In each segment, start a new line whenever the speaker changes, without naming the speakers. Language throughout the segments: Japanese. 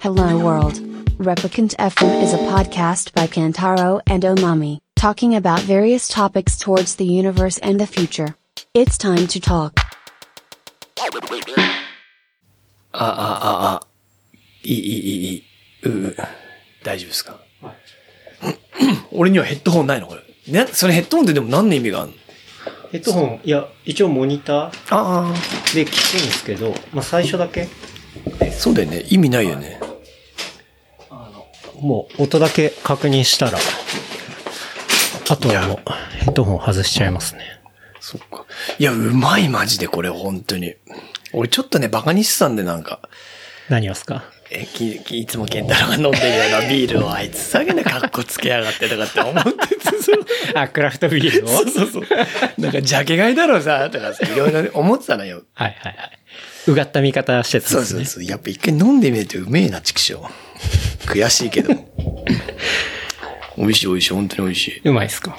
Hello World. Replicant FM is a podcast by Kantaro and Omami, talking about various topics towards the universe and the future. It's time to talk.
あ、あ、あ、あ、いい、いい、いい、うう、大丈夫ですか 俺にはヘッドホンないのこれ。ね、それヘッドホンってでも何の意味があるの
ヘッドホン、いや、一応モニター
あ
で聞くんですけど、まあ最初だけ、
あ、そうだよね。意味ないよね。
もう音だけ確認したら、あとはもうヘッドホン外しちゃいますね。
そっか。いや、うまい、マジで、これ、本当に。俺、ちょっとね、バカにしてたんで、なんか。
何をすか
え、き、きいつも健太郎が飲んでるようなビールを、あいつ、下げな格好つけやがって、とかって思 ってて、そう
あ、クラフトビールを
そうそうそう。なんか、ジャケ買いだろ、さ、とかさ、いろいろね思ってたのよ。
はいはいはい。うがった見方してたん
そう
です
そ
ね。
うそう。やっぱ一回飲んでみるとうめえな、チクショー。悔しいけど。 美味しい美味しい、本当に美味しい。
うまいっすか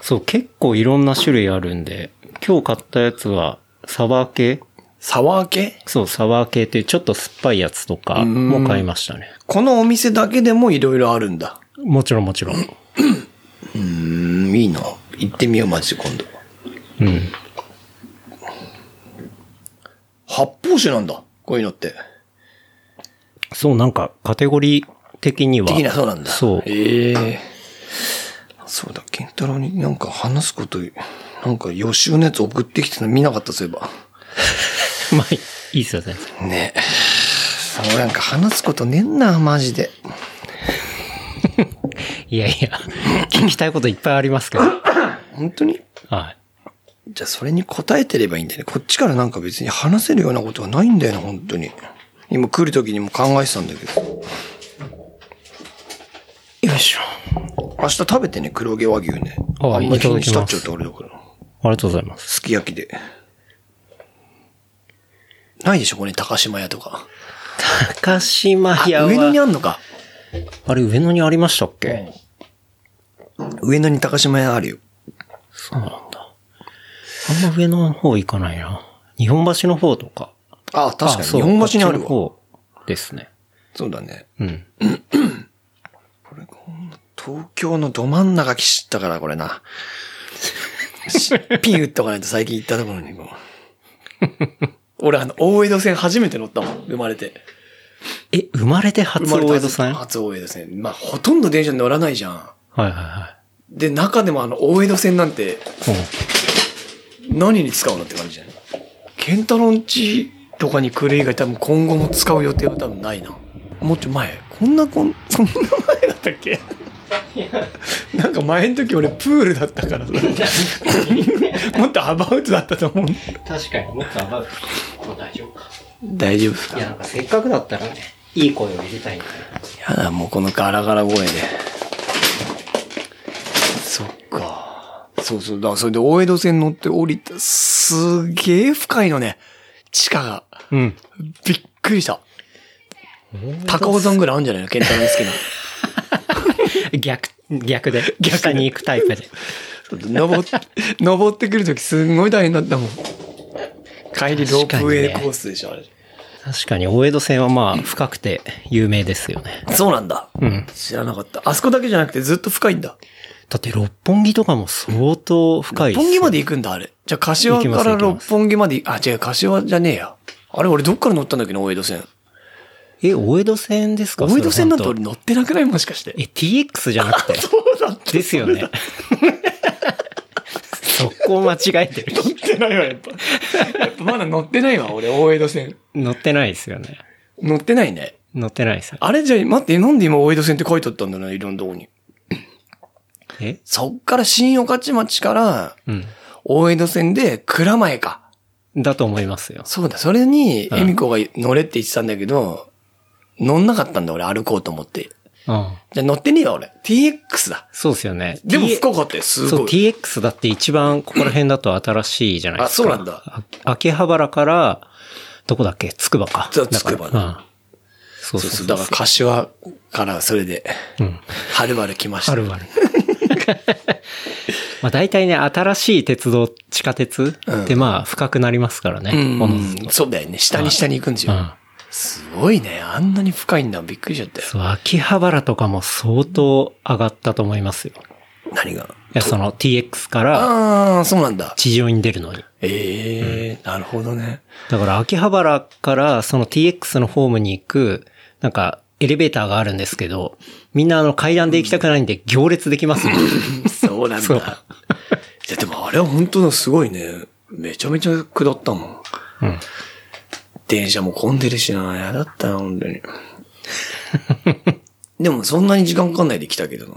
そう、結構いろんな種類あるんで、今日買ったやつは、サワー系
サワー系
そう、サワー系っていうちょっと酸っぱいやつとかも買いましたね。
このお店だけでもいろいろあるんだ。
もちろんもちろん。
うーん、いいな。行ってみよう、マジで今度。
うん。
発泡酒なんだ。こういうのって。
そう、なんか、カテゴリー的には。
的な、そうなんだ。
そう。
ええそうだ、健太郎になんか話すこと、なんか予習のやつ送ってきてたの見なかった、そういえば。
まあ、いいっすよ、全然。
ねえ。そう、なんか話すことねえんな、マジで。
いやいや、 聞きたいこといっぱいありま すけど。
本当に
はい。
じゃあそれに答えてればいいんだよね。こっちからなんか別に話せるようなことはないんだよな、本当に。今来る時にも考えてたんだけど。
よいしょ。
明日食べてね、黒毛和牛ね。
あ
あんまり
いた
気
だきま
に
す
したっちゃうとあれだから。
ありがとうございます。
すき焼きで。ないでしょ、ここに高島屋とか。
高島
あ、
屋は。
上野にあんのか。
あれ、上野にありましたっけ
上野に高島屋あるよ。
そうなんだ。あんま上野の方行かないな。日本橋の方とか。
あ、確かに。
あそう
日本橋にある
こっちの
わ。
方ですね。
そうだね。
うん。
これ、ほんま東京のど真ん中来ちったから、これな。しピン打っとかないと最近行ったところにもう。俺、あの、大江戸線初めて乗ったもん、生まれて。
え、生まれて初
生まれて
大江戸さんはい
初大江戸線。まあ、ほとんど電車に乗らないじゃん。
はいは
で、中でもあの、大江戸線なんて、
い。うん。
何に使うのって感じじゃないケンタロンチとかに来る以外多分今後も使う予定は多分ないな。もうちょい前こんなこん、こんな前だったっけなんか前の時俺プールだったからさ。 もっとアバウトだったと思う。
確かに、もっと上がる。もう大丈夫か。
大丈夫ですか
いや、なんかせっかくだったらね、いい声を入れたいんだ
やだ、もうこのガラガラ声で。そっか。そうそう。だからそれで大江戸線乗って降りた。すげえ深いのね。地下が。
うん。
びっくりした。高尾山ぐらいあるんじゃないのケンタロウの好きな。
逆、逆で。 逆に行くタイプで。
登っ、登ってくるときすんごい大変だったもん。帰りロープウェイコースでしょ、あれ。
確かに、大江戸線はまあ、深くて有名ですよね。
そうなんだ。
うん。
知らなかった。あそこだけじゃなくてずっと深いんだ。
だって、六本木とかも相当深い
六本木まで行くんだ、あれ。じゃあ、柏
行
か
き
ら
ます行き
六
ます
本木まで、あ、違う、柏じゃねえや。あれ、俺どっから乗ったんだっけな、大江戸線。
え、大江戸線ですか
大江戸線なんて
それ
俺乗ってなくないもしかして。
え、TX じゃなく て。
そうだって。
ですよね。 そこ間違えてる。
乗ってないわ、やっぱ。やっぱまだ乗ってないわ、俺、大江戸線。
乗ってないですよね。
乗ってないね。
乗ってないですよね。
あれじゃ、待って、なんで今大江戸線って書いてあったんだろうな、いろんなとこに。
え
そっから新御徒町から、
うん。
大江戸線で蔵前か。
だと思いますよ。
そうだ、それに、
うん
恵美子が乗れって言ってたんだけど、乗んなかったんだ、俺、歩こうと思って。
うん。
じゃ、乗ってねえわ、俺。TX だ。
そうですよね。
でも
T-
深かったよ、す
そう、
ごい。
TX だって一番ここら辺だと新しいじゃないですか。
あそうなんだ
あ。秋葉原から、どこだっけつくばか。
そうつくば
だか
だ
らうん。そ
そ
うそうう
そ。
そうう。
だから、柏からそれで、
うん。
はるばる来ました。
あるある。 まあ大体ね、新しい鉄道、地下鉄ってまあ深くなりますからね。
うん
おのずと
そうだよね。下に下に行くんですよ。
うん
すごいね。あんなに深いんだ。びっくりしちゃったよ。
そう、秋葉原とかも相当上がったと思いますよ。
何が
いや、その TX から
ああ、そうなんだ。
地上に出るのに。
ええなるほどね。
だから秋葉原からその TX のホームに行く、なんかエレベーターがあるんですけど、みんなあの階段で行きたくないんで行列できま すよ。
そうなん
そう
だ。いや、でもあれは本当のすごいね。めちゃめちゃ下ったもん。
うん。
電車も混んでるしな。やだったよ、本当に。でもそんなに時間かかんないで来たけどな。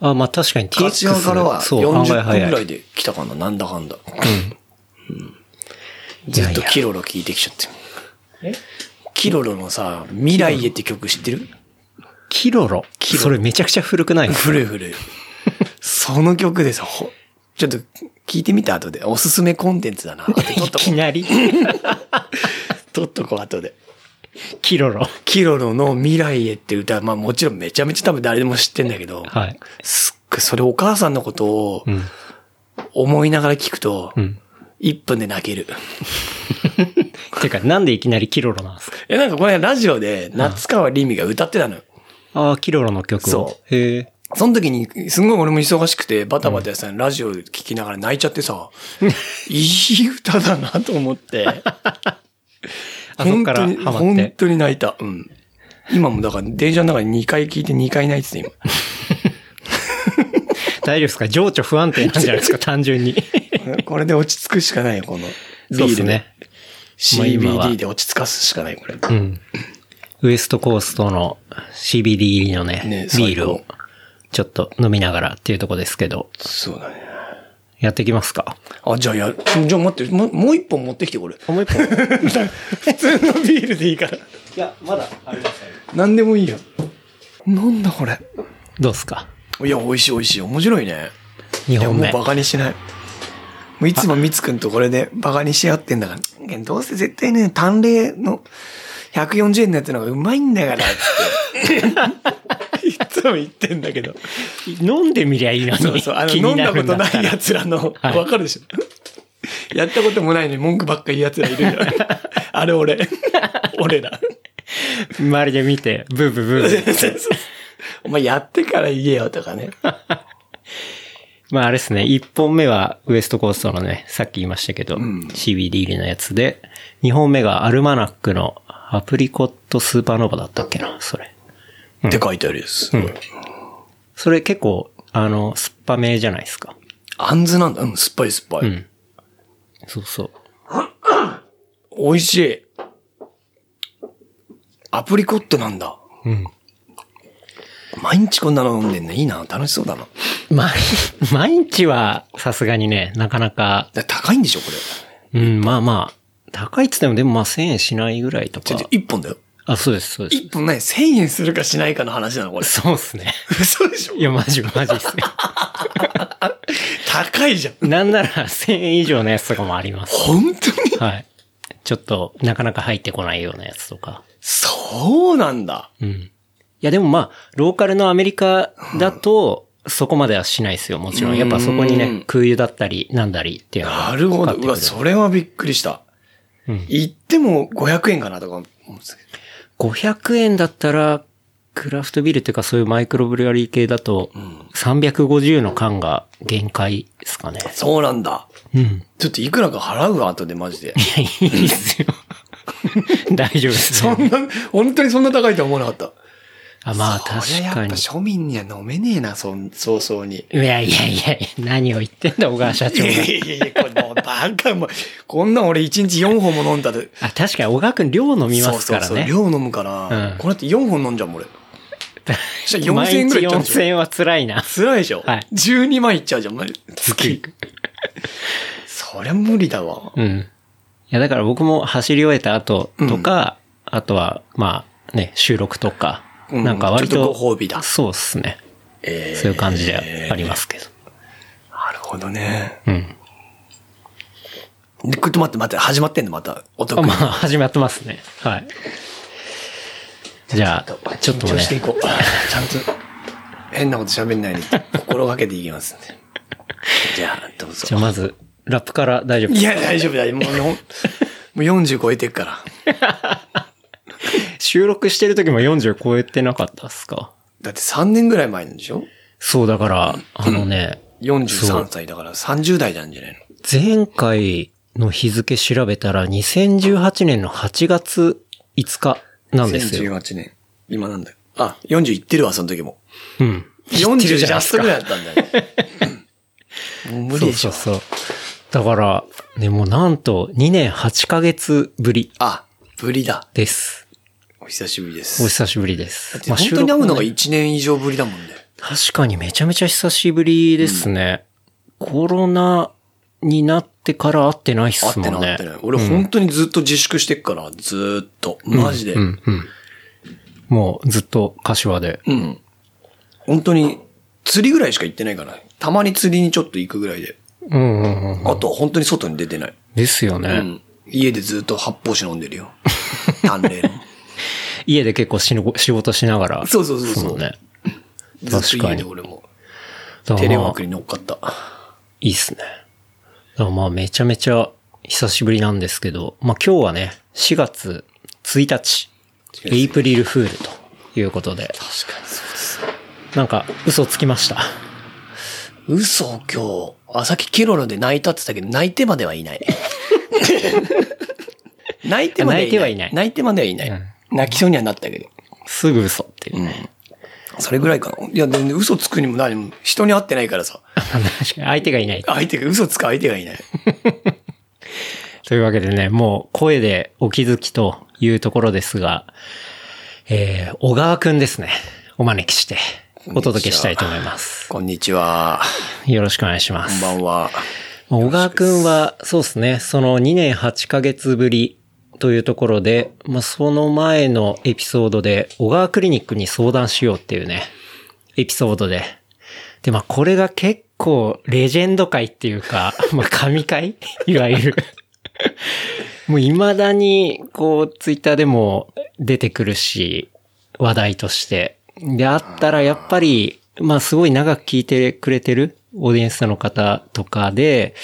あ、まあ確かに TX。
立川からは
そう、案
40
外
分
早
ぐらい
い。
で来たかな、なんだかんだ。うん
いやい
ず
や
っとキロロ聞いてきちゃって。キロロのさ、未来へって曲知ってる
キロロ。
キロロ
それめちゃくちゃ古 くないですか
古い古い。その曲でさ、ほちょっと聞いてみた後で、おすすめコンテンツだな。後 で撮っ
い
とこ
きなり
う。撮っとこう、後で。
キロロ。
キロロの未来へって歌、まあもちろんめちゃめちゃ多分誰でも知ってんだけど、
はい。
すっごい、それお母さんのことを
うん。
思いながら聞くと
う、ん。
1分で泣ける。
てか、なんでいきなりキロロなんですか
え、なんかこれラジオで夏川りみが歌ってたのよ。
ああ、キロロの曲を。。
そう
へえ。
その時に、すんごい俺も忙しくて、バタバタやってたのラジオ聞きながら泣いちゃってさ、いい歌だなと思って。
あそこ
本
から
当に、
ハマっ
本
て。
当に泣いた。うん。今もだから電車の中に2回聞いて2回泣いてた今。
大丈夫ですか情緒不安定なんじゃない ですか単純に。
これで落ち着くしかないよ、この。
そうですね。まあ
ビールで。
今は
CBD で落ち着かすしかない、これ。
うん。ウエストコーストの CBD 入りのね、
ね
ビールを
最
ちょっと飲みながらっていうとこですけど、
そうだね。
やっていきますか。
あ、じゃあや、じゃあ待って、もうもう一本持ってきて、これ。
もう一本い
普通のビールでいいから。
や、まだあります
なんでもいいよ。なんだこれ。
どうっすか
いや、美味しい美味しい。面白いね。
?2
いや、
本
もう
目。
バカにしない。もういつもみつくんとこれでバカにし合ってんだから。どうせ絶対ね、淡麗の140円のやつの方がうまいんだから、つ って。いつも言ってんだけど。
飲んでみりゃいいのに。
そうそう。あの、
気
飲
に
んだ
る
こと
だっ
な
た
い
ら
やつらの、
はい
わかるでしょ。やったこともないのに文句ばっか言うやつらいるじ ゃん。あれ俺。俺ら。
周りで見て、ブーブーブーブー。
お前やってから言えよとかね。
まああれですね、1本目はウエストコーストのね、さっき言いましたけど、CBD 入りのやつで、2本目がアルマナックのアプリコットスーパーノヴァだったっけな、それ。
って書いてあるです。
それ結構、あの、酸っぱめじゃないですか。
あんずなんだ。うん、酸っぱい酸っぱい。
うん。そうそう。
美味しい。アプリコットなんだ。
うん。
毎日こんなの飲んでんね。いいな。楽しそうだな。
毎 日、毎日はさすがにね、なかなか、
だ高いんでしょ、これ。
うん、まあまあ、高いっつってもでもまあ1000円しないぐらいと
ち
か
ょ、。一本だよ。
あ、そうです、そうです。
一本ない。1000円するかしないかの話なの、 これ。
そうっすね。
嘘でしょ
いや、マジマジ っすね。
高いじゃん。
なんなら1000円以上のやつとかもあります。
本当に
はい。ちょっと、なかなか入ってこないようなやつとか。
そうなんだ。
うん。いや、でもまあ、ローカルのアメリカだと、そこまではしないですよ、もちろん。やっぱそこに
うん
ね、空輸だったり、なんだりっていうのが
なるほど。
かかって
う
く
わ、それはびっくりした。
うん
行っても500円かなとか思うんですけど。
500円だったら、クラフトビールっていうかそういうマイクロブリュアリー系だと
ん、
350の缶が限界ですかね。
そうなんだ。
うん。い
ちょっといくらか払うわ、後でマ ジで。
や、いい っすよ。大丈夫です、
そ
ね。
んな、本当にそんな高いとは思わなかった。
あ、まあ
これは
確
や
か
っぱ
に。
庶民には飲めねえな、そん、早々に。
いやいやいやいや、何を言ってんだ、小川社
い
長
や
が。
いやいや、これもうバカもう、こんなん俺1日4本も飲んだで。
あ、確かに小川くん量飲みますからね。
そうそうそう、量飲むから、
うん
これだって4本飲んじゃうもん、俺。そしたら
毎
4000円ぐらいいっ
日
ちゃうんでしょ
4000は辛いな。
辛いでしょ
はい
12万いっちゃうじゃん、マジで
月。
そりゃ無理だわ。
うん。いや、だから僕も走り終えた後とか、あとは、まあね、収録とか、
うん
なんか割と、
ちょっとご褒美だ
そうっすね。
え
そういう感じでありますけど。
なるほどね。
うん。
で、ちょっと待って待って、始まってんの、また。お得
あまあ、始まってますね。はい。じゃあ、ちょっと
緊張
ね
し、ていこう。ちゃんと、変なこと喋んないで、心がけていきますんで。じゃあ、どうぞ
じゃ。あまず、ラップから大丈夫
いや、大丈夫だよ。もう、もう40超えてるから。
収録してる時も40超えてなかったっすか
だって3年ぐらい前なんでしょ
そう、だから、あのね、
?43 歳だから30代なんじゃないの
前回の日付調べたら2018年の8月5日なんですよ。
2018年。今なんだよ。あ、40いってるわ、その時も。
うん。知って
40
るじゃ
ジ
ない
ャ
で
ス
す
ト
か
ぐらいだったんだよね。 うんもう無理でしょ。
そうそうそう。だから、ね、もうなんと2年8ヶ月ぶり
あ、ぶりだ。
です。
お久しぶりで
お
す。
久しぶりです
だって。本当に
収
会
録
うの
も
が
ね
1年以上ぶりだもんね。
確かにめちゃめちゃ久しぶりですね。コロナになってから会ってないっ
会っ
す
て
も
ない会っ
んね。
てない。俺本当にずっと自粛してっから、ずーっと。マジで。
うん、うん。もうずっと柏で。
うん。本当に、釣りぐらいしか行ってないから、たまに釣りにちょっと行くぐらいで。
うんうんうん。
あとは本当に外に出てない。
ですよ
う
ね。
ん。家でずっと発泡酒飲んでる よ。淡麗の。
家で結構しの仕事しながら。
そうそうそうそう
そうね。
ずっと
確か
家で
に
俺も。
だか
テ
ら
レ
ま
ワ
あ
ークに乗っかった。
いいっすね。だからまあめちゃめちゃ久しぶりなんですけど、まあ今日はね、4月1日、エイプリルフールということで、
確かにそうです。
なんか嘘つきました。
嘘を今日、あ、さっきケロロで泣いたって言ったけど、泣いてまではい ない。泣いてまではいない。泣いてまではいない。泣きそうにはなったけど。
すぐ嘘っていうね。
それぐらいかな。いや、全然嘘つくにも何も、人に会ってないからさ。
確かに相手がいない。
相手が、嘘つく相手がいない。
というわけでね、もう声でお気づきというところですが、えー、小川くんですね。お招きして、お届けしたいと思います。
こんにちは。
よろしくお願いしま
こん
す。
ばんは。
まあ小川くんは、そうですね、その2年8ヶ月ぶりというところで、まあ、その前のエピソードで、小川クリニックに相談しようっていうね、エピソードで。で、まあ、これが結構、レジェンド界っていうか、 まあ、神界 いわゆる。もう未だに、こう、ツイッターでも出てくるし、話題として。で、あったらやっぱり、まあすごい長く聞いてくれてるオーディエンスの方とかで、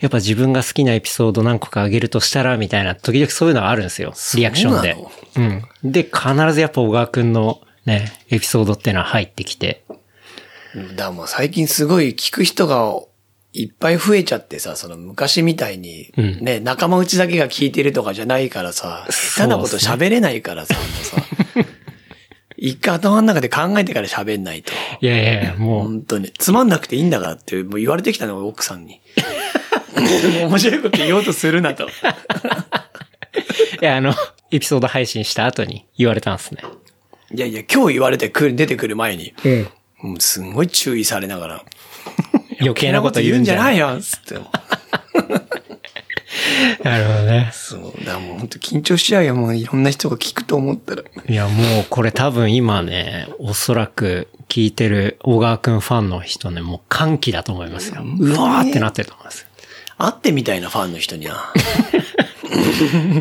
やっぱ自分が好きなエピソード何個かあげるとしたら、みたいな、時々そういうのがあるんですよ。リアクションで。うん。で、必ずやっぱ小川くんのね、エピソードってのは入ってきて。
だ、もう最近すごい聞く人がいっぱい増えちゃってさ、その昔みたいに、
うん
ね、仲間内だけが聞いてるとかじゃないからさ、下手なこと喋れないからさ、もうさ、 一回頭の中で考えてから喋んないと。
いやいやいや、もう、
本当に。つまんなくていいんだからって、もう言われてきたの、奥さん に。もう面白いこと言おうとするなと。
いや、あの、エピソード配信した後に言われたんですね。
いやいや、今日言われてくる、出てくる前に、
うん。
うんすんごい注意されながら、
余計なこと言うんじゃない。
いよ、つって。
なるほどね。
そう、だからもう本当緊張しちゃうよ、もういろんな人が聞くと思ったら。
いや、もうこれ多分今ね、おそらく聞いてる小川くんファンの人ね、もう歓喜だと思いますよ。うわーってなってると思いますよ。
会ってみたいなファンの人にな。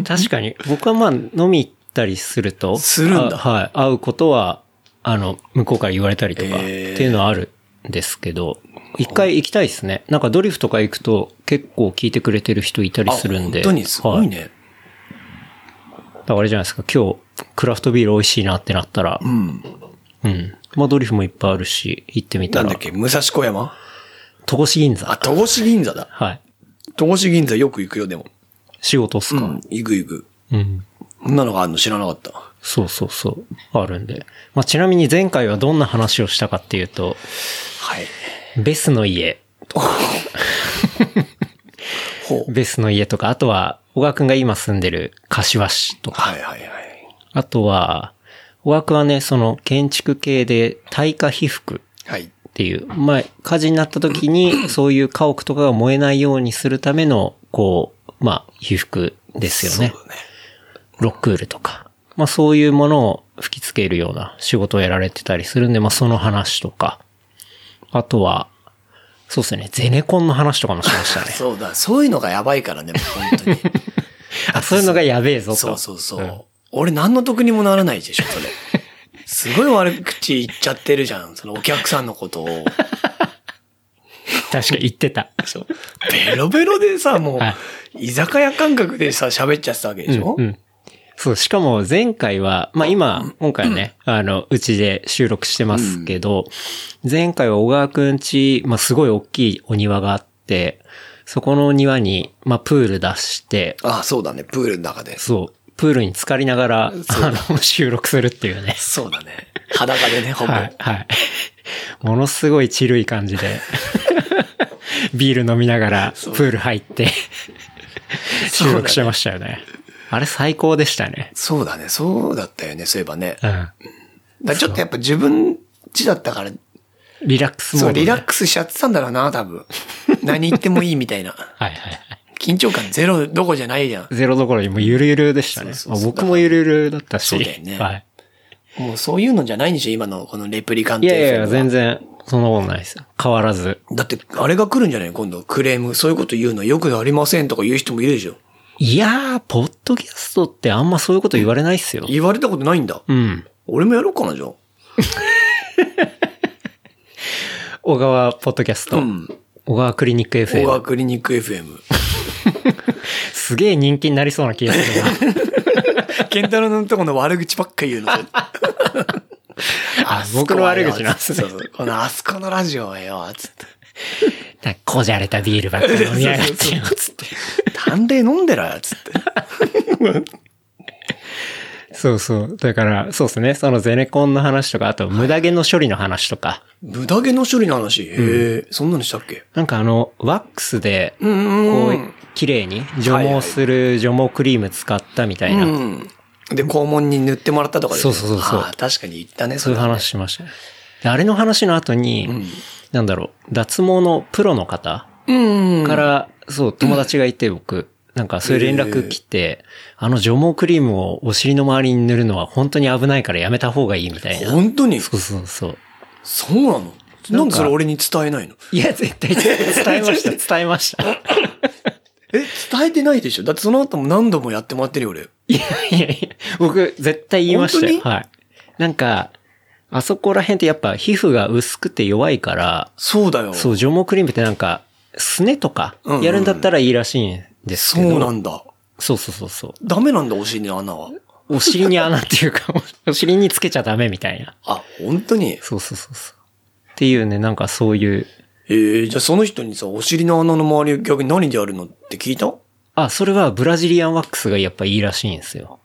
確かに、僕はまあ飲み行ったりすると、
するんだ
あはい。会うことは、あの、向こうから言われたりとか、っ
へー
ていうのはあるんですけど、一回行きたいですね。なんかドリフとか行くと結構聞いてくれてる人いたりするんで。
あ本当にすごいね。
はい。だからあれじゃないですか、今日、クラフトビール美味しいなってなったら、
うん。
うん。まあドリフもいっぱいあるし、行ってみた
な
ら。
んだっけ、武蔵小山
戸越銀
あ、
座。
戸越銀座だ。
はい。
戸越銀座よく行くよ、でも。
仕事っす
う
か、
ん、行く行く。
うん、
こんなのがあるの知らなかった。
そうそうそう。あるんで。まあ、ちなみに前回はどんな話をしたかっていうと、
はい。
ベスの家、
ほう。
ベスの家とか、あとは、小川くんが今住んでる柏市とか、
はいはいはい。
あとは、小川くんはね、その建築系で耐火被覆
はい。
っていう、まあ、火事になった時に、そういう家屋とかが燃えないようにするための、こう、まあ、被覆ですよね
そう。だね。
ロックールとか、まあそういうものを吹き付けるような仕事をやられてたりするんで、まあその話とか、あとは、そうですね、ゼネコンの話とかもしました ね。
そうだ、そういうのがやばいからね、もう本当 に。
あ、そういうのがやべえぞと。
そうそうそう。俺何の得にもならないでしょ、 それ。すごい悪口言っちゃってるじゃん、そのお客さんのこと を。
確か言ってた。
そうベロベロでさ、も
は
う、居酒屋感覚でさ、喋っちゃってたわけでしょ、
うんうんそう、しかも前回は、まあ今、今回はね、あの、うちで収録してますけど、前回は小川くんち、まあすごい大きいお庭があって、そこの庭に、まあプール出して、
ああ、そうだね。プールの中で。
そう、プールに浸かりながら、あの、収録するっていうね。
そうだね。裸でね、ほぼ。
はい、はい。ものすごいチルい感 じで、ビール飲みながら、プール入って、収録してましたよね。あれ最高でしたね。
そうだね。そうだったよね。そういえばね。
う
だか
ん。
らちょっとやっぱ自分家だったから、
リラックスモ
そ
ード
う、
ね、
リラックスしちゃってたんだろうな、多分。 何言ってもいいみたいな。
はいはいはい。
緊張感ゼロどこじゃないじゃん。
ゼロどころにもうゆるゆるでしたね。
そうそうそう
まあ僕もゆるゆるだったし。
そうだよね
はい。
もうそういうのじゃないんでしょ今のこのレプリカン
い
ト
やいやいや、全
然。
然、そんなことないですよ。変わらず。
だって、あれが来るんじゃない今度、クレーム。そういうこと言うのよくありませんとか言う人もいるでしょ
いやー、ポッドキャストってあんまそういうこと言われないっすよ。
言われたことないんだ。
うん。
俺もやろうかな、じゃあ。
小川ポッドキャスト。
うん。
小川クリニック
オ
FM
ガ。クリニック FM。
すげえ人気になりそうな気がするな。
ケンタロウのとこの悪口ばっか言うの。
あ、 僕の悪口なんです
そ
ね
う。そうこのあそこのラジオはよ、つって。
なんかこじゃれたビールばっかり飲みやがってよ、つって。
淡麗飲んでろよ、つって。
そうそう。だから、そうですね。そのゼネコンの話とか、あと、無駄毛の処理の話とか。
無駄毛の処理の話。へえ、そんなのしたっけ
なんかあの、ワックスで、
う
こ
ん
う、綺麗に除毛する除毛クリーム使ったみたいな、
うん。で、肛門に塗ってもらったとかで
そうそうそうそう
ああ確かに言ったね、
そういう話しましたね。であれの話の後に、
ん
なんだろう、脱毛のプロの方
うん。
から、そう、友達がいて、僕、なんかそういう連絡来て、あの除毛クリームをお尻の周りに塗るのは本当に危ないからやめた方がいいみたいな。
本当に
そうそうそう。
そうなのなんでそれ俺に伝えないの
いや、絶対伝えま した、伝えました。
え、伝えてないでしょだってその後も何度もやってもらってるよ、俺。
いやいやいや、僕、絶対言いましたよ。
本当
はい。なんか、あそこら辺ってやっぱ皮膚が薄くて弱いから、
そうだよ。
そう、除毛クリームってなんか、すねとか
うんう、ん
やるんだったらいいらしいんですけど。
そうなんだ。
そうそうそうそう。
ダメなんだ、お尻の穴は。
お尻に穴っていうか、 お尻につけちゃダメみたいな。
あ、本当に
そうそうそうそう。っていうね、なんかそういう、
ええじゃあその人にさ、お尻の穴の周り逆に何でやるのって聞いた
あ、それはブラジリアンワックスがやっぱいいらしいんですよ。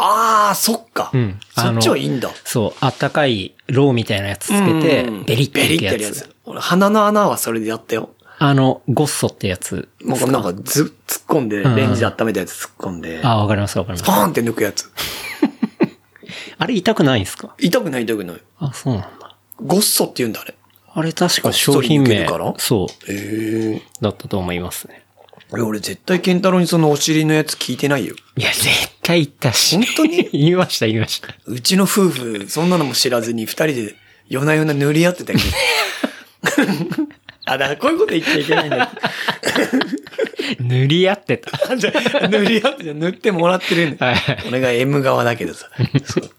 ああ、そっか。
うん
そ
あ
っ
の
ちはいいんだ。
そう、あったかい、ローみたいなやつつけて
うん、
ベリっていくや
ベリ
つ
っ。てやつ。俺、鼻の穴はそれでやったよ。
あの、ゴッソってやつ。
なんか、なんかず、突っ込んで、
うん
レンジで温めたやつ突っ込んで、
あ、わかりますわかります
パ。ーンって抜くやつ。
あれ痛くないんですか
痛くない痛くない。
あ、そうなんだ。
ごっそって言うんだ、あれ。
あれ確か商品
ごっそり抜け
名
るから、
そう、
え
だったと思いますね。
え俺絶対ケンタロウにそのお尻のやつ聞いてないよ。
いや、絶対言ったし。
本当に
言いました、言いました。
うちの夫婦、そんなのも知らずに二人で夜な夜な塗り合って たけど。あ、だからこういうこと言っちゃいけないんだ よ。
塗り合ってた。
塗り合ってじゃ塗ってもらってるんだよ。
はい
俺が M 側だけどさ。そう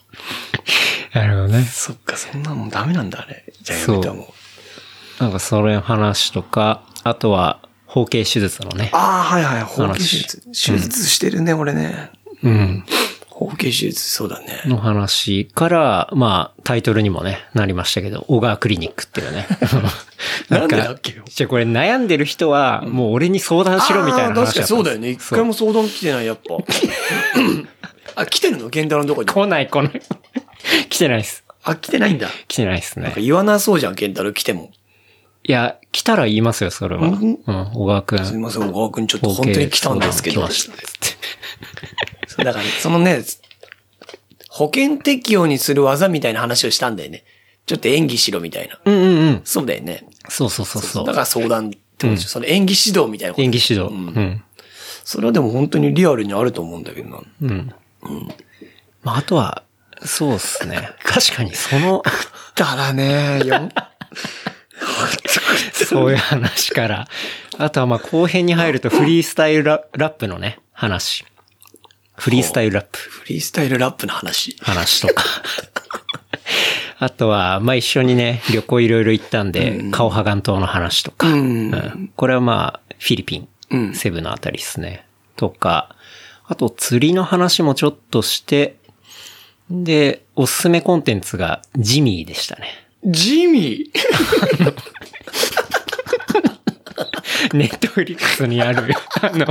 なるほどね。
そっか、そんなのダメなんだ、あれ。じゃあやめたもん。
なんかそれの話とか、あとは、包茎手術のね。
ああ、はいはい、包茎手
話
術。手術してるね、俺ね。
うん。
包茎手術、そうだね。
の話から、まあ、タイトルにもね、なりましたけど、小川クリニックっていうね。
なんでだっけよ
じゃこれ悩んでる人は、もう俺に相談しろみたいな話
あー
だっ
確かに
たんです
そうだよね。一回も相談来てない、やっ ぱ。あ、来てるのケンタロウのとこに。
来ない来ない。 来てないです。
あ、来てないんだ。
来てないです
なん
ね
か。言わなそうじゃん、ケンタロウ来ても。
いや、来たら言いますよ、それは。
う
うんん、小川くん。
すみません、小川くんちょっと本当に来たんですけど。
包
だ
茎相談来ましたつって
から、そのね、保険適用にする技みたいな話をしたんだよね。ちょっと演技しろみたいな。
うんうんうん。
そうだよね。
そうそうそうそ
だ
う。
から相談ってことでしょ。その演技指導みたいなこと
演技指導。うん。
それはでも本当にリアルにあると思うんだけどな。
うん。まあ、あとは、そうですね。 確かに、そ の、
だらねえよ。
そういう話から。あとは、まあ、後編に入ると、フリースタイルララップのね、話。フリースタイルラップ。
フリースタイルラップの話。
話とか。 あとは、まあ、一緒にね、旅行いろいろ行ったんで、カオハガン島の話とか、
うん
うんこれはまあ、フィリピン、
うん
セブのあたりですね。とか、あと釣りの話もちょっとして、で、おすすめコンテンツがジミーで したね。
ジミー
ネットフリックスにある、あの、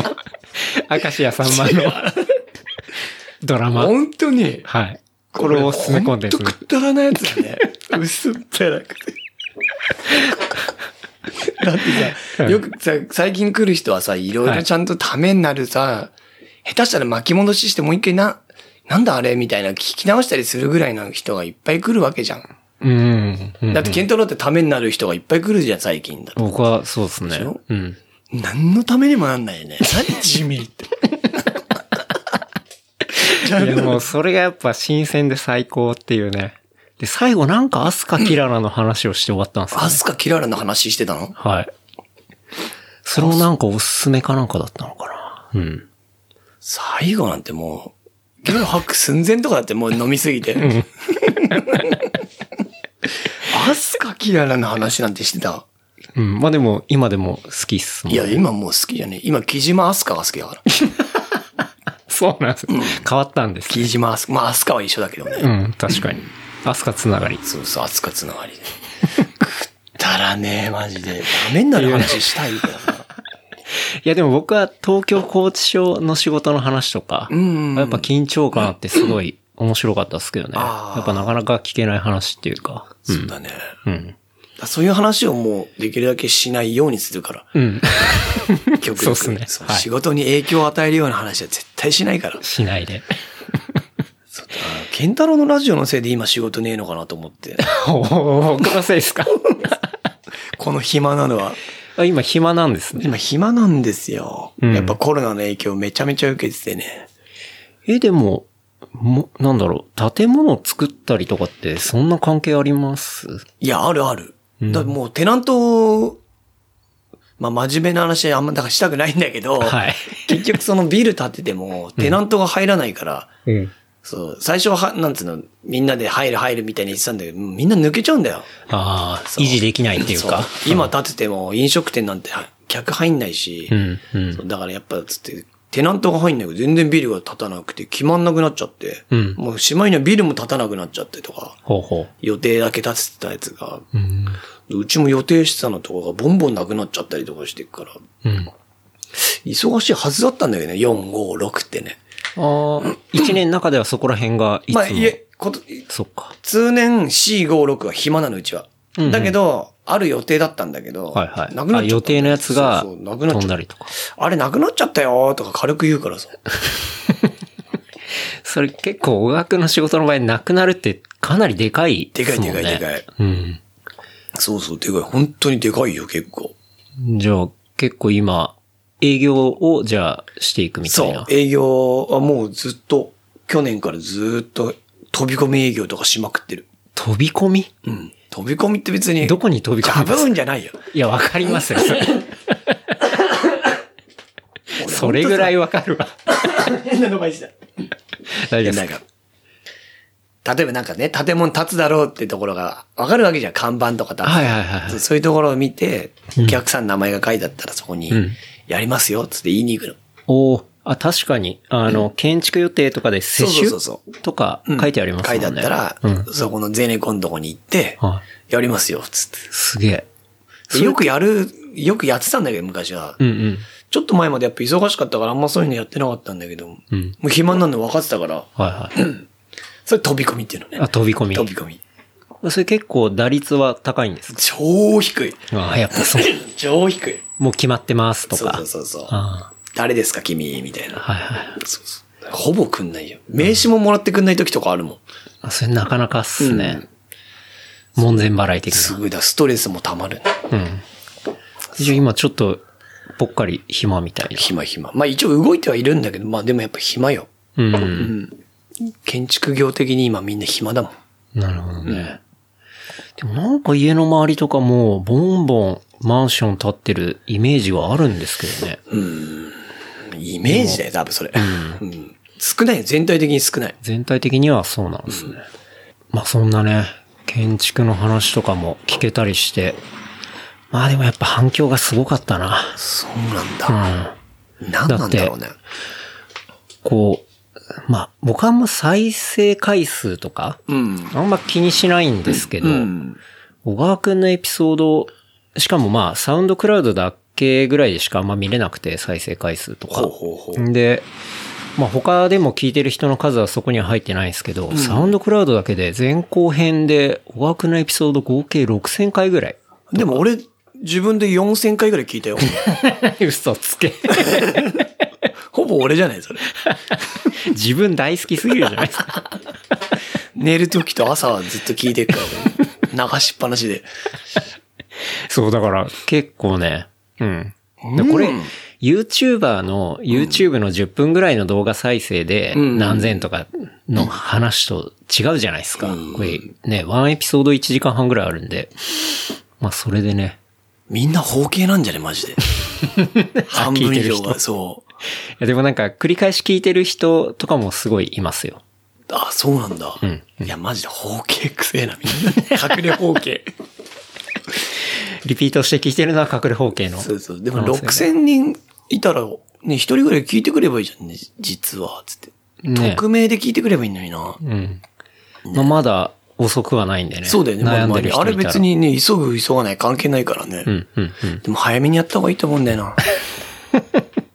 明石家さんま のドラマ。
本当に。
はい。これをおすすめコンテンツ
ほんとくだらないやつだね。薄っぺらくて。だってさ、よくさ、最近来る人はさ、いろいろちゃんとためになるさ、下手したら巻き戻ししてもう一回な、なんだあれみたいな聞き直したりするぐらいの人がいっぱい来るわけじゃん。
うん。うん
だって、ケントローってためになる人がいっぱい来るじゃん、最近だと。
僕はそうです
で
ね
しょ。
うん。
何のためにもなんないよね。何地味って。じゃあ
いやもうそれがやっぱ新鮮で最高っていうね。で、最後なんかアスカキララの話をして終わったんですよ、
ア
ね。
スカキララの話してたの
はい。それもなんかおすすめかなんかだったのかな。うん。
最後なんてもう、ゲロ吐く寸前とかだってもう飲みすぎて。アスカキララの話なんてしてた。
うん。まあでも、今でも好きっすもん。
いや、今もう好きじゃねえ。今、木島アスカが好きだから。
そうなんですよ。変わったんです。
木島アスカ。まあ、アスカは一緒だけどね。
うん、確かに。アスカつながり。っ
そうそう、アスカつながりで。くだらねえ、マジで。ダメになる話したいからな。
いや、でも僕は東京拘置所の仕事の話とか、
ん
やっぱ緊張感あってすごい面白かったですけどね。
あー
やっぱなかなか聞けない話っていうか。
そうだね。
うん。
だそういう話をもう、できるだけしないようにする から。
うん。
極力
そうっすね
そう
はい
仕事に影響を与えるような話は絶対しないから。
しないで。
ケンタロウのラジオのせいで今仕事ねえのかなと思 って。
おー僕のせいです か
この暇なのは。
あ今暇なんですね。
今暇なんですよ。
うん
やっぱコロナの影響めちゃめちゃ受けててね。
え、でも、も、なんだろう、建物を作ったりとかってそんな関係あります
いや、あるある。
うん
だってもうテナント、まあ真面目な話あんまだからしたくないんだけど、
はい。
結局そのビル建ててもテナントが入らないから、
うん。
そう、最初は、なんつうの、みんなで入る入るみたいに言ってたんだけど、もうみんな抜けちゃうんだよ。
ああ、
そう
維持できないっていうか。
そう今建てても飲食店なんて客入んないし、
うん、うん
そ。うだからやっぱつって、テナントが入んないけど全然ビルが建たなくて決まんなくなっちゃって、
うん
もうしまいにはビルも建たなくなっちゃってとか、
ほうほ
予定だけ立ててたやつが、
う。うん。
うちも予定してたのとかがボンボンなくなっちゃったりとかしてくから、
うん。
忙しいはずだったんだけどね、4、5、6ってね。
ああ、一年の中ではそこら辺がいつも。
まあ、いえ、こと、
そっか。
通年4、5、6は暇なの、うちは。
うんうん
だけど、ある予定だったんだけど、
はいは
なくなっ
い。
ちゃったんだよ
あ予定のやつが
そうそうなくなっ
飛
ち
ん
ゃ
だ
った。
りとか。
あれなくなっちゃったよーとか軽く言うからさ。
それ結構、語学の仕事の場合、なくなるってかなりでかい
でかい
すもん
で
ね
かいでかい。
うん。
そうそう、でかい。本当にでかいよ、結構。
じゃあ、結構今、営業を、じゃあ、していくみた
そ
いうな。。
営業はもうずっと、去年からずっと飛び込み営業とかしまくってる。
飛び込み
うん。飛び込みって別に。
どこに飛び込み
ジャブーンじゃないよ。
いや、わかりま すよ。それそれぐらいわかるわ。
変なの返しだ。
大丈夫
な
で
ん
すか
か、例えばなんかね、建物建つだろうってところがわかるわけじゃん。看板とか立って
はいはいはいはい
そうそういうところを見て、お客さんの名前が書いてあったらそこに
うん、
やりますよ、つって言いに行くの。
おーあ、確かに、あの、建築予定とかで接種
そうそうそう
とか
うん
書いてありますもんね。
書いてあった
う
ら
ん、。
そこのゼネコンのとこに行って、
はい。
やりますよ、つって。
すげえ。
でよくやる、よくやってたんだけど、昔は。
うんうん。
ちょっと前までやっぱ忙しかったから、あんまそういうのやってなかったんだけど、も
うん。
う暇になるの分かってたから、
はいは
それ飛び込みっていうの
い。
ね
あ、。飛び込み。
飛び込み。
それ結構打率は高いんですか
超低い。
ああ、やっぱ そう。
超低い。
もう決まってますとか。
そうそうそうそう。
あ
誰ですか、君みたい
あ、
な。
はいはい。
そうそう。ほぼくんないよ。名刺ももらってくんない時とかあるもん。
あそれなかなかっすね。門前払い的
す
な。
ごいだ、ストレスも溜まる。
うん。一応今ちょっと、ぽっかり暇みたい
暇暇。まあ一応動いてはいるんだけど、まあでもやっぱ暇よ。
な。うん。
うん。建築業的に今みんな暇だもん。
なるほどね。でもなんか家の周りとかも、ボンボンマンション建ってるイメージはあるんですけどね。
イメージだよ、多分それ。うん。少ないよ、全体的に少ない。
全体的にはそうなんですね。まあそんなね、建築の話とかも聞けたりして、まあでもやっぱ反響がすごかったな。
そうなん
う
だ。
ん。
何なんだろうね。
こう、まあ、僕はあんま再生回数とか、
うん。
あんま気にしないんですけど、
うん。
小川くんのエピソード、しかもまあ、サウンドクラウドだけぐらいでしかあんま見れなくて、再生回数と
ほう
か。
ほうほう。
で、まあ他でも聞いてる人の数はそこには入ってないんですけど、サウンドクラウドだけで前後編で小川くんのエピソード合計6000回ぐらい。
でも俺、自分で4000回ぐらい聞いた よ。
嘘つけ。
ほぼ俺じゃない、それ。
自分大好きすぎるじゃないですか。
寝る時と朝はずっと聞いてるから、流しっぱなしで。
そう、だから結構ね、うん。でこれ、YouTuber の、YouTube の10分ぐらいの動画再生で、
うん
何千とかの話と違うじゃないですか。これ、ね、ワンエピソード1時間半ぐらいあるんで、まあそれでね、
みんな包茎なんじゃね、マ ジで。半分以上が、そう。
いやでもなんか繰り返し聞いてる人とかもすごいいますよ。
あ、そうなんだ。
ん
いや、マジで包茎くせえな、み んな。隠れ包茎。
リピートして聞いてるのは隠れ方形の。
そうそう。でも
可能性が
6000人いたら、ね、一人ぐらい聞いてくればいいじゃんね、実は、つって。
ね
匿名で聞いてくればいいのにな。
うん。まあまだ遅くはないんでね。
そうだよね、
悩ん
まあ
でる人いた
あ
ら。
れ別。にね、急ぐ急がない関係ないからね。
うん、うん、うん。
でも早めにやった方がいいと思うんだよ な。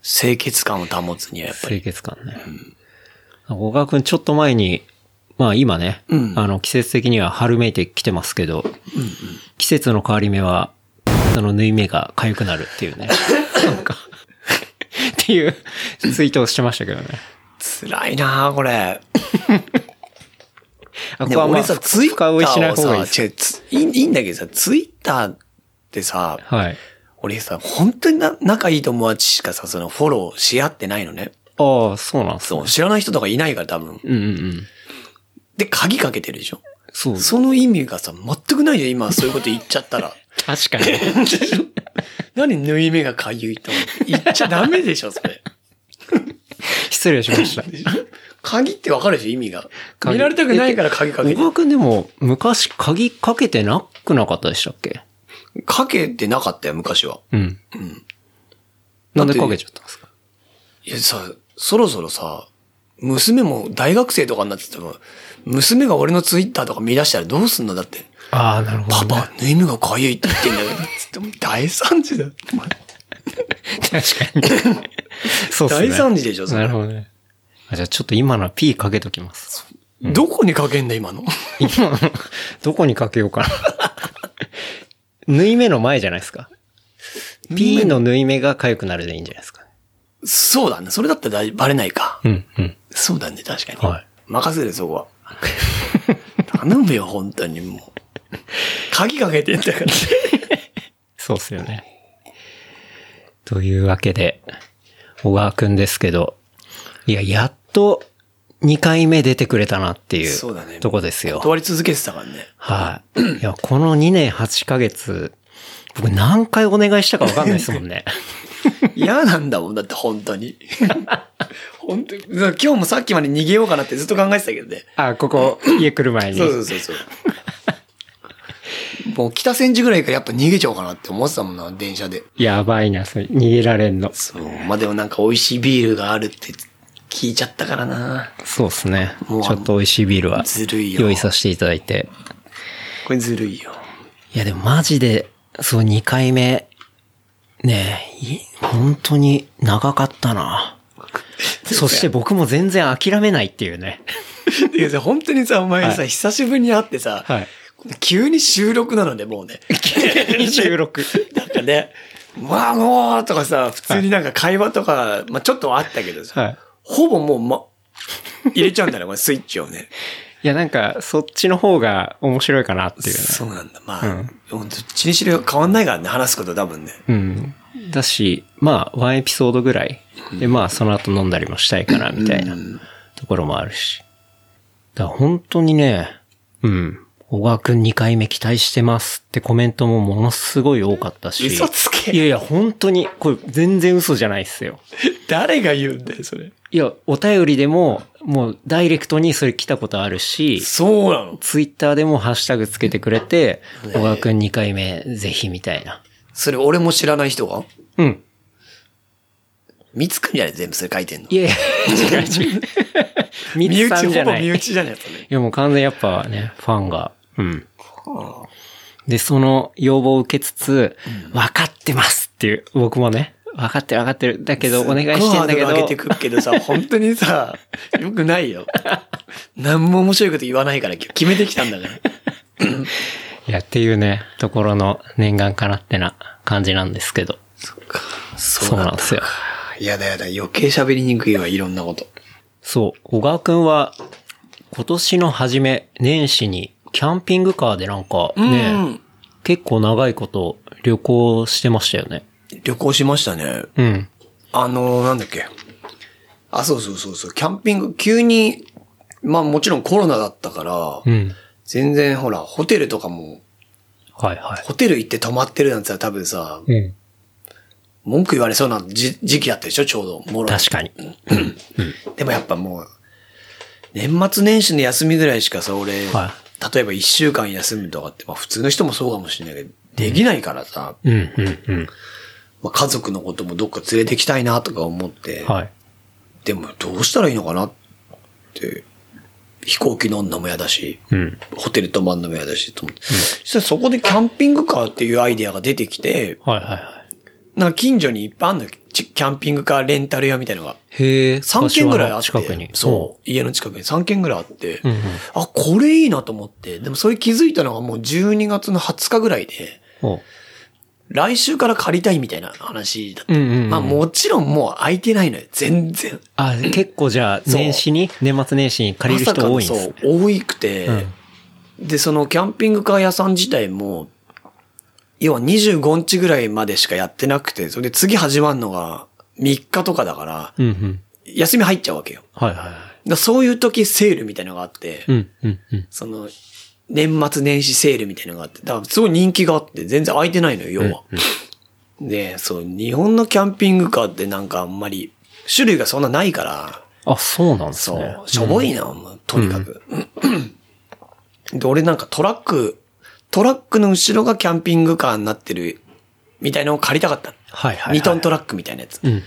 清潔感を保つにはやっぱり。
清潔感ね。小川くんちょっと前に、まあ今ね、
うん
あの季節的には春めいてきてますけど、季節の変わり目は、あの縫い目が痒くなるってい うね。なんか、っていうツイートをしてましたけどね。
辛いなあこれ。
あ、こ
で
こは
も
ま
俺
あ、
さ、ツイッタ
深追いしない
ーを
方がいい
さ、違
です。
うついいいいんだけどさ、ツイッターってさ、
はい。
俺さ、本当にな仲いい友達しかさ、そのフォローし合ってないのね。
ああ、そうなんすね
そう、知らない人とかいないから多分。
うんうんうん。
で、鍵かけてるでしょ。
そう。
その意味がさ、全くないじゃん、今そういうこと言っちゃった ら。
確か に。
何縫い目がかゆいと思って言っちゃダメでしょ、それ。
失礼しました。
鍵ってわかるでしょ、意味が。
鍵
見られたくないから鍵かけ
小
て
川くんでも、昔鍵かけてなくなかったでしたっけ
かけてなかったよ、昔は。
うん。
だ
な
っ
ん
て
でかけちゃったんですか
いやさ、そろそろさ、娘も大学生とかになってても、娘が俺のツイッターとか見出したらどうすんのだって。
ああ、なるほ
パパ、縫い目がかゆいって言ってんだけど、つってもう大惨事だよ。
確か に。そうっすね。
大惨事でしょそれ
なるほどね。あじゃあちょっと今のは P かけとき ます。
どこにかけんだ、今の。
今の、どこにかけようかな。縫い目の前じゃないですか。P の縫い目が痒くなるでいいんじゃないですか。
そうだね。それだったら大バレないか。
うん、うん。
そうだね、確かに。
はい
任せる、そこは。頼むよ、本当にもう。鍵かけてんだ から。
そうっすよね。というわけで、小川くんですけど、いや、やっと2回目出てくれたなっていう
そうだね
とこですよ。
断り続けてたからね。
はい。いや、この2年8ヶ月、僕何回お願いしたかわかんないですもんね。
嫌なんだもん、だって本当 に。本当に。今日もさっきまで逃げようかなってずっと考えてたけどね。
あ、ここ、家来る前に。
そうそうそうそう。 もう北千住ぐらいからやっぱ逃げちゃおうかなって思ってたもんな、電車で。
やばいな、それ。逃げられんの。
そう。まあ、でもなんか美味しいビールがあるって聞いちゃったからな。
そうですね。
もう
ちょっと美味しいビールは
ずるいよ
用意させていただいて。
これずるいよ。
いや、でもマジで、そう、2回目、ねえ、い本当に長かったな。そして僕も全然諦めないっていうね。
いやさ、本当にさ、お前さ、
はい
久しぶりに会ってさ、
はい
急に収録なので、 もうね。
26。
なんかね、わあもうとかさ、普通になんか会話とか、まあちょっとはあったけどさ、
はい
ほぼもう、 ま、入れちゃうんだね、これスイッチをね。
いや、なんか、そっちの方が面白いかなっていうね。
そうなんだ。まあ、どっちにしろ変わんないからね、話すこと多分ね。
うん。だし、まあ、ワンエピソードぐらい。で、まあ、その後飲んだりもしたいかな、みたいなところもあるし。だから本当にね、うん。小川くん2回目期待してますってコメントもものすごい多かったし。
嘘つけ
いやいや、本当に、これ全然嘘じゃないっすよ。
誰が言うんだよ、それ。
いや、お便りでも、もうダイレクトにそれ来たことあるし、
そうなの。
ツイッターでもハッシュタグつけてくれて、小川くん2回目ぜひみたいな。
それ俺も知らない人が
うん。
三つくんじゃない全部それ書いてんの。
いやい や、違う違う。ミ
身
ツさ
内、
んじ
ほ
ゃ
ぼ
ない。
身
い
内じゃないやつね。
やもう完全にやっぱね、ファンが。うん。で、その要望を受けつつ、分かってますっていう、僕もね、分かってる分かってる。だけど、お願いしてんだけ
ご飯
ど
上げ、てくっけどさ、本当にさ、よくないよ。何も面白いこと言わないから決めてきたんだ から。
いや、っていうね、ところの念願かなってな感じなんですけど。
そ
そうなんですよ。
やだやだ、余計喋りにくいわ、いろんなこと。
そう、小川くんは、今年の初め、年始に、キャンピングカーでなんかね、
うん
結構長いこと旅行してましたよね。
旅行しましたね。
うん。
あのーなんだっけ。あ、そうそうそうそう、キャンピング、急に、まあもちろんコロナだったから、
うん。
全然ほら、ホテルとかも、
はいはい。
ホテル行って泊まってるなんてさ、多分さ、
うん。
文句言われそうなじ時期だったでしょ、ちょうど。もろ
確かに。
でもやっぱもう、年末年始の休みぐらいしかさ、俺、
は
例えば一週間休むとかって、まあ普通の人もそうかもしれないけど、できないからさ、
うんうんうん。
まあ家族のこともどっか連れてきたいなとか思って、
はい。
でもどうしたらいいのかなって、飛行機乗んのも嫌だし、
うん。
ホテル泊まんのも嫌だし、と思って。そしたらそこでキャンピングカーっていうアイデアが出てきて、
はいはいはい。
なんか近所にいっぱいあんのよ。ちキャンピングカーレンタル屋みたいなのが。
へえ。
3軒ぐらいあって。
近くに。
そう。家の近くに3軒ぐらいあって、
うんうん
あ、これいいなと思って。でもそれ気づいたのがもう12月の20日ぐらいで、
う。お
来週から借りたいみたいな話だった。
うんうんうん
まあもちろんもう空いてないのよ。全然。
あ、結構じゃあ、
そう
年始に、年末年始に借りる人多いんです
まさかのそう、多いくて、で、そのキャンピングカー屋さん自体も、要は25日ぐらいまでしかやってなくて、それで次始まるのが3日とかだから、
うんうん。
休み入っちゃうわけよ。だか
はいはいはい。
らそういう時セールみたいなのがあって、
うんうんうん。
その、年末年始セールみたいなのがあって、だからすごい人気があって、全然空いてないのよ、要は。で、そう、日本のキャンピングカーってなんかあんまり、種類がそんなないから、
あ、そうなんです
そ
ね
う、。しょぼいな、もうとにかく。で、俺なんかトラック、トラックの後ろがキャンピングカーになってる、みたいなのを借りたかったの。
はいはいはい。
2トントラックみたいなやつ。
うんうん。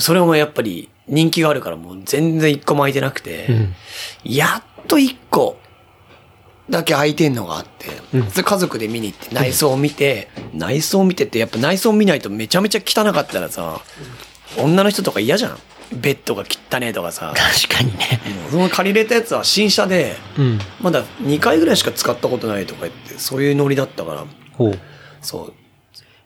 それもやっぱり人気があるからもう全然1個も空いてなくて、
ん
やっと1個だけ空いてんのがあって、それ家族で見に行って内装を見て、内装を見てってやっぱ内装見ないとめちゃめちゃ汚かったらさ、女の人とか嫌じゃんベッドが汚ねえとかさ。
確かにね。
もうその借りれたやつは新車で、
うん。
まだ2回ぐらいしか使ったことないとか言って、そういうノリだったから、
ほう。
そう。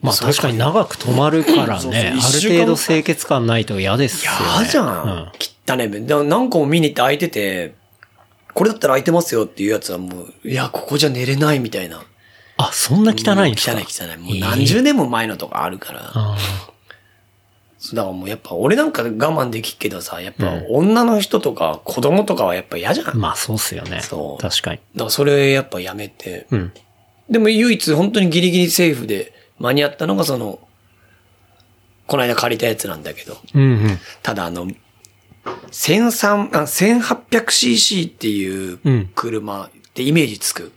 まあ
そう
確かに長く止まるから
そうそう
ね、あ
一週
る
間
程度清潔感ないと嫌ですよ、ね。
嫌じゃん。汚ねえ。でも何個も見に行って空いてて、これだったら空いてますよっていうやつはもう、いや、ここじゃ寝れないみたいな。
あ、そんな汚いんですか
もう汚い汚い。もう何十年も前のとかあるから。
あ
そうだからもうやっぱ俺なんか我慢できっけどさ、やっぱ女の人とか子供とかはやっぱ嫌じゃん。
ーまあそうっすよね。
そう
確かに。
だからそれやっぱやめて。
うん。
でも唯一本当にギリギリセーフで間に合ったのがその、この間借りたやつなんだけど、
うんうん。
ただあの、1300あ 1800cc っていう
うん
車ってイメージつく。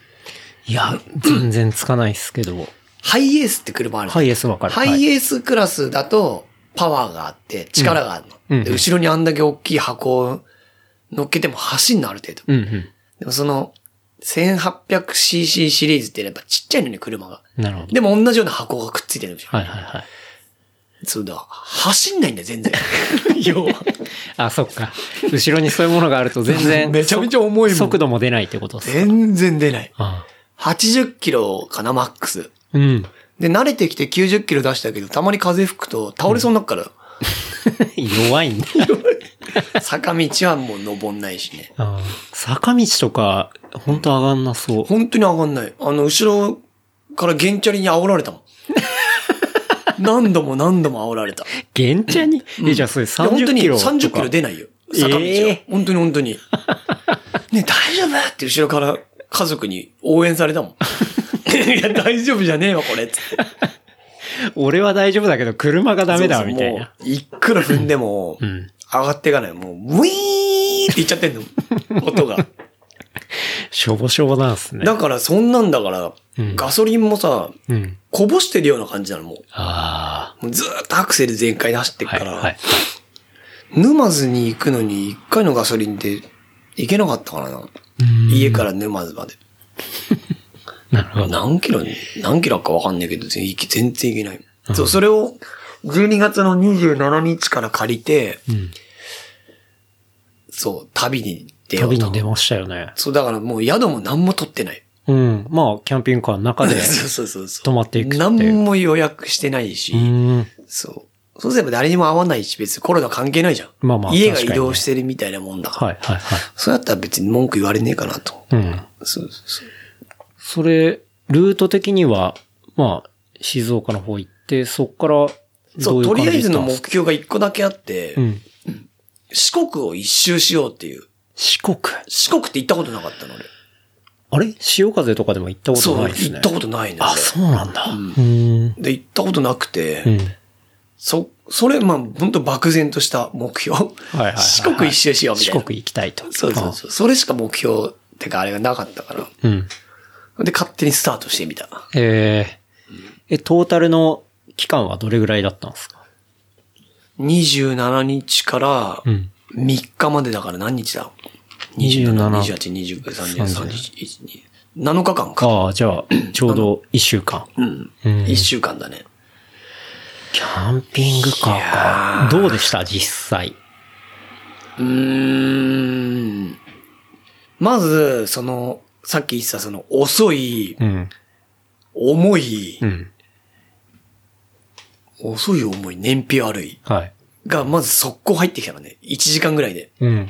いや、全然つかないっすけど。
ハイエースって車ある。
ハイエースわかる。
ハイエースクラスだとパワーがあって力があるの。
うん
で後ろにあんだけ大きい箱を乗っけても走んのある程度。
はいうん
でもその 1800cc シリーズってやっぱちっちゃいのね、車が。
うん。なるほど。
でも同じような箱がくっついてるでしょ。
はいはいはい。
そうだ。走んないんだよ、全然。 要は。
あ、そっか。後ろにそういうものがあると全 然、
めちゃめちゃ重いもん。
速度も出ないってことっす。
全然出ない。
あ
80キロかな、マックス。
ーうん。
で、慣れてきて90キロ出したけど、たまに風吹くと倒れそうになっから、
弱いんだ。
坂道はもう登んないしね。
あー坂道とか、ほんと上がんなそう。
本当に上がんない。あの、後ろからゲンチャリに煽られた もん。何度も何度も煽られた。
ゲンチャに、え、じゃあそれ
いや本当
30
に
キロとか。
30キロ出ないよ。坂道は。
え
本当に本当に。ねえ、大丈夫って後ろから家族に応援されたもん。 いや、大丈夫じゃねえわ、これ。つって
俺は大丈夫だけど、車がダメだ、みたいな。。
そうそうもういくら踏んで も、上がっていかない。もう、ウィーンっていっちゃってんの。音が。
しょぼしょぼなんですね。
だからそんなんだから、
うん
ガソリンもさ、
うん。
こぼしてるような感じなの、も
あ
う。もうずーっとアクセル全開で走って
あ。
っ
は
か
い。
ら、
はい。
沼津に行くのに一回のガソリンで行けなかったからな。家から沼津まで。
なるほど。
何キロに、何キロかわかんないけど、全然行け全然行けない。そう、それを12月の27日から借りて、
うん。
そう、旅に出よう
旅
と。
に出ましたよね。
そう、だからもう宿も何も取ってない。
うん。まあ、キャンピングカーの中 で。
そうそうそうそう。
泊まっていくって
何も予約してないし、
うん。
そう。そうすれば誰にも会わないし、別にコロナ関係ないじゃん。
まあまあ
家が
確
移
かにね
動してるみたいなもんだから。
はいはいは
そうやったら別に文句言われねえかなと。
い。うん。
そうそうそう。
それ、ルート的には、まあ、静岡の方行って、そっから
そ
ど
う、
ういう
と
感じ
りあえずの
で
目
行っ
標が一個だけあって、
たんですか
四国を一周しようっていう。
うん。四国。
四国って行ったことなかったの俺。
あれ潮風とかでも行ったこと
そう、
ないです
行
ね。
ったことないのよ
あ、そうなんだ。うん。
で、行ったことなくて、
うん。
そ、それ、まあ、本当漠然とした目標。
はいはいはい
四国一周しようみたいな。
四国行きたいと。
そうそうそう。それしか目標ってか、あれがなかったから。
う。うん。
で、勝手にスタートしてみた。
えー、え、トータルの期間はどれぐらいだったんですか
27日から
うん
3日までだから何日だ
27
28、29、30、31、2 7日間か。
ああ、じゃあ、ちょうど一週間。
うん。
うん
1週間だね。
キャンピングカ
い
ー
や
か
ー。
どうでした実際。
うーん。まず、その、さっき言ってたその、遅い、
うん。
重い、
うん。
遅い重い、燃費悪い。
はい。
が、まず速攻入ってきたからね。1時間ぐらいで。
うん。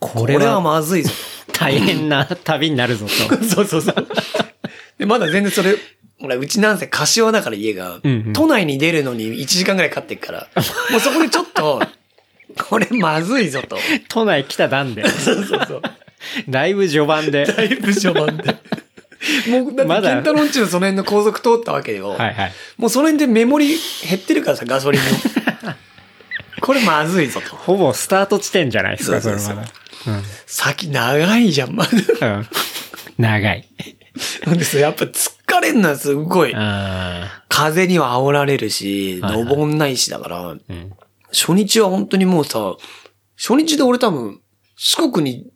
こ
こ
れ
れは
は
まずいぞ。
大変な 旅になるぞ と。
そうそうそう。 で、まだ全然それ、ほら、うちなんせ柏だから家が、
うんうん
都内に出るのに1時間ぐらいかかってっから、もうそこでちょっと、 これまずいぞと。
都内来た段で。
そうそうそう。
だいぶ序盤で。
だいぶ序盤で。 もう、だ
ま
って、
だ
ケンタロンチのその辺の高速通ったわけよ。
はいはい。
もうその辺でメモリ減ってるからさ、ガソリンの。 これまずいぞと。
ほぼスタート地点じゃないですか、
そ
そうれ
そうそう
ま
先長いじゃん、まだ。
だ。うん。長い。
なんですよやっぱ疲れんな、すっごい。
あ
風には煽られるし、
はいはい
登んないしだから、
ーうん。
初日は本当にもうさ、初日で俺多分、四国に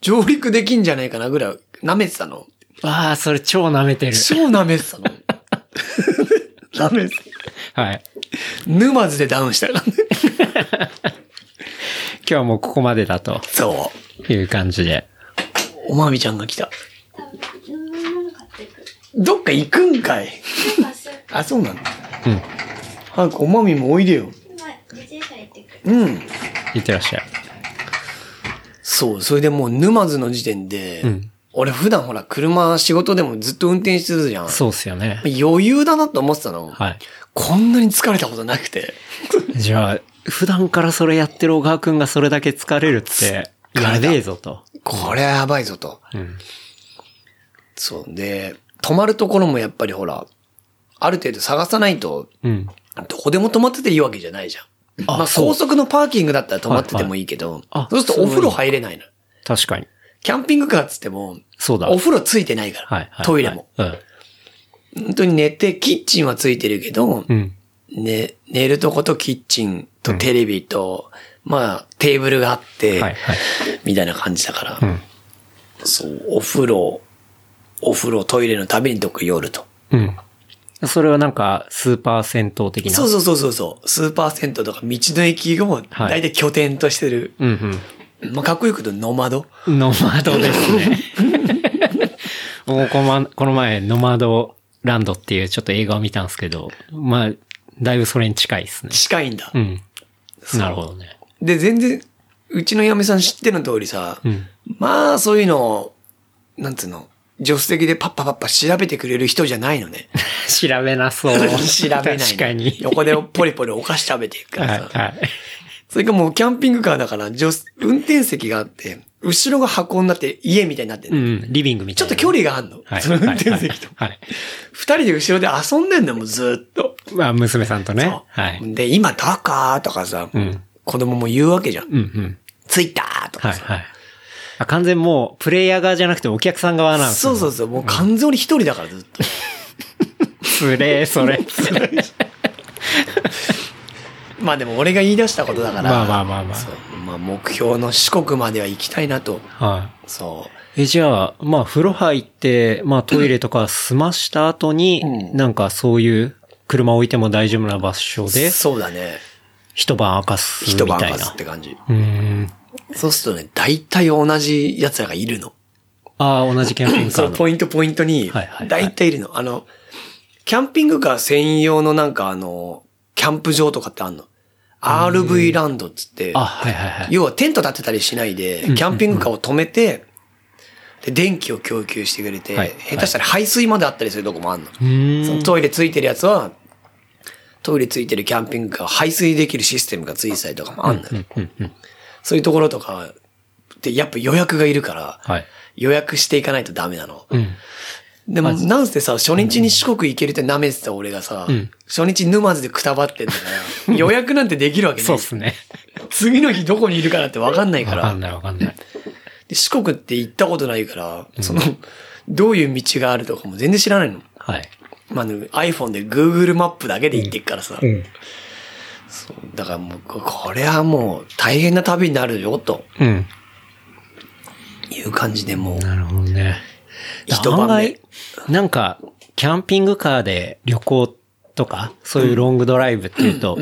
上陸できんじゃないかなぐらい舐めてたの。
ああ、それ超舐めてる。
超舐めて たの。舐めてた。
はい。
沼津でダウンしたからね。
今日はもうここまでだと
そ
いう感じで。
う。おまみちゃんが来た。どっか行くんかい。あ、そうなんだ。
うん。
早くおまみもおいでよ。うん。
いってらっしゃい。
そう、それでもう沼津の時点で、
うん
俺普段ほら車仕事でもずっと運転してるじゃん。
そうっすよね。
余裕だなと思ってたの。
はい。
こんなに疲れたことなくて。
じゃあ、普段からそれやってる小川くんがそれだけ疲れるって、
疲れた
やべえぞと。
これはやばいぞと。
うん。
そう。で、泊まるところもやっぱりほら、ある程度探さないと、
うん。
どこでも泊まってていいわけじゃないじゃん。
あ
まあ
そう
高速のパーキングだったら泊まっててもいいけど、
はいあ
そうするとお風呂入れないの。
確かに。
キャンピングカーっつっても、
そうだ。
お風呂ついてないから、
はいはい。
トイレも。
はい。
本当に寝て、キッチンはついてるけど、
うん。うん。
ね、寝るとことキッチンとテレビと、まあ、テーブルがあって、
はいはい。
みたいな感じだから、
うん。
そう、お風呂、お風呂、トイレのためにどっか夜と。
うん。それはなんか、スーパー銭湯的な。
そう
う。
そうそうそうそう、スーパー銭湯とか道の駅を
はい
大体拠点としてる、
うん
まあ、かっこよく言うとノマド
うん。ノマドです ね。もうこのまこの前、ノマドランドっていうちょっと映画を見たんですけど、まあ、だいぶそれに近いですね。
近いんだ
う。ん。なるほどね。
で、全然、うちの嫁さん知っての通りさ、
うん。
まあ、そういうのを、なんつうの、助手席でパッパパッパ調べてくれる人じゃないのね。
調べなそう。
調べないの。
確かに。
横でポリポリお菓子食べていくか
はい
らさ。
はい。
それがもうキャンピングカーだから、助手運転席があって、後ろが箱になって家みたいになってん
う
の
ん。リビングみ
ち
た
ょ
い
っ
な。
と距離があんの。
はい。
その運転席と。
はい。はい
二、人で後ろで遊んでんのもうずーっと。
まあ、娘さんとね。はい。
で、今だかーとかさ、
うん
子供も言うわけじゃん。
うんうん。
着いたーと
は
か
い
さ、
はい。あ、完全もう、プレイヤー側じゃなくてお客さん側なんです
そうそうそう。もう完全に一人だからずっと。
つれー、 それ。
まあでも俺が言い出したことだから。
まあまあまあまあ
そうまあ目標の四国までは行きたいなと。
は
そ
い。え、じゃあ、まあ、風呂入って、まあ、トイレとか済ました後に、
うん
なんかそういう、車置いても大丈夫な場所
う。
で、
そうだね。
一晩明かすみた
一
いな。
晩明かすって感じ。
うーん。
そうするとね、大体同じ奴らがいるの。
ああ、同じキャンピングカ
そ
ー
う、
の。
ポイントポイントに
はいはいは、い
大体いるの。あの、キャンピングカー専用のなんかあの、キャンプ場とかってあんの。RV ランドっつって、
あ、はいはいはい。
要はテント立てたりしないで、キャンピングカーを止めて、で、電気を供給してくれて、
はい
下手したら排水まであったりするとこもあんの。
うーん
そのトイレついてるやつは、トイレついてるキャンピングカーを排水できるシステムがついてたりとかもあんのよ。
うんうん。
そういうところとか、で、やっぱ予約がいるから、
はい。
予約していかないとダメなの。
うん。
でも、なんせさ、初日に四国行けるって舐めてた俺がさ、
うん
初日沼津でくたばってんだ から、予約なんてできるわけな
そう
い
っ。すね。
次の日どこにいるかなってわかんないか
わからん。ないわかんない。
で四国って行ったことないから、その、どういう道があるとかも全然知らないの。
はい。
まあ、ね、iPhone で Google マップだけで行ってっからさ。
うん。
そうだからもう、ここれはもう大変な旅になるよ、と
うん。
いう感じでもう、
なるほどね。
一晩目
案外なんか、キャンピングカーで旅行とか、そういうロングドライブっていうと、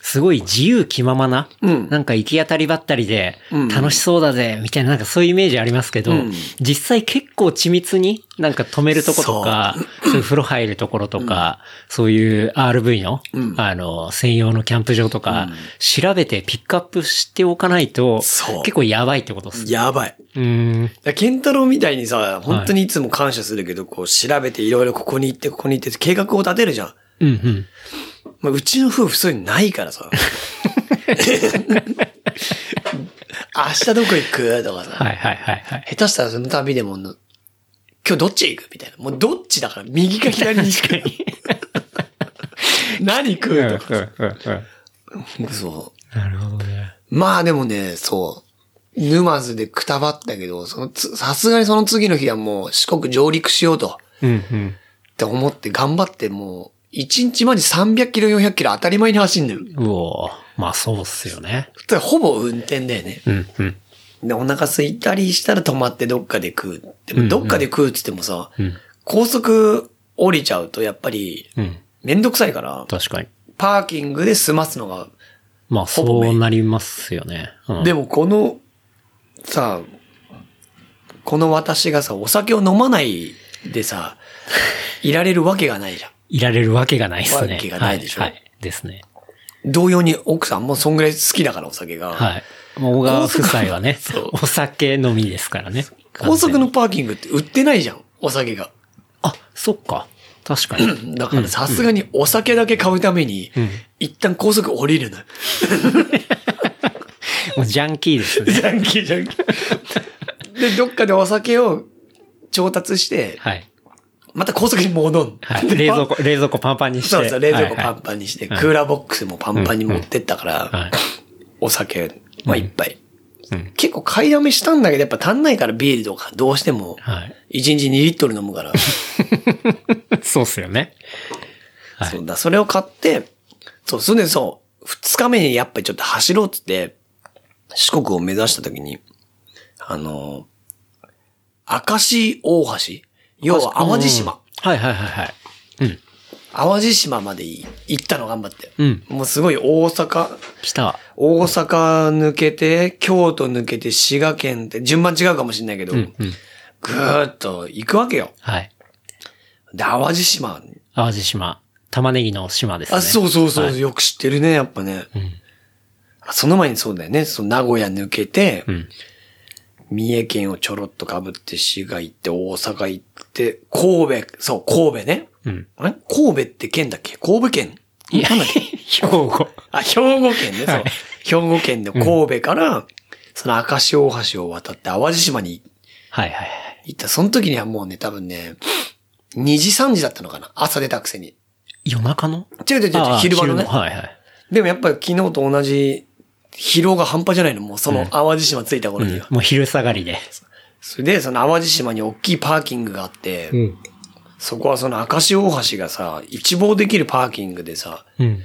すごい自由気ままな、
うん
なんか行き当たりばったりで
うん、
楽しそうだぜ、みたいな、なんかそういうイメージありますけど、
うん
実際結構緻密に、なんか止めるとことか、そういう風呂入るところとか、そういう RV の、
うん
あの、専用のキャンプ場とか、調べてピックアップしておかないと、
そう
結構やばいってことですね。
やばい。
うーん。
だからケンタロウみたいにさ、本当にいつも感謝するけど、こう調べていろいろここに行って、ここに行って計画を立てるじゃん。
うんうん。
まあ、うちの夫婦そういうのないからさ。明日どこ行くとかさ。
はいはいはいはい。
下手したらその旅でも、今日どっち行くみたいな。もうどっちだから、右か左にしか。何食うとか。そ
なるほどね。
う。まあでもね、そう。沼津でくたばったけど、そのつ、さすがにその次の日はもう四国上陸しようと。
うんうん。
って思って頑張ってもう、1日まで300キロ、400キロ当たり前に走んのよ。
うおーまあそうっすよね。
だからほぼ運転だよね。
うんうん。
で、お腹空いたりしたら止まってどっかで食う。でもどっかで食うって言ってもさ、
ん
高速降りちゃうとやっぱり、
うん。
めんどくさいから、
確かに。
パーキングで済ますのが、
まあ
ぼメイ
そ
ン
うなりますよね。うん、
でもこの、さ、この私がさ、お酒を飲まないで さ、いられるわけがないじゃん。
いられるわけがないっすね。
わけがないでしょ
はい。はいですね。
同様に奥さんもそんぐらい好きだからお酒が。
はい。もう小川夫妻は ね
そう、
お酒飲みですからね。
高速
完全に。
のパーキングって売ってないじゃん、お酒が。
あ、そっか。確かに。
だからさすがにお酒だけ買うために、一旦高速降りるのよ。
もうジャンキーですね。
ャンキ ージャンキ ー。で、どっかでお酒を調達して、
はい。
また高速に戻ん。
はい。
で
冷蔵
パン
庫、冷蔵庫パンパンにして。
そうそう、冷蔵庫パン
ン。
パンにして、
はい
クーラーボックスもパンパンに持ってったから、
はいはい
お酒はいっぱい。
うん
結構買いだめしたんだけど、やっぱ足んないからビールとかどうしても、
はい。
1日2リットル飲むから。
そうっすよね。はい
そうだ、それを買って、そう、それでそう、二日目にやっぱりちょっと走ろうっつって、四国を目指した時に、あの、明石大橋要は淡路島。
うん。はいはいはいはい。うん。
淡路島までい行ったの頑張って。
うん
もうすごい大阪、
来た。
大阪抜けて、京都抜けて、滋賀県って、順番違うかもしれないけど、
うん。
ぐーっと行くわけよ。
はい。
で、淡路島。
淡路島。玉ねぎの島ですね。
あ、そうそうそう、
はい
よく知ってるね、やっぱね。
うん。
あその前にそうだよね。その名古屋抜けて、
うん。
三重県をちょろっと被って、滋賀行って、大阪行って、神戸、そう、神戸ね。
うん。
あれ神戸って県だっけ神戸県なんだっけ
兵庫。
あ、兵庫県ね、そう。兵庫県の神戸から、その明石大橋を渡って淡路島に
はいはいはい。
行った。その時にはもうね、多分ね、2時3時だったのかな朝出たくせに。
夜中の
違う違う違う、
あ
昼間のね。
はいはい。
でもやっぱり昨日と同じ疲労が半端じゃないの、もうその淡路島着いた頃には。
もう昼下がりで。
それで、その淡路島に大きいパーキングがあって、
ん。
そこはその赤潮大橋がさ、一望できるパーキングでさ、
うん。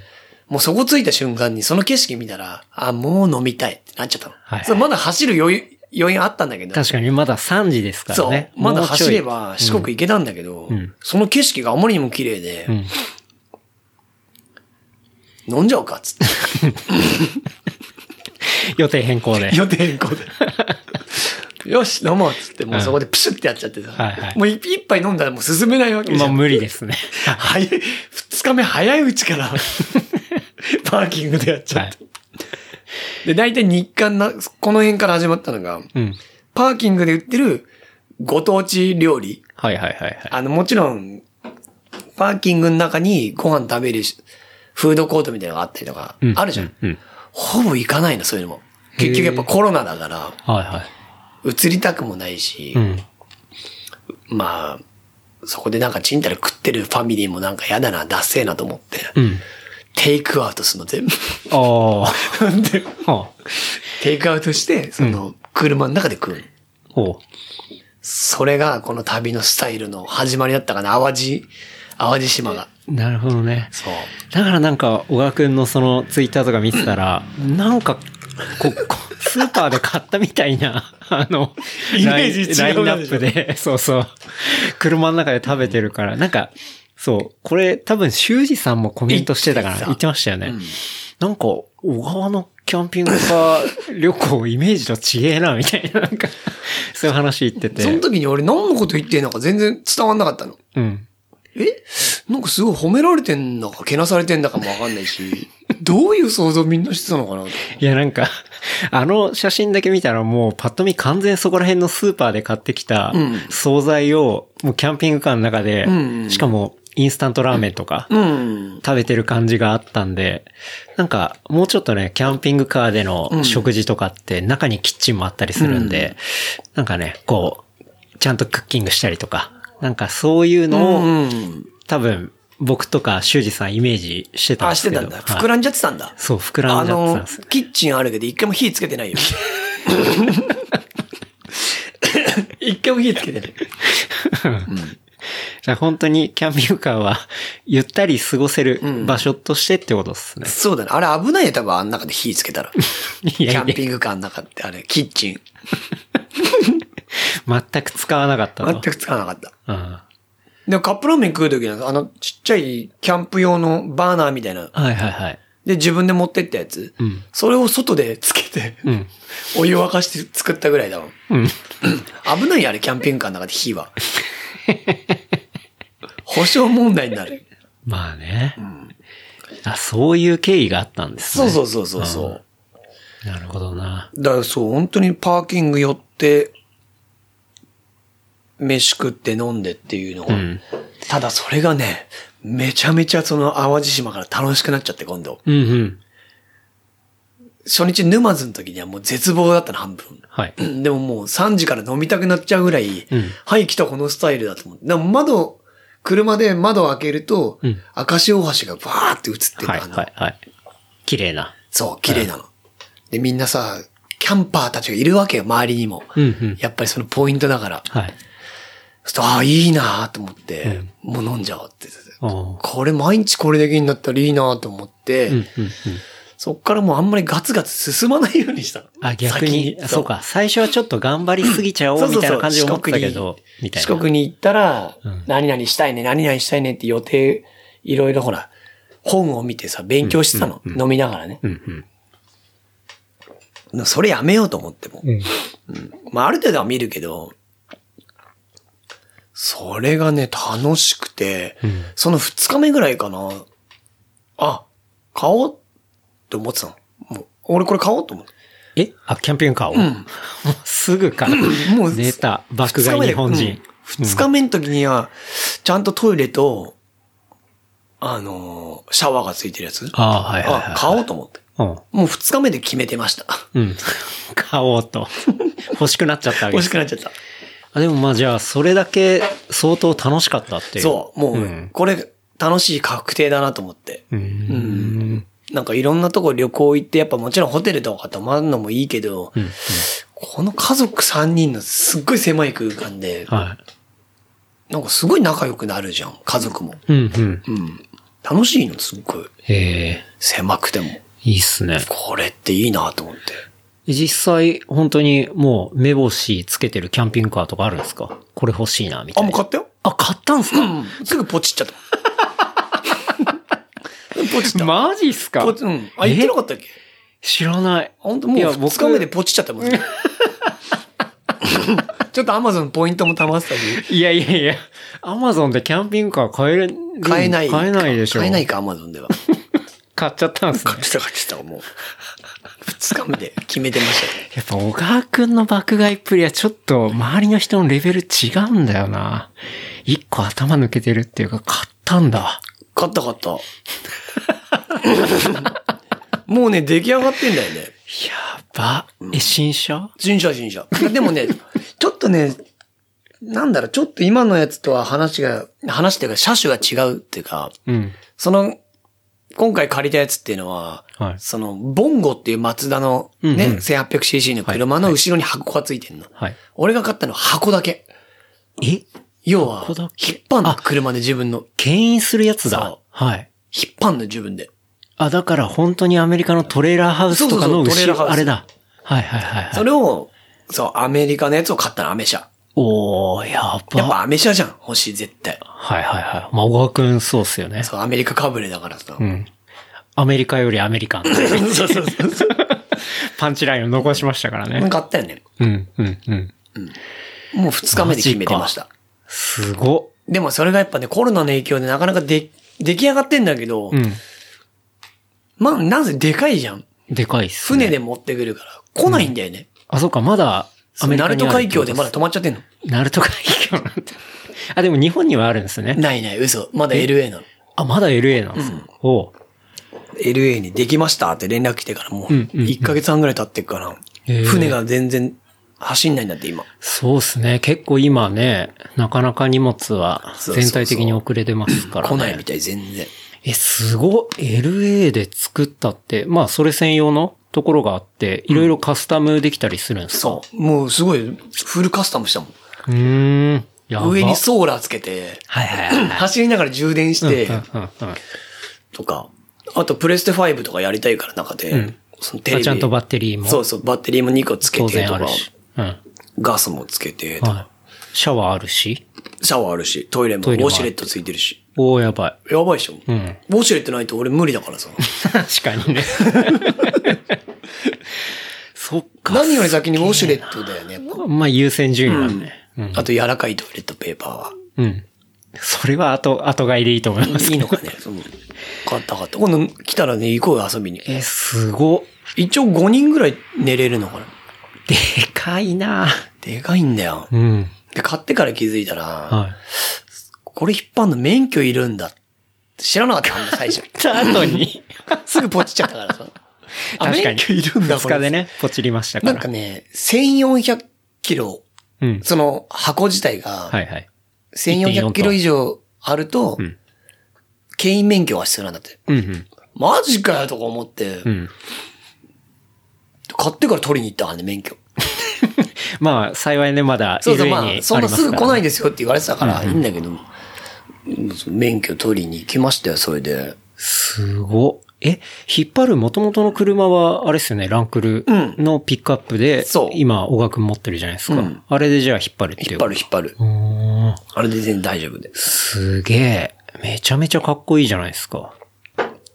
もうそこ着いた瞬間にその景色見たら、あ、もう飲みたいってなっちゃったの。
はい
それまだ走る余裕、余韻あったんだけど。
確かにまだ3時ですからね。
そう。まだ
もうちょ
走
い
れ。ば四国行けたんだけど、
うん
その景色があまりにも綺麗で、
うん。
飲んじゃおうかっつって。
予定変更で。
予定変更 で。よし、飲もうっつって、もうそこでプシュってやっちゃってさ。
はいはい
もう一一杯飲んだらもう進めないわけじ
ま
ゃ
あ
ん。
無理ですね。
早い、二日目早いうち から、パーキングでやっちゃ
は
っ
い
て。。で、大体日韓な、この辺から始まったのが、
うん。
パーキングで売ってるご当地料理。
はいはいはいはい。
あの、もちろん、パーキングの中にご飯食べるしフードコートみたいなのがあったりとか、
う
あるじゃん。
うん。
ほぼ行かないの、そういうのも。結局やっぱコロナだから、
はいは
移りたくもないし
い。う、ん。
まあ、そこでなんかちんたら食ってるファミリーもなんか嫌だな、ダッセーなと思って、
うん。
テイクアウトするの全部。
ああ。
で
はあ。
テイクアウトして、その、車の中で食うの。
おう。
それがこの旅のスタイルの始まりだったかな、淡路、淡路島が。
なるほどね。
そう。
だからなんか、小川くんのそのツイッターとか見てたら、なんか、こ、こスーパーで買ったみたいな、あの、
イメージ
ライン
違うな
ラ
で
イン
しょ
ナップで、そうそう。車の中で食べてるから、なんか、そう、これ多分修二さんもコメントしてたから
言ってた
言ってましたよね。なんか、小川のキャンピングカー旅行イメージと違えな、みたいな、なんか、そういう話言ってて。
その時に俺何のこと言ってんのか全然伝わんなかったの。
うん。
えなんかすごい褒められてんのか、けなされてんだかもわかんないし、 どういう想像みんなしてたのかなと
いや、なんか、あの写真だけ見たらもうパッと見完全そこら辺のスーパーで買ってきた
うん
惣菜をもうキャンピングカーの中で
うんう、ん
しかもインスタントラーメンとか
うん。
食べてる感じがあったんで、なんかもうちょっとね、キャンピングカーでの食事とかって中にキッチンもあったりするんで、なんかね、こう、ちゃんとクッキングしたりとか、なんかそういうのを
うん。
多分僕とか修二さんイメージしてたん
あ、
で
して
すけど。
たんだ。
はい
膨らんじゃってたんだ。
そう、膨ら
あ
んじゃってたん
の
ですよ、
キッチンあるけど一回も火つけて ないよ。一回も火つけてない。
じゃあ本当にキャンピングカーはゆったり過ごせる場所としてってことですね。
そうだね。あれ危ないよ、多分あん中で火つけたら。キ
いや
ャ
い
ン
や、
ピングカーの中って、あれ、キッチン。
全く使わなかったと。
全くつかなかった。
うん。は
で、カップラーメン食う時の、あの、ちっちゃいキャンプ用のバーナーみたいな。
いはいはい。
で、自分で持ってったやつ。
うん。
それを外でつけて、
うん。
お湯沸かして作ったぐらいだ もん。
うん。
危ないよあれ、キャンピングカーの中で火は。保証問題になる。
まあね。あ、そういう経緯があったんです
そう
ね。
そうそうそうそう。
なるほどな。
だからそう、本当にパーキング寄って、飯食って飲んでっていうのが、
うん
ただそれがね、めちゃめちゃその淡路島から楽しくなっちゃって今度。
うんうん。
初日沼津の時にはもう絶望だったの半分。
はい。
でももう3時から飲みたくなっちゃうぐらい、
うん
はい、来たこのスタイルだと思って。でも窓、車で窓を開けると、
うん
赤潮大橋がバーって映ってる、
はい
あの
はいはい。綺麗な。
そう、綺麗なの。で、みんなさ、キャンパーたちがいるわけよ、周りにも。
うんうん。
やっぱりそのポイントだから。
は
そ
い。
うすると、ああ、いいなと思って、もう飲んじゃおうって。
おー
これ毎日これできるんだったらいいなと思って、
うんうんうん。
そっからもうあんまりガツガツ進まないようにしたの。
あ、逆に、
先
そう。か。最初はちょっと頑張りすぎちゃおうみたいな感じで思ってたけど、みたいな。
四国に行ったら
ん、
何々したいね、何々したいねって予定、いろいろほら、本を見てさ、勉強してたの。飲みながらね。
うんうん。
それやめようと思っても。
ん
うんまあ、ある程度は見るけど、それがね、楽しくて、
ん
その二日目ぐらいかな、あ、買おうって思ってたの。もう俺これ買おうと思って。
えあ、キャンピングカーを、もうすぐか。
もう
出た。爆買い日本人。
二日目の時には、ちゃんとトイレと、あのーシャワーがついてるやつ。
ああ、はいはい
あ、買おうと思って。
は
もう二日目で決めてました。
い。うん。うん。買おうと。欲しくなっちゃったわけ
欲
で
し
す。
くなっちゃった。
あでもまあじゃあ、それだけ相当楽しかったっていう。
そう、も
う、
うんこれ、楽しい確定だなと思って。
うーん。
なんかいろんなとこ旅行行って、やっぱもちろんホテルとか泊まるのもいいけど、
うん。うん
この家族3人のすっごい狭い空間で、
は
なんかすごい仲良くなるじゃん、家族も。
い。うんうん。
うん。楽しいの、すっごい。
ええ
狭くても。
いいっすね。
これっていいなと思って。
実際、本当にもう目星つけてるキャンピングカーとかあるんですかこれ欲しいな、みた
あ、
い
もう
な。
買ったよ。
あ、買ったんすか、
すぐポチっちゃった。ポチった。
マジっすか
ポチうん。あ、言ってなかったっけ
知らない。
本当もう
いや僕
2日目でポチっちゃったもんね。 ちょっとアマゾンポイントも貯まってたし。
いやいやいや、アマゾンでキャンピングカー買える
買えない。
買えないでしょ。
買えないか、アマゾンでは。
買っちゃったんですね
買っ。てた買ってた、もう。2日目で決めてましたよ。
やっぱ小川くんの爆買いっぷりはちょっと周りの人のレベル違うんだよな。一個頭抜けてるっていうか買ったんだ。
買った買った。 もうね、出来上がってんだよね。
やば。え、新車
新車新車。でもね、ちょっとね、なんだろう、ちょっと今のやつとは話が、話っていうか、車種が違うっていうか、
うん。
その、今回借りたやつっていうのは、
はい
その、ボンゴっていうマツダのね、
うんうん
1800cc の車の後ろに箱がついてんの。
はい。
俺が買ったのは箱だけ。
え
要は、
箱
引
だけ
っ張んの車で自分の。
牽引するやつだ
そ。
はい。
引っ張んの自分で。
あ、だから本当にアメリカのトレーラーハウスとか
そ
の
うそうそうトレーラ
後
ーハウ
ろ、
ス
あれだ。はいはいはいはい。
それを、そう、アメリカのやつを買ったの、アメ車。
おー、やば。
やっぱアメ車じゃん、欲しい、絶対。
はいはいはい。まあ、小川くんそうっすよね。
そう、アメリカかぶれだからさ。
うん。アメリカよりアメリ カン。
そうそうそうそう。
パンチラインを残しましたから ね。
買ったよね。
うん、うん、うん。
もう二日目で決めてました。
すご
でもそれがやっぱね、コロナの影響でなかなかで、出来上がってんだけど、
っ。うん。
まあ、なんせでかいじゃん。
でかいっすね。
船で持ってくるから、来ないんだよね。
あ、そうか、まだ、アメリカ
鳴
にある
門海峡でまだ止まっちゃってんの。
ナルト海峡 なんだ。あ、でも日本にはあるんですね。
ないない、嘘。まだ LA なの。
あ、まだ LA なんですね。おう
LA にできましたって連絡来てからもう、
んうんうん
1ヶ月半ぐらい経ってっから、
へー
船が全然走んないんだって今。
そうっすね。結構今ね、なかなか荷物は
そうそうそう
全体的に遅れてますからね。
来ないみたい、全然。
え、すごい。LA で作ったって、まあ、それ専用のところがあって、いろいろカスタムできたりするんですか、
そう。もうすごい、フルカスタムしたもん。
うーん。やば
上にソーラーつけて、
はいはいはい。
走りながら充電して、
うんうんうん
とか、あとプレステ5とかやりたいから中で、
うん
そのテレ
あ
ビ。
ちゃんとバッテリーも
そうそう、バッテリーも2個つけ
当
て
然
と
あ
か
る、し。うん。
ガスもつけてとか、
はい。シャワーあるし。
シャワーあるし、トイレも、
ト
ウ
イレも
ォ
ある
シュレットついてるし。
おー、やば い。
やばいでしょ、
う
ウ
ん。
ォシュレットないと俺無理だからさ。
確かにね。 そっか。
何より先にウォシュレットだよね。やっ
まあ、優先順位なんね。うん。
ぱあと柔らかいトイレットペーパーは。
うん。それは後、後買いでいいと思います。
いいのかね。その買った買った。今度来たらね、行こうよ、遊びに。
え、すご。
一応5人ぐらい寝れるのかな。
でかいな
でかいんだよ。
うん。
で、買ってから気づいたら、
はい。
これ引っ張んの免許いるんだ。知らなかったもんね、最初。
た後に、
すぐポチっちゃったからさ。あ
確か
免
に。
許いるんだ、
二日でね、ポチりました
こ
か
れ。
ら。
なんかね、1400キロ、
うん。
その箱自体が、
はいはい。
1400キロ以上あると
うん、
牽引免許が必要なんだって。
うんうん。
マジかよとか思って、
うん。
買ってから取りに行ったからね、免許。
まあ、幸いね、まだ、
そうそう、
LA
ま
に
あ、そんなすぐ来ないですよって言われてたから、
うん
いいんだけど、免許取りに行きましたよ、それで。
すごっ。え、引っ張る元々の車は、あれですよね、ランクル
うん
のピックアップで、
そう
今、小川くん持ってるじゃないですか。
うん
あれでじゃあ引っ張るっていう。
引っ張る引っ張る。
うーん。
あれで全然大丈夫です。
すげえ。めちゃめちゃかっこいいじゃないですか。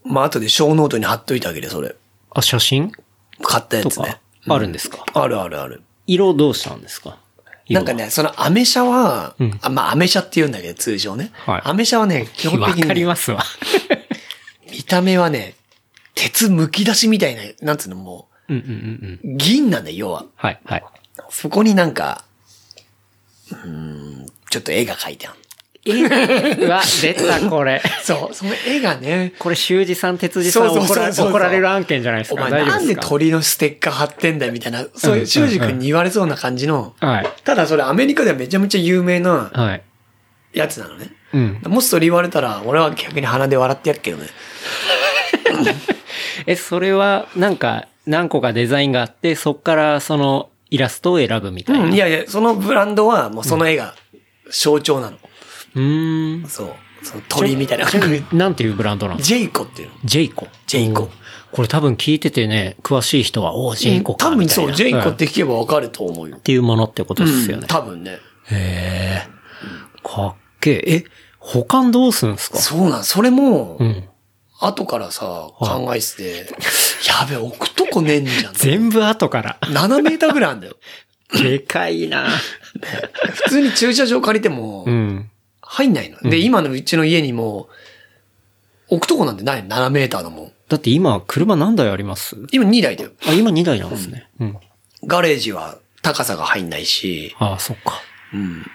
まあ、後で小ノートに貼っといてあげる、それ。
あ、写真
買ったや
と
つね
か。、あるんですか、
あるあるある。
色どうしたんですか
なんか。ね、そのアメ車は、
うん
あまあアメ車って言うんだけど、通常ね。
はい
アメ車はね、基
色
本
はわ
的に
かり
ね、
ますわ。
見た目はね、鉄剥き出しみたいな、なんつうのも
うんうんうんうん。
う、銀なんだよ、要は。
はい、はい。
そこになんか、うーん、ちょっと絵が描いてある。
え、うわ、出た、これ。
そう、その絵がね、
これ、修二さん、哲二さん
そうそう
怒
そう
ら
そう
怒られる案件じゃないです
お
か。
前
大丈
な
夫
ん
で
です
か
鳥のステッカー貼ってんだよみたいな、そう
う
い
ん
うう、
ん
修二君に言われそうな感じの、
はい。
ただそれアメリカではめちゃめちゃ有名な
はい。
やつなのね。
うん。
もしそれ言われたら、俺は逆に鼻で笑ってやるけどね。
え、それは、なんか、何個かデザインがあって、そっからそのイラストを選ぶみたいな。
うんいやいや、そのブランドはもうその絵が象徴なの。
うーん。
そう。その鳥みたいな。
ちなみになんていうブランドな の
ジェイコっていうの。
ジェイコ。
ジェイコ
うんこれ多分聞いててね、詳しい人は、おうジェイコか。
多
み
分
たい
そ
な
う、ジェイコっ
ん
て聞けばわかると思うよ
っ。ていうものってことですよね。
多分ね。
へえ。かっけえ。え、保管どうすんすか
そうなん、それも
う、ん。
後からさ、考えてて、やべ、置くとこねえんじ ゃん。
全部後から。
7メーターぐらいあんだよ。
でかいな
普通に駐車場借りても
う、ん。
入んないの。で、今のうちの家にも、置くとこなんてないの ?7 メーターのもん。
だって今、車何台あります
今2台だよ。
あ、今2台なんですね。うん。
ガレージは高さが入んないし、
ああ、そっか。
うん。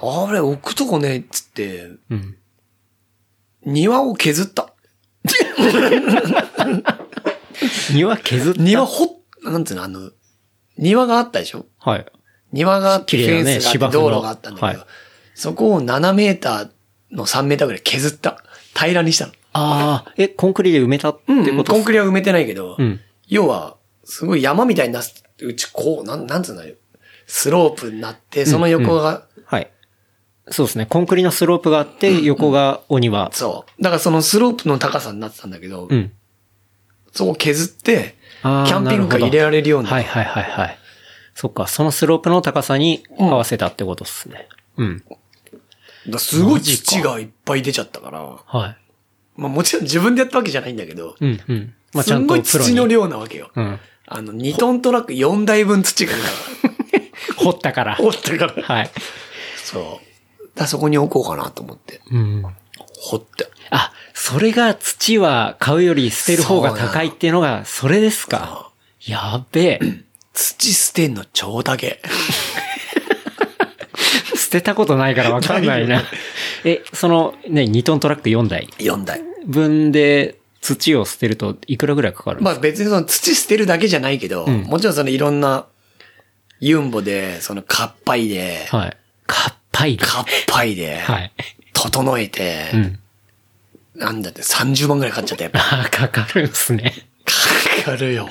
あれ、置くとこねえっつって、
うん。
庭を削った。
庭削った。
庭ほっ、なんつうの、あの、庭があったでしょ
はい。
庭があって、
綺
フ
麗
ェ
なね
ンスがあって
芝生
道
の
路があったんだけど、
はい
そこを7メーターの3メーターぐらい削った。平らにしたの。
ああ、え、コンクリで埋めたってことっす
コンクリは埋めてないけど、
うん。
要は、すごい山みたいになす、うちこう、なん、なんつうのよ。スロープになって、その横が、
はい。そうですね。コンクリのスロープがあって、横がお庭。
そう。だからそのスロープの高さになってたんだけど、
うん。
そこを削って、キ
あー
ャンピングカー入れられるようにな
はいはいはいはい。そっか、そのスロープの高さに合わせたってことですね。うん。
だからすごい
マジか
土がいっぱい出ちゃったから、
はい。
まあもちろん自分でやったわけじゃないんだけど、
うんうん。まあ、ち
す
ゃ
ん
ん
ご
と
い
プロ
土
に
の量なわけよ。
うん。
あの、2トントラック4台分土が出たか
掘ったから
ら。。おったから。
はい。
そう。だからそこに置こうかなと思って。
うん。
掘って。
あ、それが土は買うより捨てる方が高いっていうのが、それですか。やべえ。
土捨てんの超だけ。
捨てたことないからわかんないな。え、そのね、2トントラック4台
4台。
分で土を捨てるといくらぐらいかかるんで
ますあ別にその土捨てるだけじゃないけど、
ん
もちろんそのいろんな、ユンボで、そのカッパイで、
かはい。かっぱいで。
カッパイで、
はい。
整えて、
うん。
なんだって30万ぐらい買っちゃった やっぱ。
あーかかるんすね。
かかるよ。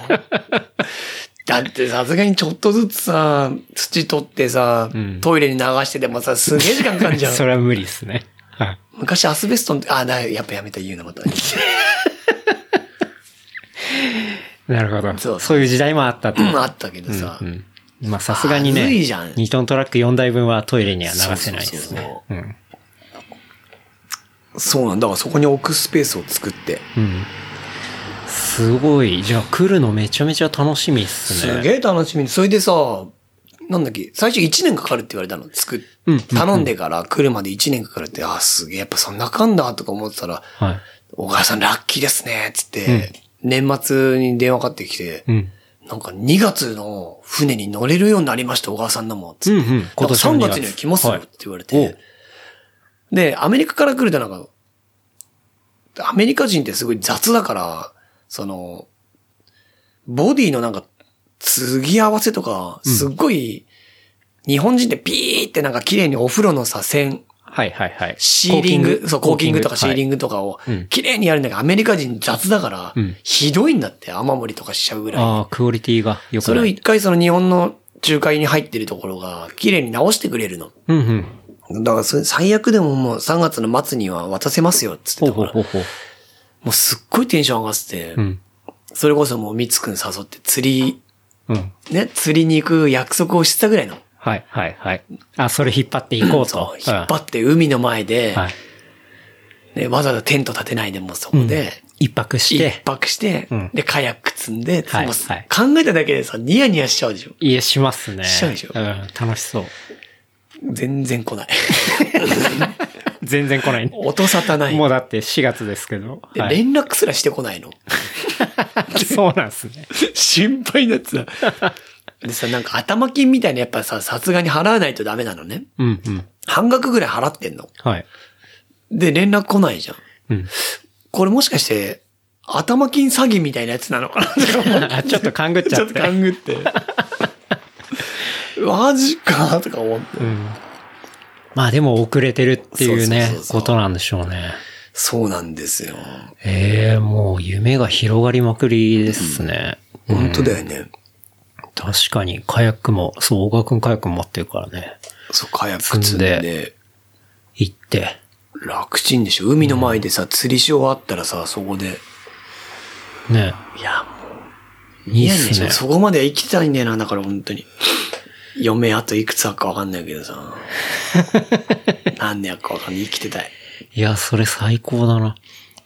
だってさすがにちょっとずつさ、土取ってさ、
ん
トイレに流しててもさ、すげえ時間かかるじゃん。
それは無理ですね。はい。
昔アスベストの、あ、だ、やっぱやめた言うな こと。
なるほど。
そう
そういう時代もあったと。
うんあったけどさ、
うん。まあさすがにね、
まずいじゃん
2トントラック4台分はトイレには流せないです
そうそう
ね。。
そううんそうなんだ。だからそこに置くスペースを作って。
うん。すごい。じゃあ来るのめちゃめちゃ楽しみっすね。
すげえ楽しみに。それでさ、なんだっけ、最初1年かかるって言われたの。作っ、
うんうん
頼んでから来るまで1年かかるって、あ、すげえ、やっぱそんなかんだとか思ってたら、
はい。
お母さんラッキーですね、つって、年末に電話かかってきて、
うん。
なんか2月の船に乗れるようになりました、小川さんのも。つって
うんうん今年の
な
2
んか3
月
月には来ますよって言われて。
はい
で、アメリカから来るとなんか、アメリカ人ってすごい雑だから、その、ボディのなんか、継ぎ合わせとか、すっごい、日本人ってピーってなんか綺麗にお風呂のさ、線、
はいはいはい。
シーリング、そう、コーキングとかシーリン
グ。
グとかを
うん、
綺麗にやるんだけど、アメリカ人雑だから
うん、
ひどいんだって、雨漏りとかしちゃうぐらい。
ああ、クオリティが良く
それ
な
を
い。
一回その日本の仲介に入ってるところが、綺麗に直してくれるの。
うんうん。
だからそれ最悪でももう3月の末には渡せますよ、つって
ほう
たか
ほう
ら。
ほう
も
ほう。
うすっごいテンション上がってて
う、ん。
それこそもうみつくん誘って釣り、
うん。
ね、釣りに行く約束をしてたぐらいの。
はいはいはい。あ、それ引っ張っていこうと。
引っ張って海の前で、
はい。
ねわざわざテント立てないでもうそこで、
一泊し
一
て。
泊して、
うん
で、カヤック積んで、
はい
もう
はい
考えただけでさ、ニヤニヤしちゃうでしょ。
いや、しますね。
しちゃうでしょ
うん、楽しそう。
全然 来ない。
全然来ない ね。
音沙汰ない。
もうだって4月ですけど。
で
はい、
連絡すらしてこないの。
そうなんですね。
心配になって た。でさ、なんか頭金みたいなやっぱさ、さすがに払わないとダメなのね。
うんうん。
半額ぐらい払ってんの。
はい。
で、連絡来ないじゃん。
うん。
これもしかして、頭金詐欺みたいなやつなのかなって思って
あ ちょっと勘ぐっ ち
ち
ゃ
ょ
っ。
ってと勘ぐ って。マジかとか思って。
うん。まあでも遅れてるっていうね
そうそうそう、そう
ことなんでしょうね。
そうなんですよ。
ええもう夢が広がりまくりですね。
本当だよね。
確かに、カヤックも、そう、小川くんカヤックも持ってるからね。
そう、カヤック積ん
積ん
で、
行って。
楽ちんでしょ。海の前でさ、釣りし終わったらさ、そこで。
ね。
いや、
いいっ
やね
すね。
そこまでは生きたいんだよな、だから本当に。嫁あといくつあるかわかんないけど さ。何年あるかわかんない。生きてたい。
いや、それ最高だな。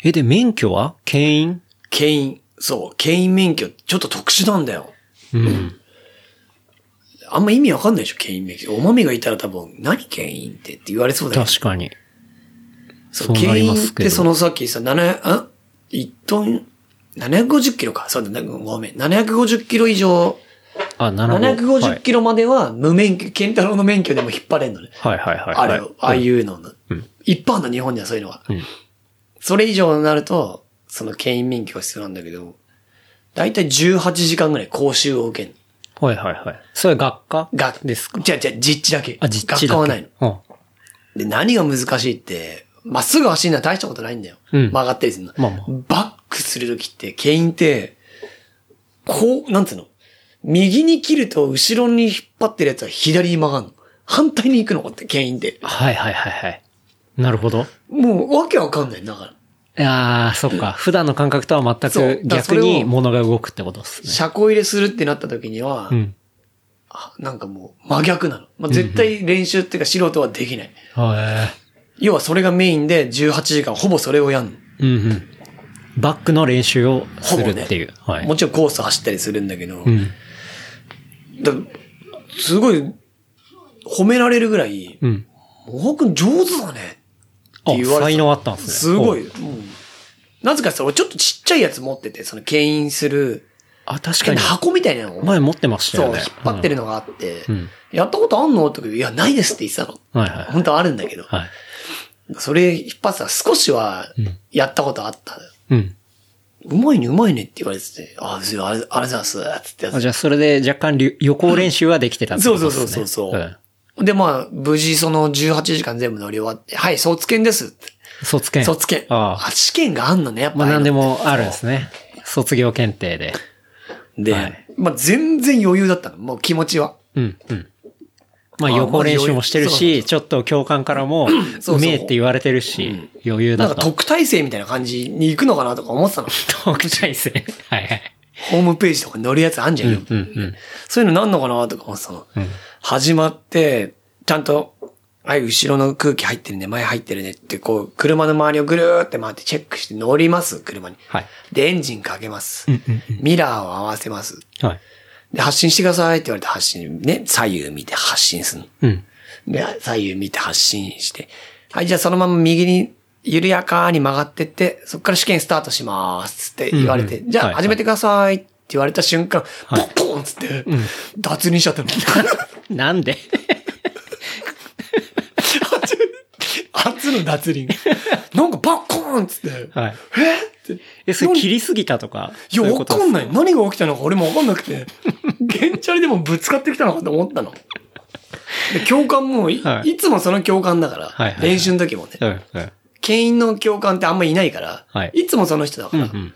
え、で、免許は牽引
牽引。そう、牽引免許ってちょっと特殊なんだよ。
うん。
あんま意味わかんないでしょ、牽引免許。おまみがいたら多分、何牽引ってって言われそうだよね。
確かに。
そ
そう
う、
な
牽
りま
引っ
すけど
てそのさっきさ、7、あ ?1 トン、750キロか。そうだ、ごめん。750キロ以上、
あ、750。
750キロまでは無免許、ケンタロウの免許でも引っ張れんのね。
はいはいはいはい。
あれを、ああ
うん
いうのの
うん。
一般の日本にはそういうのが。
うん。
それ以上になると、その牽引免許が必要なんだけど、だいたい18時間ぐらい講習を受けんの。
はいはいはい。それ学科
学
ですか
じゃじゃ実地だけ。
あ、実
学
地だけ。
科はないの。
の。
で、何が難しいって、まっすぐ走るのは大したことないんだよ。
うん
曲がったりするの。
まあまあ
バックするときって、牽引って、こう、なんつうの右に切ると後ろに引っ張ってるやつは左に曲がるの。反対に行くのこうやって、牽引って。
はいはいはいはい。なるほど。
もう、わけわかんない。だから、
ああ、そっか。普段の感覚とは全
そうだ
く
からそ
逆
れを
に物が動くってことですね。
車庫入れするってなったときには、
うん。
あなんかもう、真逆なの。まあ、絶対練習っていうか素人はできない。
は
要はそれがメインで18時間ほぼそれをやんの。
い。うんうん。バックの練習をするっていう。
ほぼね
はい。
もちろんコース走ったりするんだけど、
うん。
だすごい、褒められるぐらい、
うん。
もほくん上手だね
あ
って言われてた
才能あったんですね
すごい。うんなぜかさ、俺ちょっとちっちゃいやつ持ってて、その牽引する、
あ、確かに。
箱みたいなのを、
前持ってました
そう、
よ
引
ね。
っ張ってるのがあって、
うん
やったことあんのって言うけどいや、ないですって言ってたの。
うん。はいはい。
本当はあるんだけど、
はい。
それ引っ張ってたら少しは
ん、
やったことあった。
うん。
うまいね、うまいねって言われてて、あ、すあれ、あれざいます、つってやつ
あじゃあ、それで若干りゅ予行練習はできてたって
そ
こ
う
と
そう
です
そ
ね。
うそうそう、
ん
で、まあ、無事その18時間全部乗り終わって、はい、卒検ですって。
卒検。
卒検。
ああ。
試験があんのね、やっぱ。
まあ、何で
あ
もあるんですね。卒業検定で。
あいうのって。で、
はい
まあ全然余裕だったの、もう気持ちは。
うん、うん。ま
あ
あ、予行練習もしてる
まあ余裕
し、ちょっと教官からも、
そう
うめえって言われてるし、余裕
な
だ
んか
と。
特待生みたいな感じに行くのかなとか思 ってたの。
特待生。 はいはい。
ホームページとかに載るやつあんじゃんよ。
うん、うん。
そういうのなんのかなとか思ってたの。
ん
始まって、ちゃんと、はい、後ろの空気入ってるね、前入ってるねって、こう、車の周りをぐるーって回ってチェックして乗ります、車に。
はい。
で、エンジンかけます。ミラーを合わせます。
はい。
で、発信してくださいって言われて発信、ね、左右見て発信する
うん。
の。で、左右見て発信して。はい、じゃあそのまま右に緩やかに曲がってって、そこから試験スタートしますって言われて、
うんうん
じゃ
は
あ
い
始めてくださいって言われた瞬間、ポッポンっつって、脱輪しちゃ ったの。
なんで
初の脱輪。なんかバッコーンっつって、
はい。
えって。
え、それ切りすぎたとか。
いや、
そうう
わ
こと
か
です
んない。何が起きたのか俺もわかんなくて。ゲンチャリでもぶつかってきたのかと思ったの。で教官もい、
はい
いつもその教官だから、
はいはいはい
練習の時もね、
うん、うん。
牽引の教官ってあんまいないから、
はいい、
つもその人だか
うん
ら、
うん、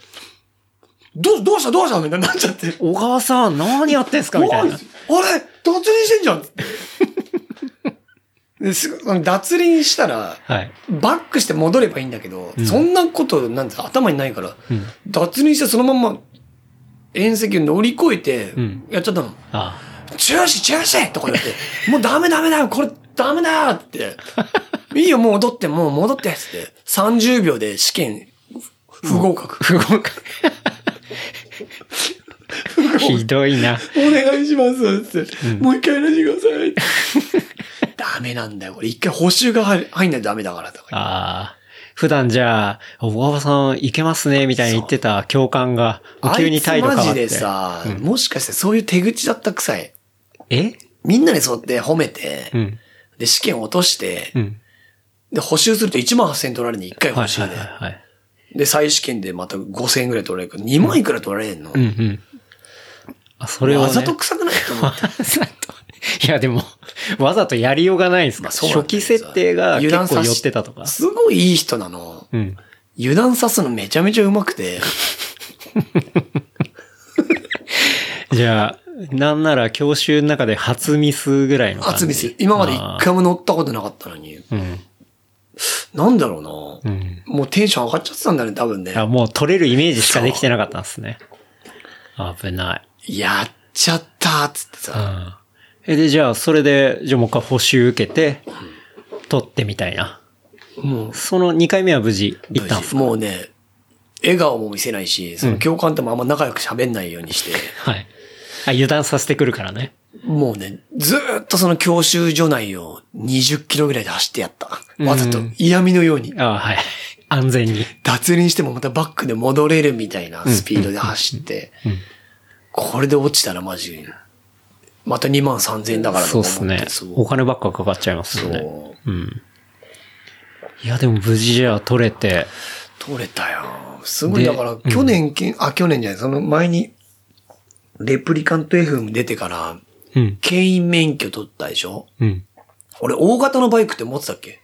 どうどうしたどうしたみたいになっちゃって。
小川さん、何やってんすかみたい
お
な。
あれ脱輪してんじゃんって ですぐ脱輪したら、
はい。
バックして戻ればいいんだけど、そんなこと、なんて頭にないから、
うん
脱輪してそのまんま、縁石を乗り越えて
ん、
やっちゃったの。
あ
中止中止とか言って、もうダメダメだよこれダメだよって。いいよ、もう戻って、もう戻ってっつって。30秒で試験、不不合格。
不合格。ひどいな。
お願いしますつって。もう一回やらせてくださいって。ダメなんだよ、これ。一回補修が入る入んないとダメだからとか。
ああ。普段じゃあ、小川さん、いけますね、みたいに言ってた教官が、急に態度
あい
変
つ
わ
マ
っ
ジで。
て
さ、もしかしてそういう手口だったくさい。
え
みんなにそうやって褒めて、
うん。
で、試験落として、
うん。
で、補修すると1万8000取られるね、1回
は
補
い
修
は
で。
いはいはい。
で、再試験でまた5000円ぐらい取られるから、2万いくら取られんの、
うんうん。あ、それを、ね。
わざと臭くないと思
わ
って。
ざと。 いや、でも、わざとやりようがないんですか、
そうなんだ
初
けど
期
さ
設定が
油
結
断
構
さ
寄
せ
ってたとか。
すごいいい人なの。
うん。
油断さすのめちゃめちゃうまくて、
じゃあ、なんなら教習の中で初ミスぐらいの感じ。
厚みする。今まで一回も乗ったことなかったのに、
あー。
なんだろう
う
な、
ん。
もうテンション上がっちゃってたんだね、多分ね
うん。。あ、もう取れるイメージしかできてなかったんですね。危ない。
やっちゃったーっつって
う
さ、
ん。え、で、じゃあ、それで、じゃあもう一回補習受けて、取ってみたいな。
もう、
その2回目は無事行ったんですか
もうね、笑顔も見せないし、その教官ともあんま仲良く喋んないようにして、
はい。あ、油断させてくるからね。
もうね、ずーっとその教習所内を20キロぐらいで走ってやった。わざと嫌味のように。
あはい。安全に。
脱輪してもまたバックで戻れるみたいなスピードで走って、これで落ちたらマジ、また2万3000円だから
そう
と
っ
か
す
思って
ね。お金ばっかかかっちゃいます
そ
よね。
う。
うん。いや、でも無事じゃあ取れて、
取れたよ。すごい、
で
だから、去年けん、あ、去年じゃない、その前に、レプリカント FM 出てから、
うん。
牽引免許取ったでしょ
うん。
俺、大型のバイクって持ってたっけ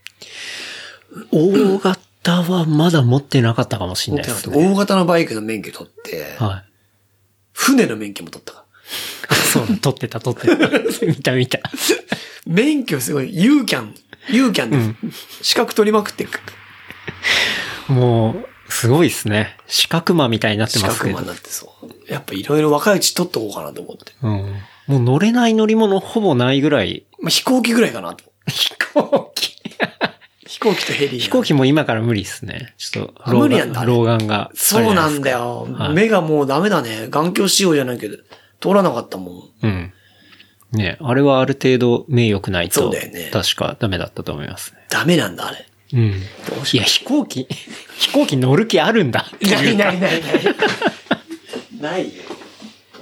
大型はまだ持ってなかったかもしれ
持っ
ない
て
で
なく
す
て、
ね。
大型のバイクの免許取って、
は
船の免許も取ったから。
い。 そう、撮ってた、撮ってた。見た見た。
免許すごい、ユーキャン、ユーキャンで、資格取りまくってるから。
もう、すごいですね。四角魔みたいになって
資
ます
格
け
マ
ど
ン。なってそう。やっぱいろいろ若いうち取っとこうかなと思って。
うん。もう乗れない乗り物ほぼないぐらい。
まあ、飛行機ぐらいかなと。
飛行機。
飛行機とヘリ。
飛行機も今から無理ですね。ちょっと、
あ無理なんだね
老眼が。
そうなんだよ。
はい
目がもうダメだね。眼鏡仕様じゃないけど、通らなかったもん。
うん。ねあれはある程度名誉くない
そ
と、
うだよね
確かダメだったと思いますね。
ダメなんだ、あれ。
うん。いや、飛行機、 飛行機乗る気あるんだっていう。
ないない。 ないよ。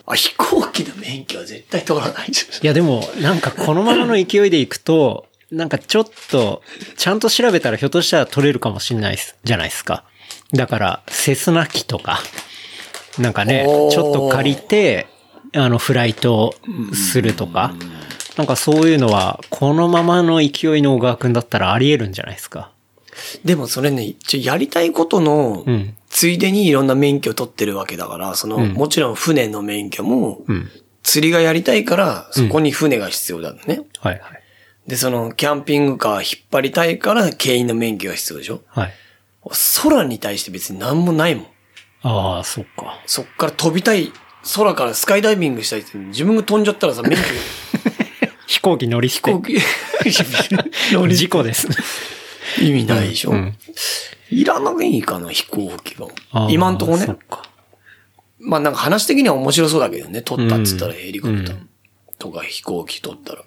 あ、飛行機の免許は絶対通らないじ
いや、でも、なんかこのままの勢いでいくと、なんかちょっと、ちゃんと調べたらひょっとしたら取れるかもしれないっすじゃないですか。だから、セスナ機とか、なんかね、ち
おー
ょっと借りて、あの、フライトするとか、なんかそういうのは、このままの勢いの小川くんだったらあり得るんじゃないですか。
ゃん。でもそれね、一応やりたいことの
うん、
ついでにいろんな免許取ってるわけだから、その、
うん
もちろん船の免許も、
うん。
釣りがやりたいから、そこに船が必要だね。
はいはい。
で、その、キャンピングカー引っ張りたいから、牽引の免許が必要でしょ
はい。
空に対して別に何もないもん。
ああ、そっか。
そっから飛びたい、空からスカイダイビングしたいって、自分が飛んじゃったらさ、免許、
飛行機乗り飛
飛行機乗り
事故です。
意味ないでしょ、
うん
いらないかな、飛行機が
あ。ー
今んとこね
そっ。か。
まあなんか話的には面白そうだけどね、撮ったっつったら
うん
ヘリコプター
うん
とか飛行機撮ったら。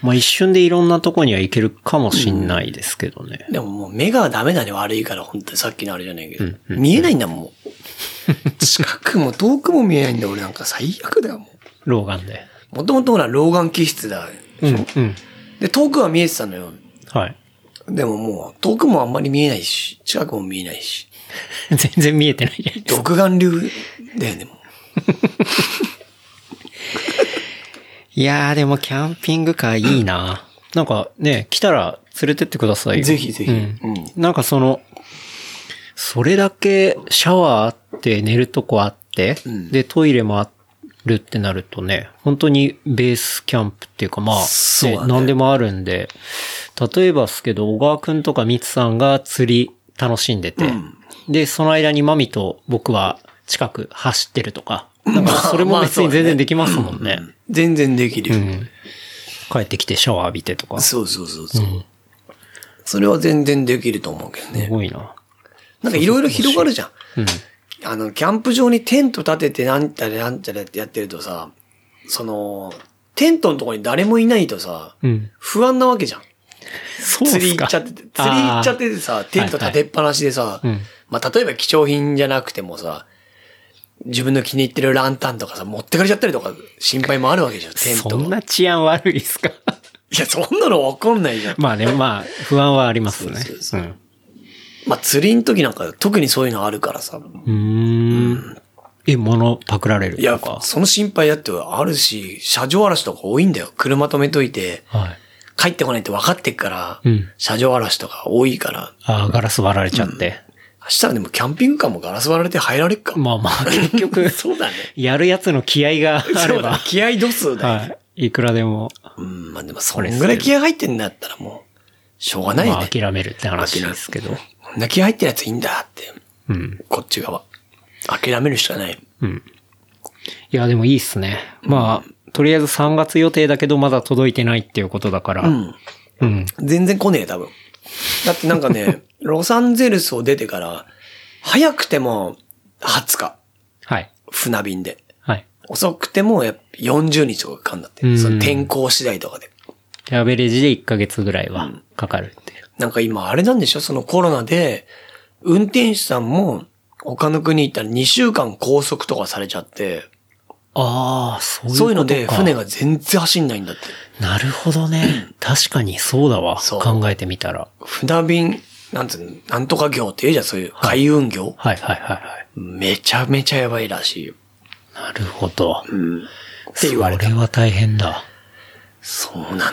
まあ一瞬でいろんなとこには行けるかもしんないですけどね。
でももう目がダメだね、悪いから、本当にさっきのあれじゃないけど。見えないんだもん、も う。近くも遠くも見えないんだ、俺なんか最悪だよ、も
老眼で。
う。もともとほら、老眼気質だ。
うん、うん。
で、遠くは見えてたのよ。
はい。
でももう、遠くもあんまり見えないし、近くも見えないし。
全然見えてないじゃないですか。
独眼流だよね、もう。
いやーでもキャンピングカーいいななんかね、来たら連れてってくださいよ。
ぜひぜひ
うん
うん
なんかその、それだけシャワーあって寝るとこあって、
ん
で、トイレもあるってなるとね、本当にベースキャンプっていうかまあ、
そう
ね
だね
何でもあるんで、例えばですけど、小川くんとかミツさんが釣り楽しんでて、で、その間にマミと僕は近く走ってるとか、なんかそ れも別に全然できますもんね。
全然できるよ。
帰ってきてシャワー浴びてとか。す
そうそうそうそう、それは全然できると思うけどね。
ごいな。
なんかいろいろ広がるじゃん。
うん。
あの、キャンプ場にテント立ててなんちゃらなんちゃらってやってるとさ、その、テントのところに誰もいないとさ、
うん。
不安なわけじゃん。
そうっすか
釣り行っちゃってて、釣り行っちゃっててさ、テント立てっぱなしでさ、
うん
まあ、例えば貴重品じゃなくてもさ、自分の気に入ってるランタンとかさ、持ってかれちゃったりとか、心配もあるわけじゃん、テン
そ
ト
ん
が。
な治安悪いっすか
いや、そんなのわかんないじゃん。
まあね、まあ、不安はありますね。
そううそまあ、釣りの時なんか特にそういうのあるからさ。
ん。うーん。え、物パクられる
いや
とか、。
その心配だってあるし、車上荒らしとか多いんだよ。車止めといて、
はい。
帰ってこないって分かってっから、
うん
車上荒らしとか多いから、
ああ、ガラス割られちゃって。
したらでもキャンピングカーもガラス割られて入られっか。、
まあまあ、結 局
そうだね。
やるやつの気合があ
そ
れ
うだ
ば
ね。、気合度数だよね。
はい。いくらでも、
うん、まあでもそれぐらい気合入ってんだったらもう、しょうがないよ
ま
ね
あ。諦めるって話ですけど。
こんな気合入ってるやついいんだって、
うん。
こっち側。諦めるしかない。
うん。いや、でもいいっすね。まあ、とりあえず3月予定だけどまだ届いてないっていうことだから。
うん。
うん。
全然来ねえ、多分。だってなんか ね、ロサンゼルスを出てから、早くても20日、
はい。
船便で。
はい。
遅くてもやっぱ40日とかかかんだっ
う
て。
ん
その天候次第とかで。
アベレージで1ヶ月ぐらいはかかるっていう。
なんか今あれなんでしょそのコロナで、運転手さんも他の国行ったら2週間拘束とかされちゃって、
ああ、そういう
そういうので船
が。
が全然走んないんだって。
なるほ どね。確かにそうだわ。
そう
考えてみたら。
船便、なんつうの、なんとか業って言うじゃん、そういう海運業。
はいはいはいはい。
めちゃめちゃやばいらしいよ。
なるほど。
うん。って言われ
そ
た。
れは大変だ。
そうなんだ。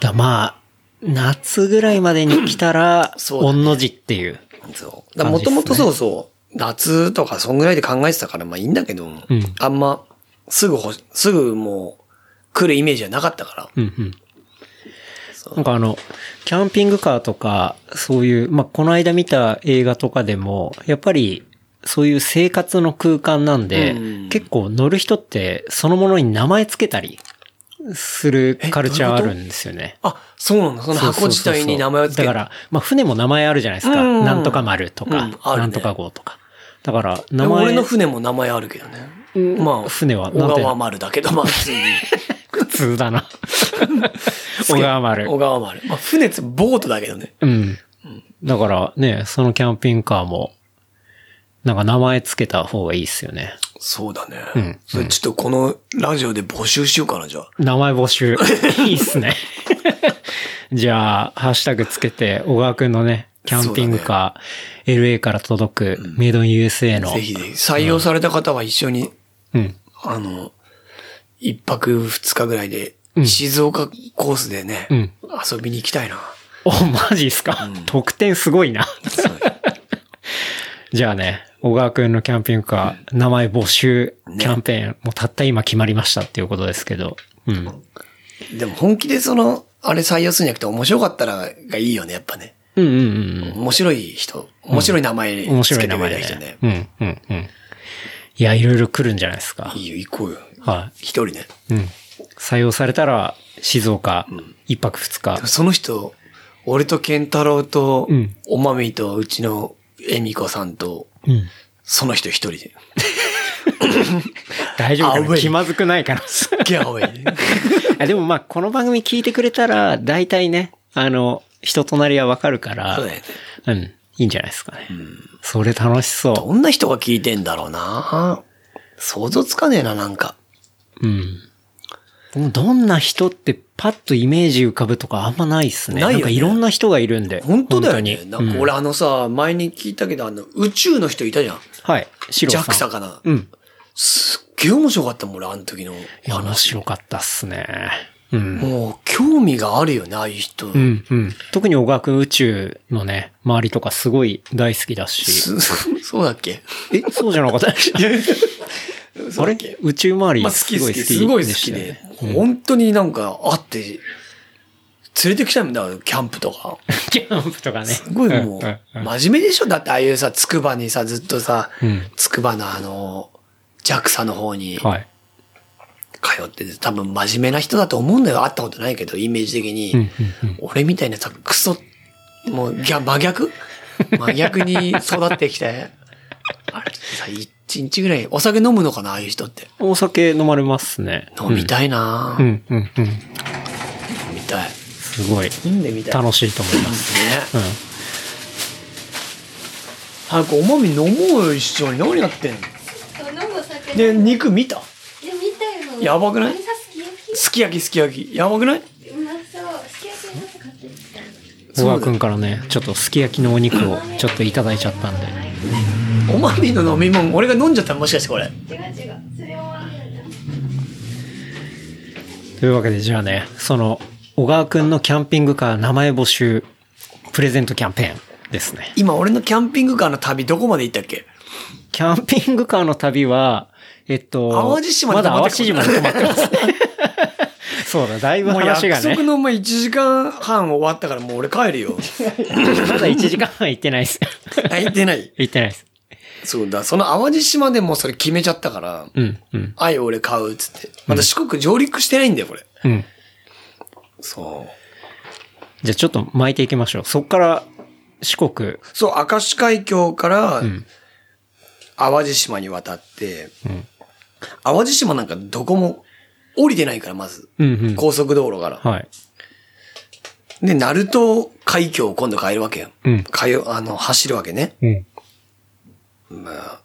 だまあ、夏ぐらいまでに来たら、
そうだ
お
ね
んの字っていう。
そう。だもともとそうそう、夏とかそんぐらいで考えてたから、まあいいんだけど、
ん
あんま、すぐほ、すぐもう、来るイメージはなかったから。
うんうん。なんかあの、キャンピングカーとか、そういう、まあ、この間見た映画とかでも、やっぱり、そういう生活の空間なんで、
うん
結構乗る人って、そのものに名前つけたりするカルチャーあるんですよね。
あ、そうなんだ。その箱自体に名前を付け
だ
て。
から、まあ、船も名前あるじゃないですか。
うん
なんとか丸とか、
うんあるね
なんとか号とか。だから、名
でも
前。
俺の船も名前あるけどね。まあ、
船はなん
小
て
川丸だけど、まあ普通に。
普通だな。小川丸。
小川丸。まあ船ってボートだけどね。
うん。だからね、そのキャンピングカーも、なんか名前つけた方がいいっすよね。
そうだね。
うん
それちょっとこのラジオで募集しようかな、じゃあ。
名前募 集。いいっすね。じゃあ、ハッシュタグつけて、小川くんのね、キャンピングカー、LA から届く、メイドイン USA の、
ぜひぜひ。採用された方は一緒に、
うん。
あの、一泊二日ぐらいで、
うん
静岡コースでね、
うん
遊びに行きたいな。
お、マジっすか、
うん
得点すごいな。 じゃあね、小川くんのキャンピングカー、名前募集、キャンペーン、もうたった今決まりましたっていうことですけど、うん。
でも本気でその、あれ採用するんじゃなくて面白かったらがいいよね、やっぱね。
うんうんうんうん。
面白い人、面白い名前
面
つ
白
け
い
て
名
くれ
前
た
で
人ね。
ね。うん、うん、うん。いや、いろいろ来るんじゃないですか
い。いよ、行こうよ。
は
一人ね。
い。うん。採用されたら、静岡、一泊二日。
その人、俺と健太郎と
うん、
おまみとうちの恵美子さんと、
うん。
その人一人で。
大丈夫か
あウェ
な
イ
気まずくないかな。
ギャオウェイ。
あでもまあ、この番組聞いてくれたら、大体ね、あの、人となりはわかるから、
そうだよね
うん。いいんじゃないですかね。それ楽しそ
どんな人が聞いてんだろうな想像つかねえな、なんか。
う。うん。でもどんな人ってパッとイメージ浮かぶとかあんまないっすね。
ないよね
んかいろんな人がいるんで。
本当だよね。
本
な
当に
んか俺あのさ、前に聞いたけど、あの、宇宙の人いたじゃん。
はい。シロ
ジ
さん。
ャクサかな。
うん。
すっげえ面白かったもん、俺、あの時の。
いや、面白かったっすね。うん。
もう、興味があるよね、ああいう人。
うん、うん。特に小川くん宇宙のね、周りとかすごい大好きだし。
す そうだっ け
え、そうじゃなか った
そ
あ
うだ
れ
っけ
宇宙周り
まあ、好
す
き
ご
好
い好
き、
き。
すごい好きで。本当になんか、あって、連れてきたんだよ、キャンプとか。
キャンプとかね。す
すごいもう、
ん
真面目でしょだってああいうさ、つくばにさ、ずっとさ
うん、
つくばのあの、ジャクサの方に通
はい。
ってて、多分真面目な人だと思うんだよ。会ったことないけど、イメージ的に。
うん、うん、うん。
俺みたいなさ、クソ、もう、ぎゃ、真 逆真逆に育ってきて。あれさ、一日ぐらい、お酒飲むのかなああいう人って。
お酒飲まれますね。
飲みたいな
う
ぁ
ん、うん、うん。
飲みたい。
すごい。
飲んでみたい。
楽しいと思います。
ね。
う
早
ん。
くおまみ飲もうよ、一緒に。何やってんの
飲むお酒
で、肉見た
いや見たよ
やばくない
あれさすき焼き
すき焼きすき焼き。やばくないう
まそうすき焼きの朝買ってきた
小川くんからね、ちょっとすき焼きのお肉をちょっといただいちゃったんで。
おまみの飲み物、俺が飲んじゃったもしかしてこれ。
違う違うそれは
というわけでじゃあね、その、小川くんのキャンピングカー名前募集、プレゼントキャンペーン。ですね。
今俺のキャンピングカーの旅どこまで行ったっけ
キャンピングカーの旅は、えっと、
淡路島に
まだ
泊ま
淡
って
路
こな
島
い
に泊まってますね。 そうだ、だいぶ
もう
話
約
がね
束、の前1時間半終わったからもう俺帰 るよ。
まだ1時間半行ってないです。
泣いてない。
行ってないです。
そうだ、その淡路島でもうそれ決めちゃったから、
うん、うん、
あい俺買うっつって。まだ四国上陸してないんだよ、これ。
うん。
そう。
じゃあちょっと巻いていきましょう。そっから四国、
そう、明石海峡から
ん
淡路島に渡って、
ん
淡路島なんかどこも降りてないから、まず。
うんうん
高速道路から。
はい。
で、鳴門海峡を今度変えるわけよ。
うん
変え、あの、走るわけね。
うん。
まあ、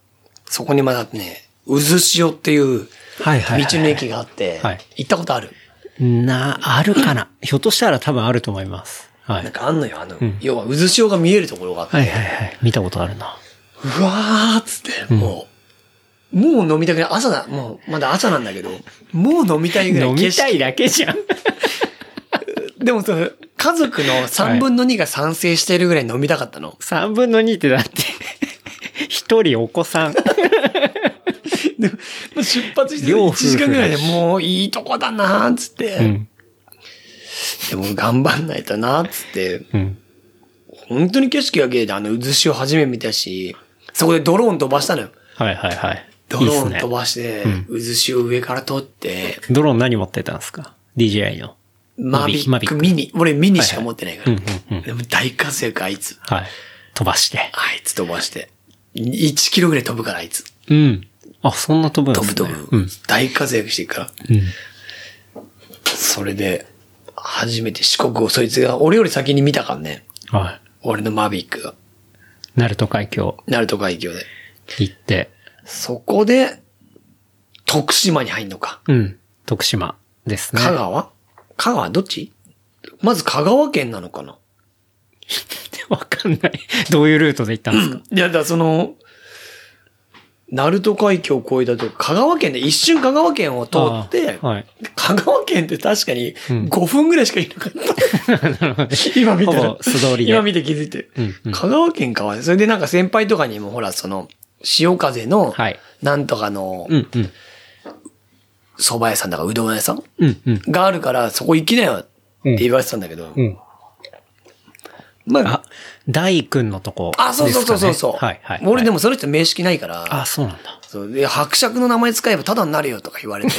そこにまだね、渦潮っていう道
はいはい、はい。
の駅があって
はい、
行ったことある。
な、あるかな。ひょっとしたら多分あると思います。はい。
なん
は
かあんのよ、あの
ん、
要は渦潮が見えるところがあって。
いはいはい。見たことあるな。
うわーっつって、もう、もう飲みたくない。朝だ、もう、まだ朝なんだけど、もう飲みたいぐらい
飲み
景色
たいだけじゃん。
でもその、家族の3分の2が賛成してるぐらい飲みたかったの。
3分の2ってだって、一人お子さん。
もう出発して
両
1
夫婦
時間ぐらいでもういいとこだなーっつって、
うん。
でも頑張んないとなーっつって、
うん。
本当に景色が綺麗で、あの渦潮初め見たし、そこでドローン飛ばしたのよ。
はいはいはい。
ド
いい
ロ
っ
ー
す
ン
ね
飛。ばして、
うん
渦潮上から撮って、
ドローン何持ってたんですか ?DJI の。
マ
マ
ビ
ビック
ックミニ。俺ミニしか持ってないか
はいはいうんうんう
ら。
ん
でも大活躍あいつ。
はい。飛ばして。
あいつ飛ばして。1キロぐらい飛ぶからあいつ。
うん。あ、そんな飛ぶんで
飛
す
ぶ
ね。
飛ぶ。
うん。
大活躍してるから。
うん。
それで、初めて四国をそいつが、俺より先に見たからね。
は
俺のマビックが。
い。鳴門海峡
鳴門海峡で。
行って。
そこで、徳島に入んのか。
うん。徳島ですね。
香川、香川どっちまず香川県なのかな
わかんない。どういうルートで行ったんですか
いや、だからその、鳴門海峡を越えたとこ香川県で、一瞬香川県を通って、
あはい。
香川県って確かに
うん
5分ぐらいしかいなか った。 今見た
ほ
ら
ぼ素通りで
今見て気づいて。
うんうん
香川県かわいい。それでなんか先輩とかにもほら、その、潮風の
はい、
なんとかの
うんうん。
蕎麦屋さんだからうどん屋さん
うんうん。
があるから、そこ行きなよって言われてたんだけど。
うん。
まあ
あ、、大君のとこ、
あ、そうそうそうそうそう、
ですかねはいはい。
俺で
も。
もその人名識ないから、
あ、そうなんだ。
そうで伯爵の名前使えばタダになるよとか言わ れて。。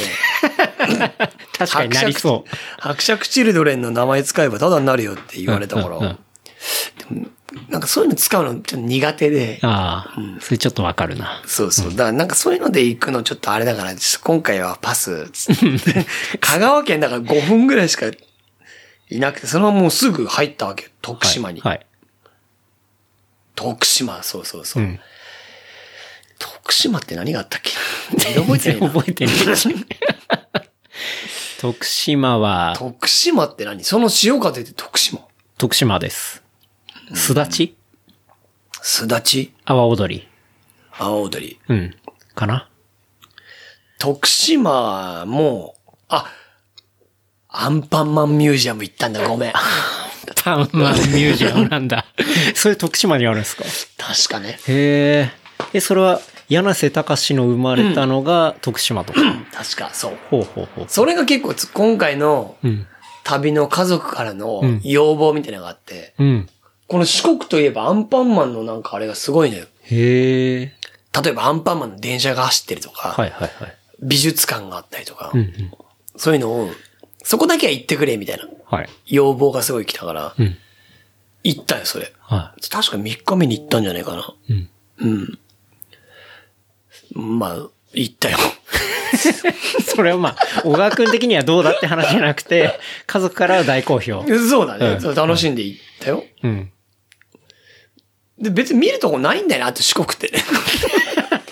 確かになりそう
伯爵チルドレンの名前使えばタダになるよって
う。
言われたから、
うん うんうん
なんかそういうの使うのちょっと苦手で。
ああ、それちょっとわかるな。
そうそう。だからなんかそういうので行くのちょっとあれだから、ちょっと今回はパス。つ って香川県だから5分ぐらいしかいなくて、そのままもうすぐ入ったわけよ。徳島に。
はい。
徳島、そうそうそうう。
ん。
徳島って何があったっ け覚えてないな
覚えてない。徳島は、
徳島って何その潮風って徳島。
徳島です。すだち
すだち、
阿波踊り。
阿波踊り。
うん。かな
徳島も、あ、アンパンマンミュージアム行ったんだ、 ごめん。
タウンマンミュージアムなんだ。 それ徳島にあるんですか
確かね。
へえ。え、それは、柳瀬隆の生まれたのが徳島とか。
確か、そう。
ほうほうほう。
それが結構つ、今回の
うん。
旅の家族からの
うん
要望みたいなのがあって、
うん。
この四国といえばアンパンマンのなんかあれがすごいのよ。
へえ。
例えばアンパンマンの電車が走ってるとか、
はいはいはい。
美術館があったりとか、
うんうん。
そういうのを、そこだけは行ってくれみたいな
はい。
要望がすごい来たから、
うん。
行ったよ、それ。
は
確か3日目に行ったんじゃないかな。
い。うん。
うん。まあ、行ったよ。
それはまあ、小川くん的にはどうだって話じゃなくて、家族からは大好評。
そうだね。
うん
そう楽しんで行ったよ。
うん。
で、別に見るとこないんだよな、あと四国って。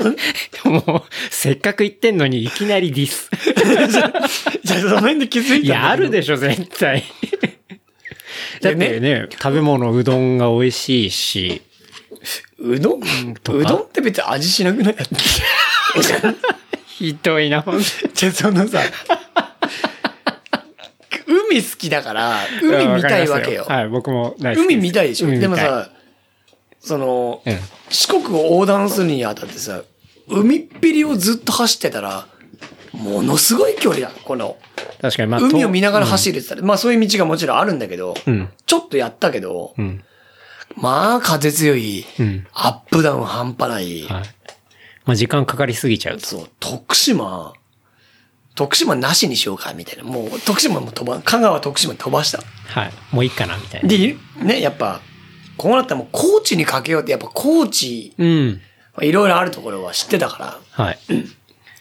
でも、せっかく言ってんのにいきなりディス。
じゃあ、その辺で 気づいたんだけど
いや、あるでしょ、絶対。だってね食べ物、うどんが美味しいし、
うどん
とか
うどんって別に味しなくないだって。
ひどいな、ほんと
じゃあ、そのさ、 海好きだから、海見たいわけよ。
はい、僕も大好きです
海見たいでしょ。
海見
でも
たい
さ、その、
うん
四国を横断するにあたってさ、海っぺりをずっと走ってたら、ものすごい距離だ、この。
確かに、まあ、
海を見ながら
る。
走るって言ったら、まあそういう道がもちろんあるんだけど、
うん。
ちょっとやったけど、
うん。
まあ風強い、
うん。
アップダウン半端ない、
はい。まあ、時間かかりすぎちゃうと。
そう、徳島、徳島なしにしようか、みたいな。もう、徳島も飛ば、香川徳島飛ばした。
はい。もういいかな、みたいな。
で、ね、やっぱ、こうなったらもう高知にかけようって、やっぱ高知、
うん。
いろいろあるところは知ってたから、
はい。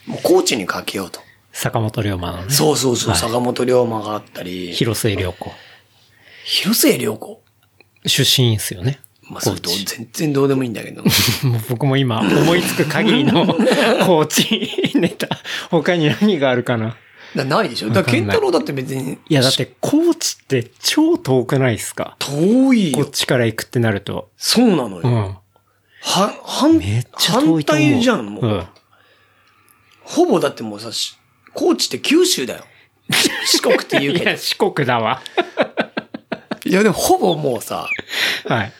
もう高知にかけようと。
坂本龍馬のね。
そうそうそう、
はい
坂本龍馬があったり、
広末涼子。
広末涼子。
出身ですよね。
まあ、それどう全然どうでもいいんだけ ど。
もう 僕も今思いつく限りの 高知ネタ。他に何があるかな。
なないでしょだから、健太郎だって別に、
いや、だって高知って超遠くないですか
遠い
こっ
よ。
ちから行くってなると。
そうなのよ。
うん。
は、反、
めっち
反
ゃ遠いと思う。
対じゃん、もう。
うん。
ほぼだってもうさ、し高知って九州 だよ。四国って言う
い
けど。
や、四国だ わ。
いや、でもほぼもうさ、
はい。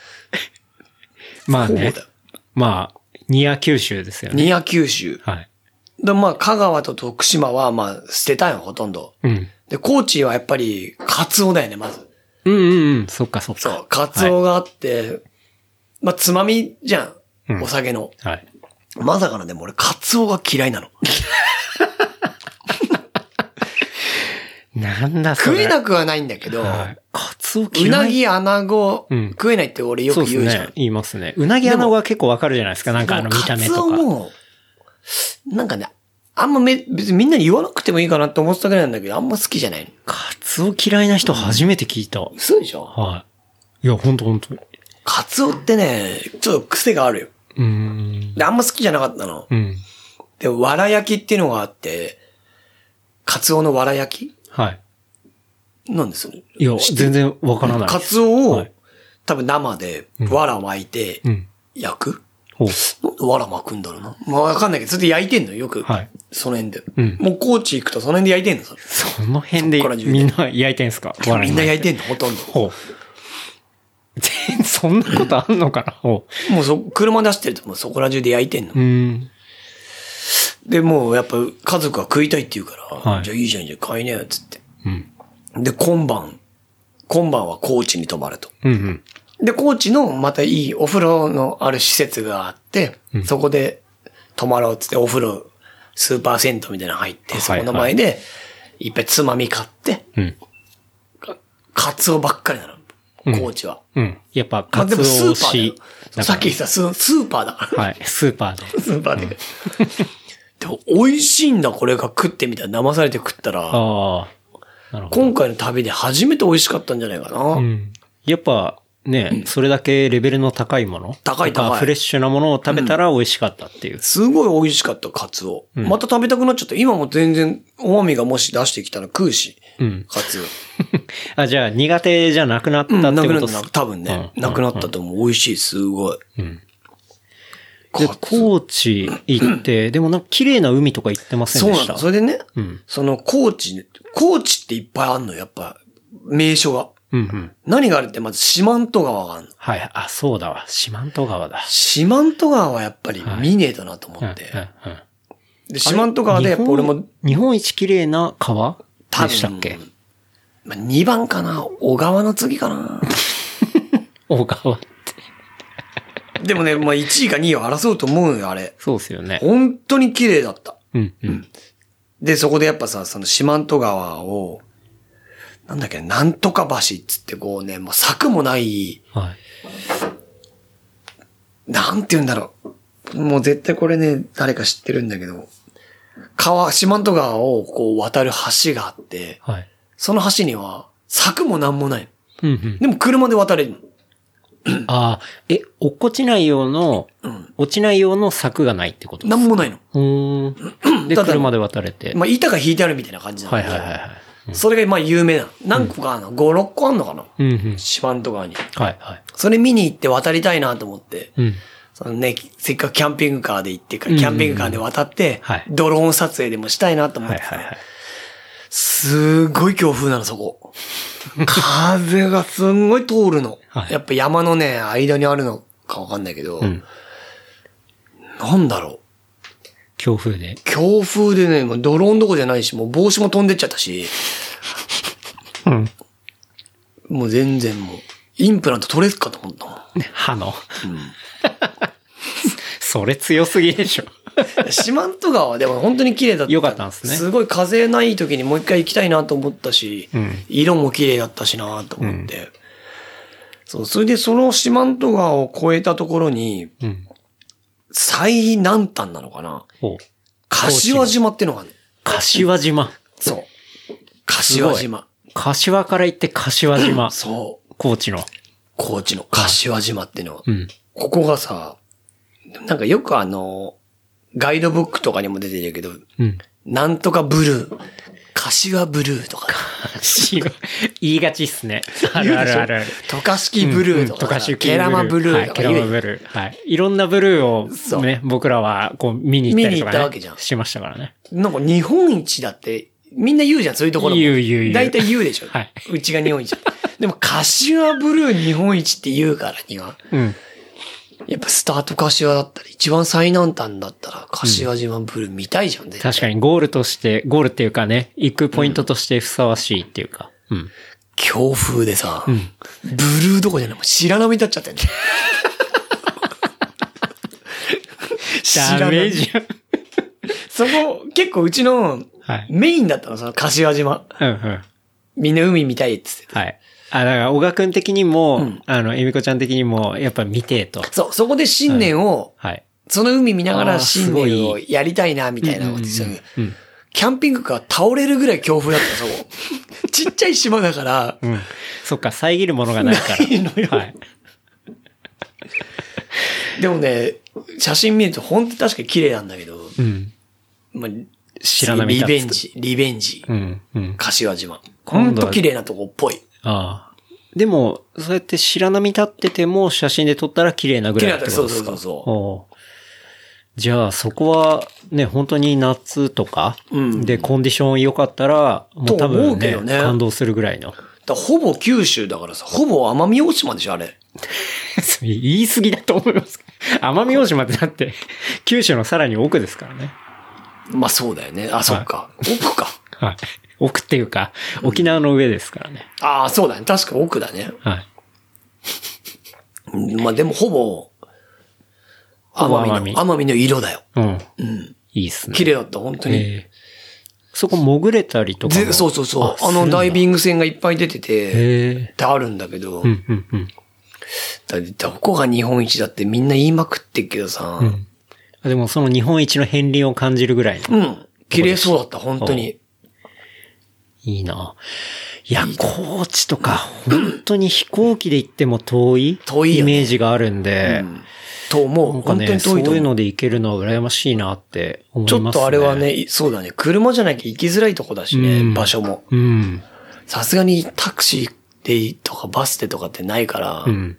まあ
ほぼだ
ね
よ。。
まあ、ニア九州ですよね。
ニア九州。
はい。
で、まあ、香川と徳島は、まあ、捨てたよ、ほとんど。
うん。
で、高知はやっぱり、カツオだよね、まず。
うんうんうん。そっかそっか。
そう、カツオがあって、まあ、つまみじゃ、
うんん
お酒の。
はい。
まさかのでも俺、カツオが嫌いなの。
なんだ そ
食
れ。
えなくはないんだけど、
はい。カツオ
う
嫌。
ないぎ、アナゴ、
うん
食えないって俺よ
そう
く
です
言うじゃん。
ね。言いますね。うなぎ穴子は結構わかるじゃないですか。なんかあの見た目と
カツオ
か。
も、なんかね、あんまめ、別にみんなに言わなくてもいいかなって思ってたぐらいなんだけど、あんま好きじゃないの。
カツオ嫌いな人初めて聞いた。
嘘でしょ
はい。いや、ほんとほんと。う
カツオってね、ちょっと癖があるよ。
ーん。
で、あんま好きじゃなかったの。
うん。
で、わら焼きっていうのがあって、カツオのわら焼
はい。
きなんですよね。
いや、
知ってる
全然わからない。
カツオを、
はい
多分生で、わら巻いて
う、ん。
焼く、
ほう。
なんでわら巻くんだろうな。まあわかんないけど、それで焼いてんのよ、よく。
はい
その辺で。
うん
もう高知行くとその辺で焼いてんのさ。
その辺で
そっから重点
みんな焼いてんすか
みんな焼い
い
てんの、ほとんど。
ほう。全 そんなことあんのかなほ
もうそ、車出してるともうそこら中で焼いてんの。
う。うーん。
で、もうやっぱ家族は食いたいって言うから、
はい
じゃあいいじゃん、じゃあ買いなよ、つって。
うん。
で、今晩、今晩は高知に泊まると。
うんうん。
で、高知のまたいいお風呂のある施設があって、そこで泊まろうっつってお風呂、スーパー銭湯みたいなの入って、
はい
そこの前で、いっぱいつまみ買って、
うん。
カツオばっかりなの、高知は。
うん。やっぱ、
まあ
カ
で
ツ
もスー
オ
パー
し
だよ。さっき言ったススーパーだ から。
はい。スーパーで。
スーパーで。 でも、美味しいんだ、これが食ってみたら、騙されて食ったら、
ああ。なるほど。
今回の旅で初めて美味しかったんじゃないかな。
うん。やっぱ、ね、それだけレベルの高いもの。
高い
とか
高い
フレッシュなものを食べたら美味しかったっていう。
すごい美味しかった、カツオ。また食べたくなっちゃった。今も全然、おまみがもし出してきたら食うし、
うん。
カツオ。
あ、じゃあ、苦手じゃなくなっ
う
た
ん、
っ
な
て
くな
こと
っ
っす
た、多分ね。
うん
なくなったと思う。美味しい、すごい。
んで
カ、ツオ
高知行 って、でもなんか綺麗な海とか行ってませ
そ
ん
う
で
な
し
の。
た。
それでね、
うん。
その、高知、高知っていっぱいあんの、やっぱ、名所が。
うんうん。
何があるって、まず四万十川があるの。
はい。あ、そうだわ。四万十川だ。
四万十川はやっぱり見ねえとなと思
うんうん
って。
うん。
で、四万十川でやっぱ俺も、
日本一綺麗な川
多
でしたっけ
分、まあ、2番かな小川の次かな
大川。
でもね、まあ1位か2位を争うと思うのよ、あれ。
そうですよね。
本当に綺麗だった。
うん、うん。
で、そこでやっぱさ、その四万十川を、なんだっけ、なんとか橋っつってこうね、もう柵もない、
はい。
なんて言うんだろう。もう絶対これね、誰か知ってるんだけど、川、四万十川をこう渡る橋があって、
はい。
その橋には柵もなんもない。
うん、うん。
でも車で渡れるの。
ああ、え、落っこちない用の、
うん。
落ちない用の柵がないってこと
なんもないの。
うー ん。で、
ただ
車で渡れて。
まあ、板が引いてあるみたいな感じなの。
はいはいはいはい。
それがまあ有名なの。何個かあるの ?5、6個あんのかな
うん、うん。
四万十川に。
はいはい。
それ見に行って渡りたいなと思って。
うん。
そのね、せっかくキャンピングカーで行ってから、キャンピングカーで渡って
はい、
ドローン撮影でもしたいなと思っ
はい
て。
はいはい。
すごい強風なの、そ こ。風がすんごい通るの
は。い
やっぱ山のね、間にあるのかわかんないけど、
うん。
なんだろう。
強風で。
強風でね、もうドローンどこじゃないし、もう帽子も飛んでっちゃったし、
うん。
もう全然もう、インプラント取れるかと思ったもん。
歯の。それ強すぎでしょ。
四万十川でも本当に綺麗だった。
よかったんですね
すごい風ない時にもう一回行きたいなと思ったし、
うん
色も綺麗だったしなと思って。そう、それでその四万十川を越えたところに、
うん。
最南端なのかな
お
柏島っていうのがあるの
柏島。
そう。柏島。
柏から行って柏島。
そう。
高知の。
高知の柏島っていうのは。
うん。
ここがさ、なんかよくあの、ガイドブックとかにも出てるけど、
うん。
なんとかブルー、柏ブルーとか、
柏。言いがちっすね。あるあるあるある。
渡嘉敷ブルーと
うん
か
渡
さ、
嘉敷
ケラマブル
は
ー
い
と
ケ
か
ラ
言
マ
う
ブルー。はい。いろんなブルー
そ
を
う
ね、僕らはこう見に行ったりとか、
見に行った
ね。
わけじゃん
しましたからね。
なんか日本一だって、みんな言うじゃん、そういうところも。
言う言う言う
大体言うでしょ。
はいう
ちが日本一。 でも、柏ブルー日本一って言うからには、
うん。
やっぱスタート柏だったり、一番最南端だったら、柏島ブルー見たいじゃん、絶対
確かにゴールとして、ゴールっていうかね、行くポイントとしてふさわしいっていうか。うん。
強風でさ、ブルーどこじゃない、もう白波立っちゃってんね。
ダメージ。
そこ、結構うちの
はい。
メインだったの、その柏島。
うんうん。
みんな海見たいっつって。
はい。あ、だから、小川くん的にも、
うん
あの、えみこちゃん的にも、やっぱ見てえと。
そう、そこで新年を、
はい。
その海見なが
あー
ら新
す
年
ご
をやりたいな、みたいなことですよね
うん。
キャンピングカー倒れるぐらい強風だったの、 そこ。ちっちゃい島だから、
うん。そっか、遮るものがないから。
ないのよ
はい。
でもね、写真見ると本当確かに綺麗なんだけど、
うん。
まあ、
白波
リ
立つ
ベンジ、リベンジ、
うん。うん。
柏島。
今
本
度は
当綺麗なとこっぽい。
ああ。でも、そうやって白波立ってても、写真で撮ったら綺麗なぐ
綺麗
ら
だ
い
っ
って
た
こ
そ
と
う
です
そうそう
か。
そう。
おうじゃあ、そこは、ね、本当に夏とか、
うん
で、コンディション良かったら、もう多
と思
分
うけ
ね
どね
感動するぐらいの。
だ からほぼ九州だからさ、ほぼ奄美大島でしょ、あれ。
それ言い過ぎだと思います。奄美大島ってだって、九州のさらに奥ですからね。
まあそうだよね。あ、そっか。奥か。
はい。奥っていうか、沖縄の上ですからね。
ああ、そうだね。確か奥だね。
はい。
うんまあでもほぼ、奄
ほぼ奄
美
美
の、奄美の色だよ。
うん。いいっすね。
綺麗だった、本当に。
ええそこ潜れたりとかも。
でそうそうそう。あ
する
の
んだ
ダイビング船がいっぱい出てて、
へえ
ってあるんだけど、
うんうんうん。
だどこが日本一だってみんな言いまくってっけどさ、うん、
でもその日本一の片鱗を感じるぐらいの。
綺麗そうだった、本当に。
いいな。いや、高知とか、本当に飛行機で行っても遠い
遠い
イ
よね
メージがあるんで、
と思う。
なんか
本当に遠
ね、
いと
そう
思う。
いうので行けるのは羨ましいなって思い
ちょ
ま
っ
すね。
とあれはね、いそうだね。車じゃなきゃ行きづらいとこだしね、
うん
場所も。
うん。
さすがにタクシーでとかバスでとかってないから、
うん。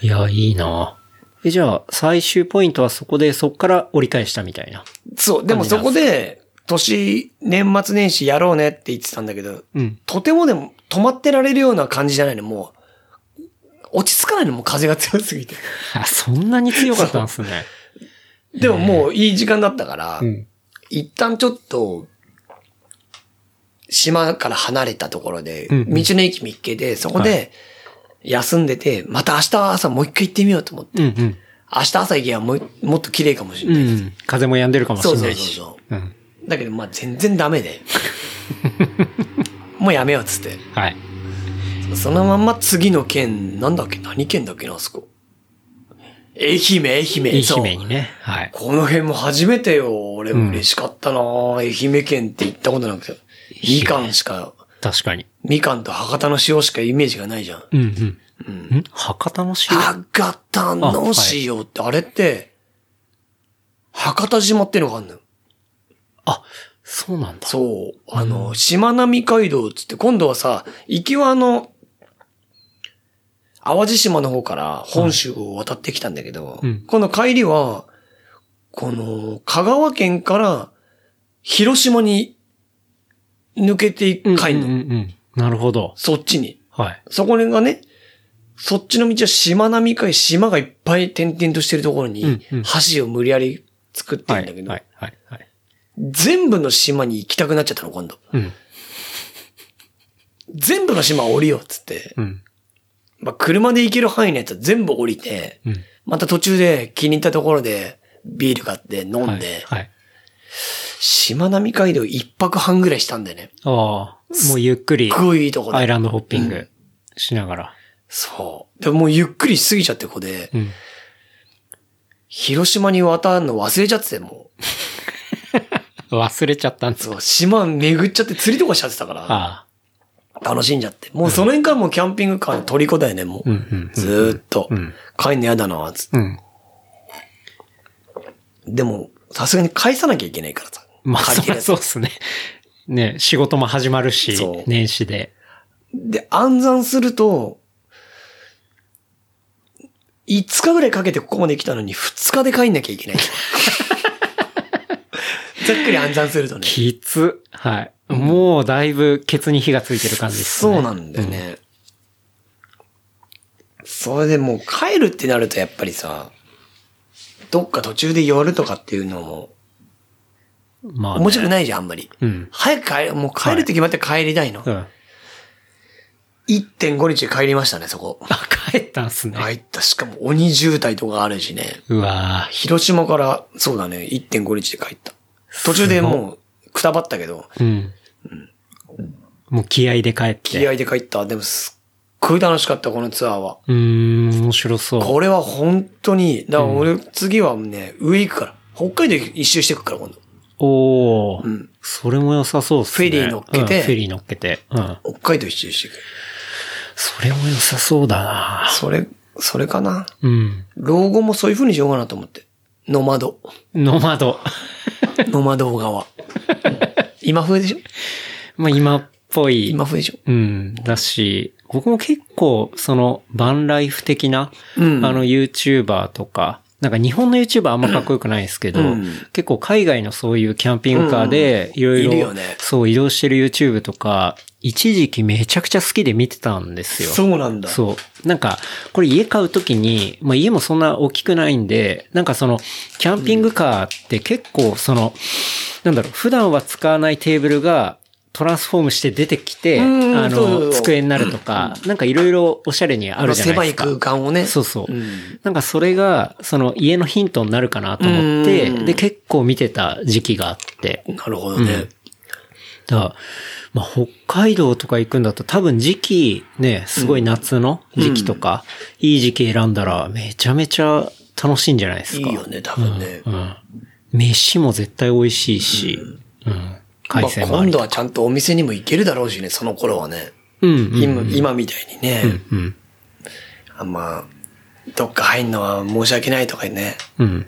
いや、いいなえ、じゃあ、最終ポイントはそこで、そこから折り返したみたいな。
そう、でもそこで、年、年末年始やろうねって言ってたんだけど、
うん。
とてもでも止まってられるような感じじゃないの、もう。落ち着かないの、もう風が強すぎて。
あ、そんなに強かったんですね。
でももういい時間だったから、
うん。
一旦ちょっと、島から離れたところで、
うん
道
うん
の駅見っけで、そこ
は
で休んでて、また明日朝もう一回行ってみようと思って。
うん
明日朝行けばもうもっと綺麗かもし
うん。う
れない。
ん。風も止んでるかもし
そう
れ
そ
な
う
い
そう
し。
そう。
うん。
だけど、まあ、全然ダメ で。もうやめようっつって。
はい。
そのまんま次の県、なんだっけ何県だっけな、あそこ。愛媛、愛媛。
愛
そう
媛にね。はい。
この辺も初めてよ。俺
うん
嬉しかったな、愛媛県って行ったことなくて。みかんしか、
確かに。
みかんと博多の塩しかイメージがないじゃん。
うんうん。ん博多の塩
博多の塩って、あれって、博多島ってのがあるのよ。
あ、そうなんだ。
そう。あの、しまなみ海道っつって、今度はさ、行きはあの、淡路島の方から本州を渡ってきたんだけど、
うん
この帰りは、この、香川県から広島に抜けてい
うん
く帰んの。
うんうんうん。なるほど。
そっちに。
はい。
そこがね、そっちの道は島並みかい、島がいっぱい点々としてるところに
うんうん、
橋を無理やり作って
は
るんだけ
い。
ど
は、い。はい。はい。
全部の島に行きたくなっちゃったの、今度。
うん。
全部の島降りようっつって
う、ん。
まあ、車で行ける範囲のやつは全部降りて、
うん。
また途中で気に入ったところでビール買って飲んで、
はい。はい、
島並海道一泊半ぐらいしたんだよね。
ああ、もうゆっくり
すっ、ごいいいとこ
ア
で。
イランドホッピングしながら。
そう。でもうゆっくりしすぎちゃってここで、
うん。
広島に渡るの忘れちゃってて、も
忘れちゃったんで
う。
す
そう、島巡っちゃって釣りとかしちゃってたから、
ああ。
楽しんじゃって。もうその辺からもうキャンピングカーの虜だよね、もう。
うんうん
ずーっと。
うん
帰んのやだな、つって。
うん。
でも、さすがに返さなきゃいけないからさ。
まあ、
借
そ
りて
り
る
ゃ
やつ
そうっすね。 ね、仕事も始まるし
そう、
年始で。
で、暗算すると、5日ぐらいかけてここまで来たのに2日で帰んなきゃいけ ない。ざっくり暗算するとね。
きつ。はい。もうだいぶケツに火がついてる感じですね。
そうなんだよね。それでもう帰るってなるとやっぱりさ、どっか途中で寄るとかっていうのも
うん。まあ、
面白く
い。
ないじゃん、あんまり。
うん。
早く帰る、もう帰るって決まって帰りたいの。
うん。
1.5日で帰りましたね、そこ。
あ、帰ったんすね。
入った。しかも鬼渋滞とかあるしね。
うわぁ。
広島から、そうだね、1.5日で帰った。途中でもう、くたばったけど、
うん。もう気合で帰って。
気合で帰った。でも、すっごい楽しかった、このツアーは。
うーん、面白そう。
これは本当に、だから俺、次はね、上行くから。北海道一周してくから、今度。
おお、
うん
それも良さそうっすね。
フェリー乗っけて
うんフェリー乗っけて。うん。
北海道一周してくる。
それも良さそうだな
それ、それかな。
うん。
老後もそういう風にしようかなと思って。ノマ ド。
ノマド。
ノマド側。今風でしょ
まあ今っぽい。
今風でしょ
うん。だし、僕も結構、その、バンライフ的な、
うん
あの、YouTuber とか、なんか日本の YouTuber あんまかっこよくないですけど、
うん
結構海外のそういうキャンピングカーで、いろい
いるよ
ろ
ね、
そう、移動してる YouTube とか、一時期めちゃくちゃ好きで見てたんですよ。
そうなんだ。
そう。なんか、これ家買うときに、まあ家もそんな大きくないんで、なんかその、キャンピングカーって結構その、なんだろう、普段は使わないテーブルが、トランスフォームして出てきて、あ
うんそうそうそう
の、机になるとか、なんかいろいろおしゃれにあるじゃないですか。
狭い空間をね。
そうそう。
うん
なんかそれが、その家のヒントになるかなと思って、
うん
で、結構見てた時期があって。
なるほどね。
うんだからまあ、北海道とか行くんだと多分時期ね、すごい夏の時期とか、いい時期選んだらめちゃめちゃ楽しいんじゃないですか。
いいよね、多分ね。
うん。飯も絶対美味しいし、うん。海鮮
まあ
もあ
今
り。
度はちゃんとお店にも行けるだろうしね、その頃はね。
うん、うん。
今、今みたいにね、
うん。
あんま、どっか入んのは申し訳ないとかね。
うん。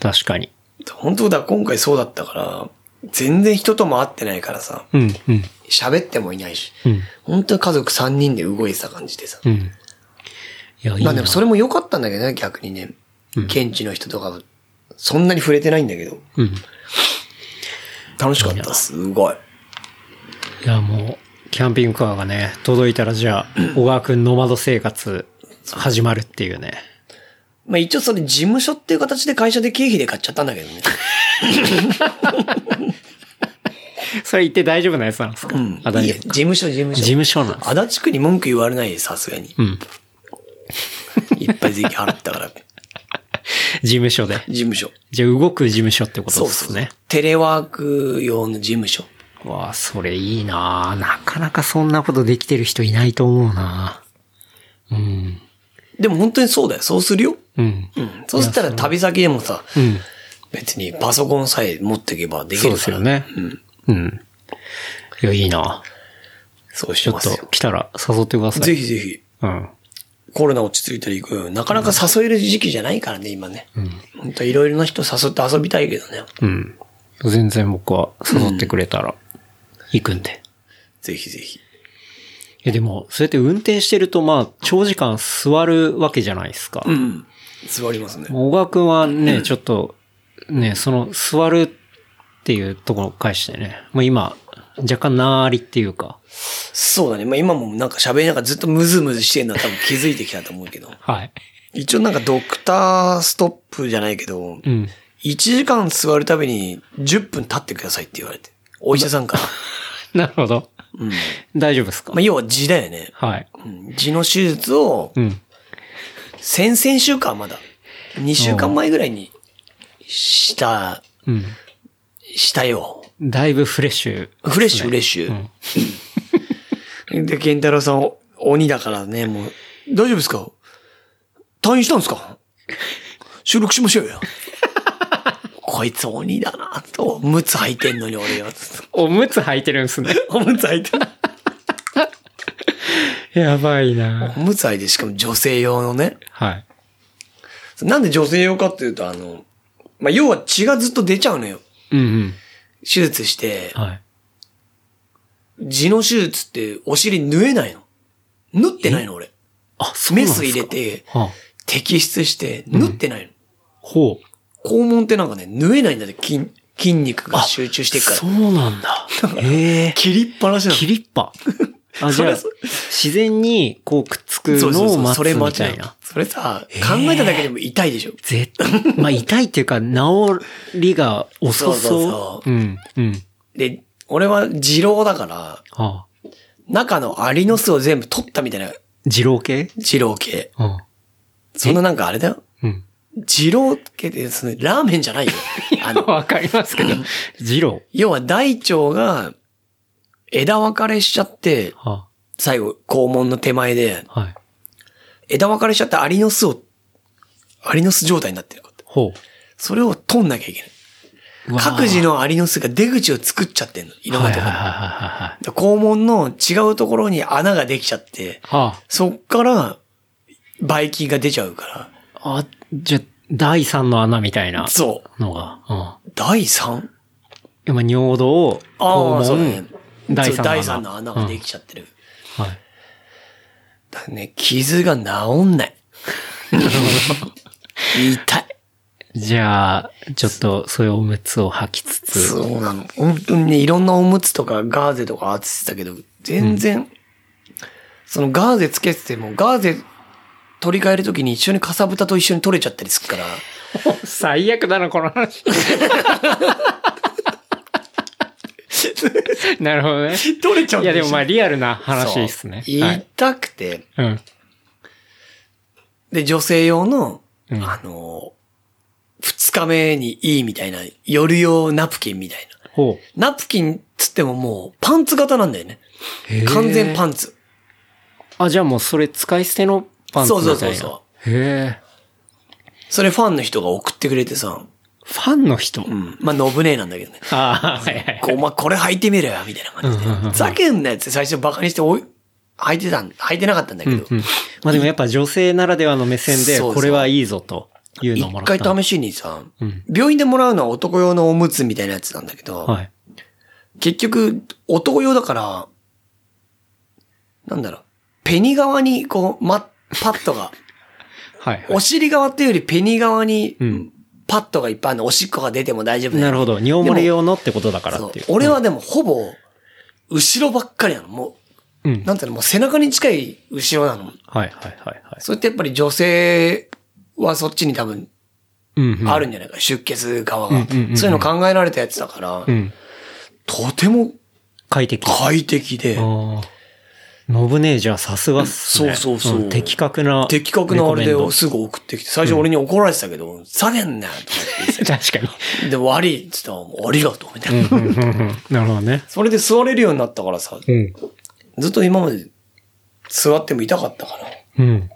確かに。
本当だ、今回そうだったから、全然人とも会ってないからさ、
うん、うん。
喋ってもいないし、
うん
本当に家族3人で動いてた感じでさ。
うん。いや、いい
まあ
な。
でもそれも良かったんだけどね、逆にね。現地の人とか、そんなに触れてないんだけど、
うん。
楽しかった、すごい。
いや、もう、キャンピングカーがね、届いたらじゃあ、小川くんノマド生活、始まるっていうね。
まあ一応それ事務所っていう形で会社で経費で買っちゃったんだけどね。
それ言って大丈夫なやつなんですか、
うん。
あ、大
いいや
丈
事
夫か。
務所、事務所。
事務所なんです
足立区に文句言われないで、さすがに。
うん。
いっぱい税金払ったから。
事務所で。
事務所。
じゃあ動く事務所ってこと
そう
で
そ
す
う、
ね。
テレワーク用の事務所。
わあ、それいいなあなかなかそんなことできてる人いないと思うなあうん。
でも本当にそうだよ。そうするよ。
うん。
うん。そうしたら旅先でもさ、
うん。
別にパソコンさえ持っていけばでき
そう
るから。
ですよね。
うん。
うん。いや、いいなあ
そう
ち
し
ょ
ま
っ
す
と
よ。
来たら誘ってください。
ぜひぜひ、
うん。
コロナ落ち着いたら行くよ。なかなか誘える時期じゃないからね、今ね。本当いろいろな人誘って遊びたいけどね。
うん。全然僕は誘ってくれたら、行くんで。
ぜひぜひ。
いやでも、そうやって運転してると、まあ、長時間座るわけじゃないですか。
うん。座りますね。
小川くんはね、ちょっと、ね、その、座るっていうところを返してね、もう今、若干なーりっていうか。
そうだね。まあ今もなんか喋りながらずっとムズムズしてんのは多分気づいてきたと思うけど。
はい。
一応なんかドクターストップじゃないけど、
うん。
1時間座るたびに10分立ってくださいって言われて。お医者さんから。
なるほど。
うん。
大丈夫ですか
まあ要は痔だよね。
はい。
うん痔の手術を
うん。
先々週間まだ。2週間前ぐらいにした、
うん。
したよ。
だいぶフレッシュ。
フレッシュ、フレッシュ。 で、ケンタロウさん、お鬼だからね、もう、大丈夫ですか退院したんですか収録しましょうよ。 こいつ鬼だなと、ムツ履いてんのに 俺よ。
おむつ履いてるんですね。
おむつ履いてる。
やばいな
おむつ履いて、しかも女性用のね。
はい。
なんで女性用かっていうと、あの、まあ、要は血がずっと出ちゃうのよ。
うんうん。
手術して、
はい。
痔の手術ってお尻縫えないの。縫ってないの俺。
あ、そ
メス入れ。て、
はあ、
摘出して、縫ってないの。
ほう。
肛門ってなんかね、縫えないんだって筋、筋肉が集中してっか
そ
ら。
うなんだ。ええ
切りっぱなしなの。
切りっぱ。 あ、じ
そ
ゃ
れ
あ、自然にこうくっつく
そうそう
の
そ
を
う
待つ
それ
み
待ち
た
ないの
な。
それさ
え、
考
ー
えただけでも痛いでしょ。
絶対、 まあ痛いっていうか、治りが遅そう。
そうそうそう
うん、うん。
で、俺は二郎だから、
はあ。
中のアリの巣を全部取ったみたいな
二郎系
二郎系。
うん。
そんななんかあれだよ。
うん。
二郎系って、そのラーメンじゃない よ。あの、
わかります けど。二郎。
要は大腸が枝分かれしちゃって、
は
最後肛門の手前で、
あ、はい。
枝分かれしちゃってアリの巣を、アリの巣状態になってるから。
ほ
それを取んなきゃいけない。
う。うわー
各自のアリの巣が出口を作っちゃってんの。いろんなとこ
は
ろに
いはいはいはいはい。
で肛門の違うところに穴ができちゃって、
は
そっから、バイキンが出ちゃうか
あ。あ、じゃあ、第三の穴みたいな
ら。そう。
のが。うん。
第 3?
今、尿道を、
ああ、
肛
そうだね
門、。第
そう
三の穴。
第三の穴ができちゃってる。
うんはい。
だからね、傷が治ん ない。痛い。
じゃあ、ちょっと、そういうおむつを履きつつ。
そうなの。本当にね、いろんなおむつとかガーゼとか当ててたけど、全然、そのガーゼつけてても、ガーゼ取り替えるときに一緒にかさぶたと一緒に取れちゃったりするから、
最悪だな、こ の話。なるほどね。
取れちゃうん
いや、でもまあ、リアルな話
そう
ですね。はい。
痛くて、
うん。
で、女性用の、
うん
あの、二日目にいいみたいな、夜用ナプキンみたい
ほう。
な。ナプキンつってももう、パンツ型なんだよね。完全パ
ン。
ンツ。
あ、じゃあもうそれ使い捨てのパンツみたいな。
そうそうそうそ
へえ。
それファンの人が送ってくれてさ、
ファンの人。
うん。まあ、ノブネなんだけどね。
ああ、はいはい。
こう、お前これ履いてみろよ、みたいな感じで
うんうんうんうん。
ふざけんなやつ最初バカにしておい、履いてたん、履いてなかったんだけど
う、んまあでもやっぱ女性ならではの目線で、
そうそう
これはいいぞというのをも
一
らった。
回試しにさ、
うん
病院でもらうのは男用のおむつみたいなやつなんだけど、
はい。
結局、男用だから、なんだろう、ペニ側に、こう、ま、パッド が、
はい、は
お尻側っていうよりペニ側に
うん、
パッドがいっぱいあるの、おしっこが出ても大丈夫
い。なるほ
ど。
ど。尿漏れ用のってことだから
そう
っていう。
俺はでも、ほぼ、後ろばっかりなの。も
うん、う
う、
ん。
なんていうの、もう背中に近い後ろなの。
はいはいはいはい。
それってやっぱり女性はそっちに多分、
うん、うん。
あるんじゃないか、出血側が、
うんうんうんうん
そういうの考えられたやつだから、
うん。
とても
快適。
快適で、
ああ。ノブネージャーさすがっすね。
そうそうそうん
的確な。
的確なあれ
レコメンド
ですぐ送ってきて、最初俺に怒られてたけど、下げんなよとか
確かに。
言ってで、悪いっつったら、ありがとうみたいな。
うんうんうんなるほどね。
それで座れるようになったからさ、
うん。
ずっと今まで座っても痛かったから、
うん。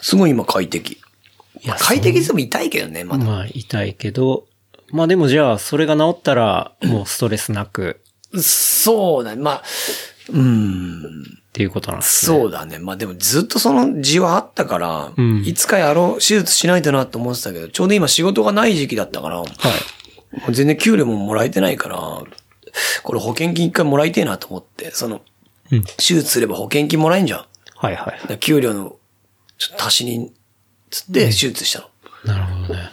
すごい今快適。
いや
快適でも痛いけどね、まだ。
まあ、痛いけど。まあでもじゃあ、それが治ったら、もうストレスなく
そうだね、まあ、うん。
っていうことなんですね。
そうだね。まあでもずっとその字はあったから、
うん
いつかやろう、手術しないとなと思ってたけど、ちょうど今仕事がない時期だったから、もう全然給料ももらえてないから、これ保険金一回もらいてえなと思って、その、
うん
手術すれば保険金もらえんじゃん。だか
はいはい。
ら給料の、ちょっと足しに、つって手術したの。
なるほどね。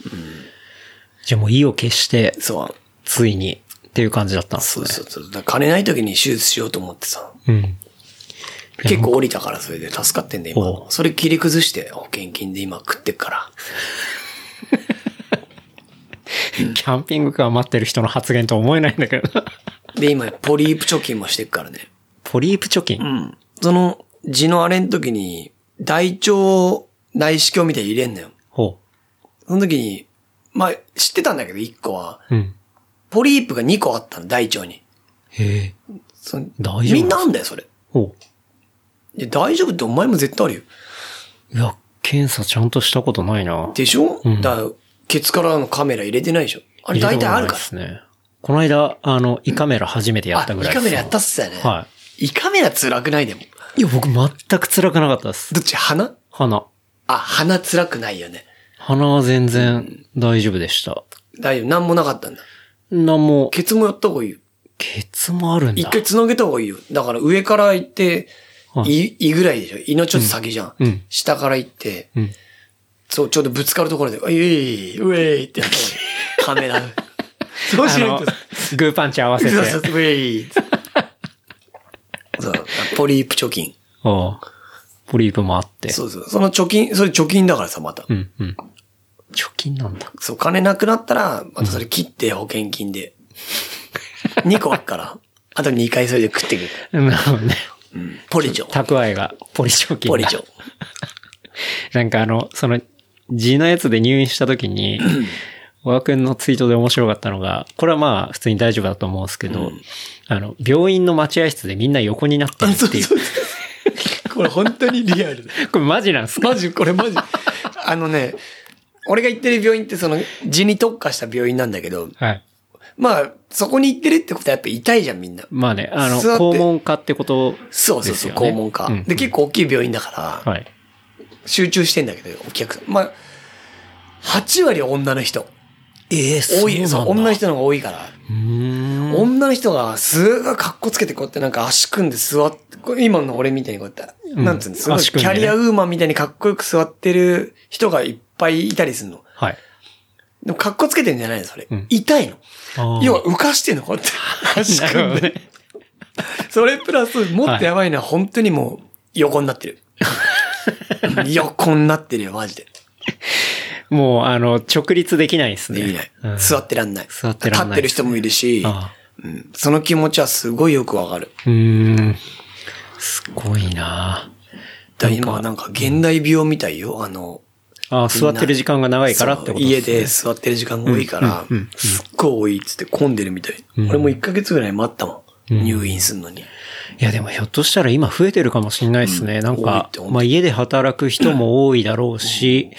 じゃあもう意を決して、
そう。
ついにっていう感じだったんです
そ
ね
う。そうそう。だから金ない時に手術しようと思ってさ。
うん。
結構降りたからそれで助かってんだよ、
お
今。
う
それ切り崩して保険金で今食ってっから。
キャンピングカー待ってる人の発言と思えないんだけどな
で、今ポリープ貯金もしてっからね。
ポリープ貯金、
うん。その、痔のあれの時に、大腸内視鏡みたいに入れんのよ。
ほ
その時に、まあ、知ってたんだけど、1個は、
う。うん。
ポリープが2個あったの、大腸に。
へえ。
その
大丈夫なんですか
みんなあんだよ、それ。
ほ
いや大丈夫ってお前も絶対あるよ。
う。いや、検査ちゃんとしたことないな。
でしょ、
うん
だから、ケツからのカメラ入れてないでしょあれ大体あるか
入れたことないで
ら。
すね。この間、あの、胃カメラ初めてやったぐらい
あ、
で
胃カ
す
メラやったっすよね。。
はい
胃カメラ辛くないでも。
い。いや、僕全く辛くなかったです。
どっち鼻
鼻。
あ、鼻辛くないよね。
鼻は全然大丈夫でした。
大丈夫。なんもなかったんだ。
なんも、
ケツもやった方がいいよ。
ケツもあるんだ。
一回繋げた方がいいよ。だから上から行って、
はい
胃、胃ぐらいでしょ胃のちょっと先じゃん。
うんうん
下から行って、
うん。
そう、ちょうどぶつかるところで、うえい、うえいってやった方がいいカメラ。 そうしないと。
あのグーパンチ合わせて。
そうそうそう、ウェイ。そう、ポリープ貯金。
ああポリープもあって。
そうそう。その貯金、それ貯金だからさ、また。
うん、うん。貯金なんだ。
そう、金なくなったら、またそれ切って保険金で。2個あっから。あと2回それで食ってくる。
なるほどね。
ポリジョ。
蓄えが、ポリ貯金だ。
ポリジョ。
なんかあの、その、G のやつで入院した 時に、小川くんのツイートで面白かったのが、これはまあ普通に大丈夫だと思うんですけど、あの、病院の待合室でみんな横になってる
そう
っていう。
そう。これ本当にリアルだ。
これマジなんです か
マジ、これマジ。あのね、俺が行ってる病院ってその、地に特化した病院なんだけど、
はい。
まあ、そこに行ってるってことはやっぱ痛いじゃん、みんな。
まあね、あの、
座って
肛門科ってことですよ
そう
ね。
そうそう、肛門科。
うん
で、結構大きい病院だから、
はい。
集中してんだけど、お客さん。まあ、8割女の人。
ええ
多い、そう女の人の方が多いから。
うん。
女の人が、すごいかっこつけて、こうやってなんか足組んで座って、こう今の俺みたいにこうやって、
うん
なんつうの、すごい
足
キ
組んで
ャ
ね
リアウーマンみたいにかっこよく座ってる人がいっぱいいたりするの。
はい。
でもかっこつけてんじゃないの、それ。
うん
痛いの。
あー
要は浮かしてんの、こうやって。足
なる
組ん
ほど
で。
ね。
それプラス、もっとやばいのは本当にもう、横になってる。横になってるよ、マジで。
もう、あの、直立できないですね。
できない
うん。
座ってらんない。
座ってらんな
立って
い
る人もいるし、
あ
うんその気持ちはすごいよくわかる。
ーうーん。すごいな
だから今はなんか現代病みたいよ。あの、
ああ、座ってる時間が長いからってこと
そう
で
家
すね
で座ってる時間が多いから、
うんうんうん
すっごい多いっつって混んでるみたい。
うん
俺も1ヶ月ぐらい待ったもん。
うん
入院するのに。
いやでもひょっとしたら今増えてるかもしれないですね。なん
多いっ
か
て本、当
まあ家で働く人も多いだろうし、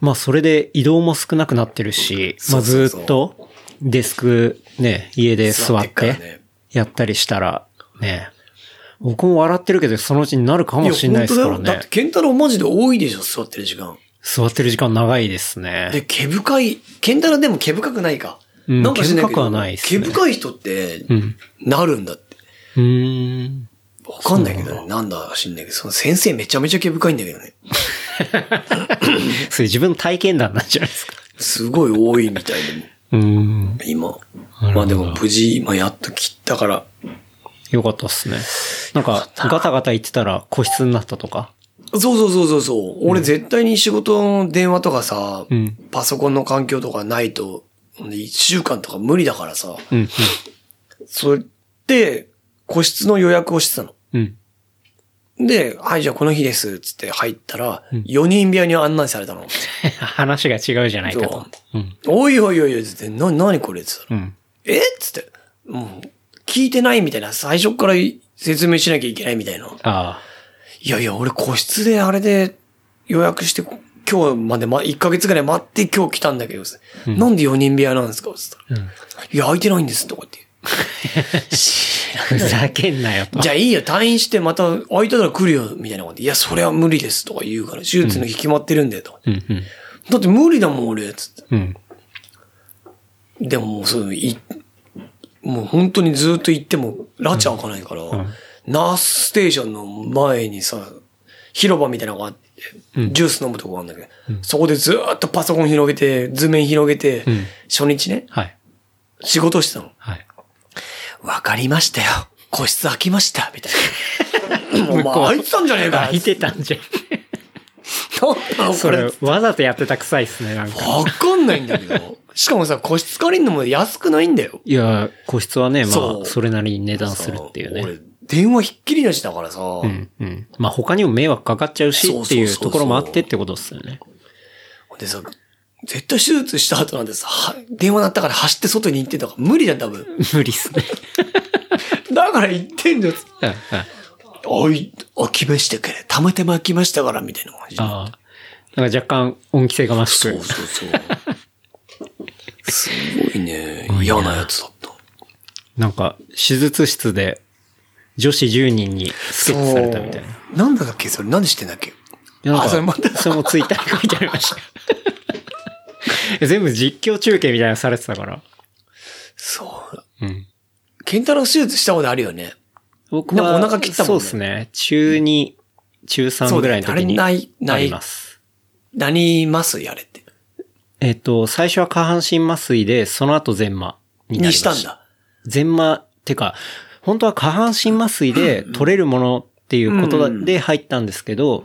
まあそれで移動も少なくなってるし、ま
そ
あ
うそう
ず
そう
っとデスクね、家で座
座っ
って
からね
てやったりしたらね、僕も笑ってるけどそのうちになるかもしれないですから
いや本当だよ。だ
ね
って、。ケンタロウマジで多いでしょ、座ってる時間。
座ってる時間長いですね
で、。毛深い、ケンタロウでも毛深くないか。
うん
なんか知んけど
毛深くはないっすね
毛深い人って
う、ん。
なるんだって。
うーん。
わかんないけどね。なんだ、知んないけど。その先生めちゃめちゃ毛深いんだけどね。
それ自分の体験談なんじゃないですか。
すごい多いみたいでも、
うーん。
今。
なるほど
まあでも無事、今やっと切ったから。
よかったっすね。なんか、ガタガタ言ってたら個室になったとか。
そうそうそうそうそう。俺絶対に仕事の電話とかさ、
うん
パソコンの環境とかないと、1週間とか無理だからさ、
うん。うん
それで、個室の予約をしてたの。
うん。
で、はい、じゃあこの日です、つって入ったら、
うん
4人部屋に案内されたの。
話が違うじゃないかと。うん。
おいおいおいおい、つって、な、なにこれつって
うん。
言ったら、えつって、もう、聞いてないみたいな、最初から説明しなきゃいけないみたいな。
あ
いやいや、俺個室であれで予約して、今日まで、ま、1ヶ月ぐらい待って今日来たんだけど、なんで4人部屋なんですかつったらいや、空いてないんですとかって言う。知ら
あ。ふざけんなよ と。
んじゃあいいよ、退院してまた空いたら来るよ、みたいなこと言って。いや、それは無理ですとか言うから、手術の日決まってるんだよと。
うんうん。
だって無理だもん、俺、つって。
うん。
でももう、そうい、もう本当にずっと行っても、ラチャ開かないから、
ん
ナースステーションの前にさ、広場みたいなのがあって、ジュース飲むとこがあるんだけど、そこでずーっとパソコン広げて、図面広げて、
うん
初日ね、
はい。
仕事してたの。
はい。
わかりましたよ。個室空きました。みたい な。もう、まあ、空いてたんじゃねえか。
泣いてたんじゃん。
なんなのこ
そ
れ。
れ
わ、
わざとやってた臭いっすね、なんか。
かんないんだけど。 しかもさ、個室借りんのも安くないんだよ。
いや、個室はね、ま
そ
あ、
う
それなりに値段するっていう
俺
ね。、
電話ひっきりなしだからさ。
うん、うん。まあ、他にも迷惑かかっちゃうし
そうそ
って
うそう
い
そう
うところもあってってことっすよね。
でさ、絶対手術した後なんてさ、は電話鳴ったから走って外に行ってたから無理だよ、多分。
無理っすね。
だから行ってんじゃん。
うんうん
おい、空きましたから、たまたま空きましたから、みたいな感じで。
ああ。なんか若干恩着せが増し
そ
く
う。そうそう。 すごいね。嫌なやつだった。
なんか、手術室で女子10人にスケッチされたみたいな。い
なんだっけそれ、なんでしてんだっけ
やなんか
あそれまた
それもツイッターに書いてありました。全部実況中継みたいなのされてたから。
そう。
うん。
ケンタロウ手術したことあるよね。
僕
なん
は、
かお腹切ったもんね
そうですね。中2、中3ぐらいの時
そう
に。
だよねあれないない
あります。
なりますやれって。
えっ、と、最初は下半身麻酔で、その後全麻になりま
に
し。
したたん。だ。
全麻、てか、本当は下半身麻酔で取れるものっていうこと
うん
で入ったんですけど、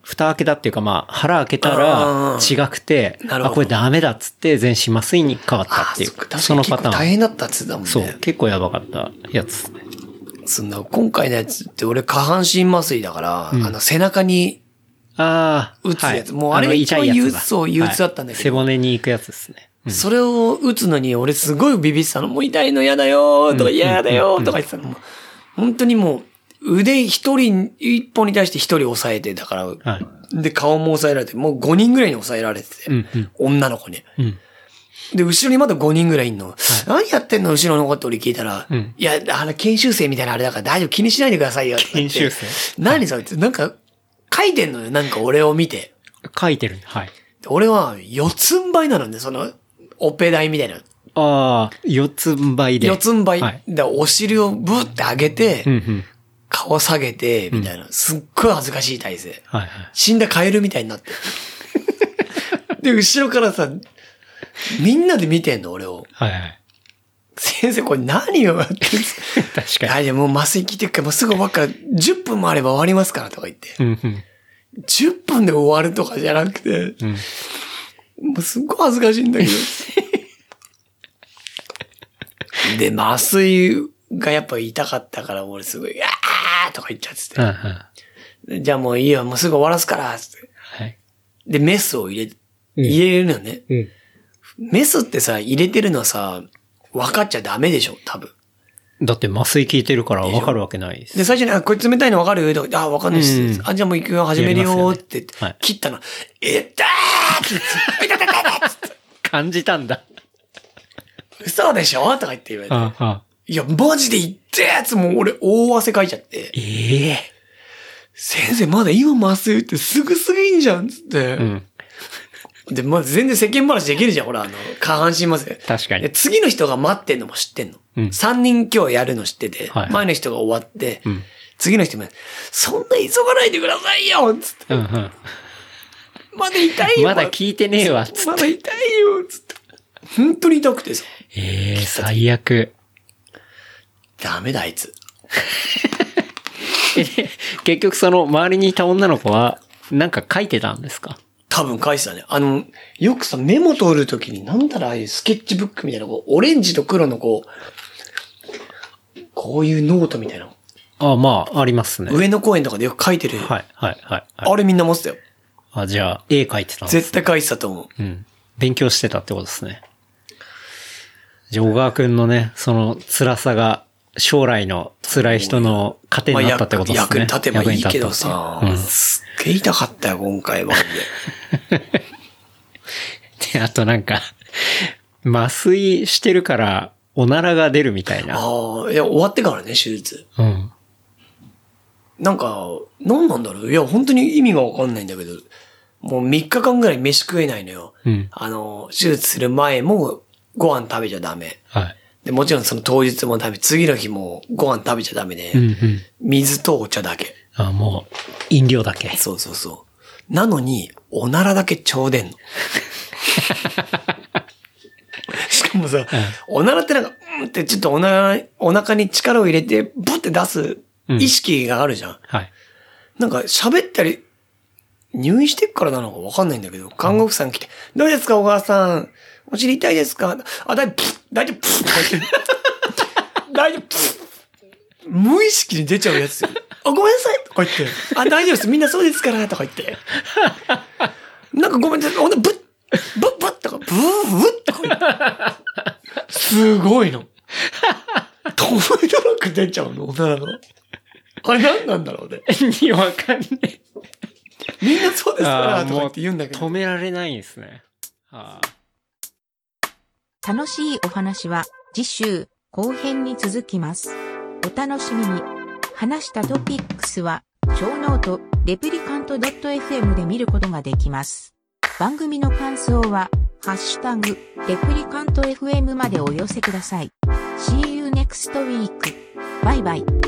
蓋開けたっていうかまあ、腹開けた
あ
ら違
ー
くて、
なるほど
あ、これダメだっつって全身麻酔に変わったってい
あそか
う。
確
そ
かに
の
結
パ
構
タ
大
ーン。
変だったって言ってたもんね。
そう、結構やばかったやつ。
そんな、今回のやつって俺下半身麻酔だから、あの背中に、
ああ。
打つやつもうあれ
の
が一番
痛いや
憂
つだ
鬱そう憂鬱だったんだけど
はい背骨に行くやつですね。
それを打つのに俺すごいビビってたの。もう痛いの嫌だよーとか嫌だよーとか言ってたの。もう本当にもう腕一人、一本に対して一人抑えて、だから、
はい。
で顔も抑えられて、もう5人ぐらいに抑えられてて、
うんうん
女の子に。
うん。
で、後ろにまだ5人ぐらいいんの。何やってんの後ろの子って俺聞いたら、
うん
いや、あの、研修生みたいなあれだから大丈夫、気にしないでくださいよって言って。
研修生
何それって、なんか、書いてんのよ、なんか俺を見て。
書いてるんだはい。
で俺は、四つん這いなのね、その、オペ台みたいな。
ああ、四つん這いで。
四つん這い。
はい。
で、お尻をブーって上げて、
うんうん。
顔下げて、みたいな。すっごい恥ずかしい体勢。
はいはい。
死んだカエルみたいになって。 で、後ろからさ、みんなで見てんの、俺を。
はいはい。
先生、これ何をやってんですか
確
い
か
や、じゃあもう麻酔切ってくから、もうすぐばっか、10分もあれば終わりますからとか言って。
に。うんうん。
10分で終わるとかじゃなくて、
ん
もうすっごい恥ずかしいんだ けど。で、麻酔がやっぱ痛かったから、俺すごい、あーとか言っちゃって
はい
て
は
で。じゃあもういいよ、もうすぐ終わらすから、つって。
い。
で、メスを入れ、入れるのね。
うん。
メスってさ、入れてるのはさ、分かっちゃダメでしょ、多分。
だって麻酔効いてるからわかるわけないです。
で、最初に、あ、これ冷たいの分かるとか、あ、分かんないっす、
うん
あ、じゃあもう行くよ、始めるよーって、
やりますよねはい
切ったの。えったーって言って、痛い痛い痛い痛いっつって
感じたんだ。
嘘でしょとか言って言われて。
ああ。
いや、マジで言ってやつもう俺大汗かいちゃって。
ええ。
先生、まだ今麻酔打ってすぐすぎんじゃんっつって。
うん。
で、まあ全然世間話できるじゃん、ほら、あの、下半身麻酔。
確か
で
に。
次の人が待ってんのも知ってんの。
うん
3人今日やるの知ってて、
はい
前の人が終わって、
ん
次の人も、そんな急がないでくださいよっつって、
うんうん。
まだ痛いよ
まだ効いてねえわ、つっ
まだ痛いよつって。本当に痛くてさ。
て。ええ、最悪。
ダメだ、あいつ。
結局その周りにいた女の子は、なんか書いてたんですか
多分返したね。あの、よくさ、メモ取るときに、なんだろう、ああいうスケッチブックみたいな、こう、オレンジと黒のこう、こういうノートみたいな。
ああ、まあ、ありますね。はい
上野公園とかでよく書いてる。
はいはいはい。
あれみんな持ってたよ。
あ、じゃあ、絵描いてたんです
絶対返したと思う。
うん。勉強してたってことですね。じゃあ、小川くんのね、その辛さが、将来の辛い人の糧
まあ
になったってことですね。
役に立てばいいけどさ、
役に立っ
すっげえ痛かったよ、今回は。
たっていう。で、あとなんか、 麻酔してるから、おならが出るみたいな。
ああ、いや、終わってからね、手術。
うん。
なんか、何なんだろういや、本当に意味がわかんないんだけど、もう3日間ぐらい飯食えないのよ。
うん
あの、手術する前もご飯食べちゃダメ。
はい。
で、もちろんその当日もダメ、次の日もご飯食べちゃダメで、
うんうん。
水とお茶だけ。
あ、もう、飲料だけ。
そうそうそう。なのに、おならだけちょう でんの。しかもさ、おならってなんか、うーンってちょっとおなお腹に力を入れて、ブって出す意識があるじゃん。
はい。
なんか喋ったり、入院してっからなのかわかんないんだけど、看護婦さん来て、どうですか、小川さん。お尻痛いですかあ、大丈夫、プッ大丈夫、プッってやって大丈夫、プッ無意識に出ちゃうやつよ。あ、ごめんなさいとか言って。あ、大丈夫です。みんなそうですからとか言って。なんかごめんなさい。ほんで、ぶっ、ぶっ、ぶっとか、ぶーぶっとか言って。すごいの。と思いどなく出ちゃうの、女の子。あれ何なんだろうね。
意味わかんない。
みんなそうですか
あ
ら
ー
とか言って言うんだけ
止
ど。
められないんですね。ああ。
楽しいお話は次週後編に続きます。お楽しみに。話したトピックスは、超ノート、レプリカント .fm で見ることができます。番組の感想は、ハッシュタグ、レプリカント fm までお寄せください。See you next week. バイバイ。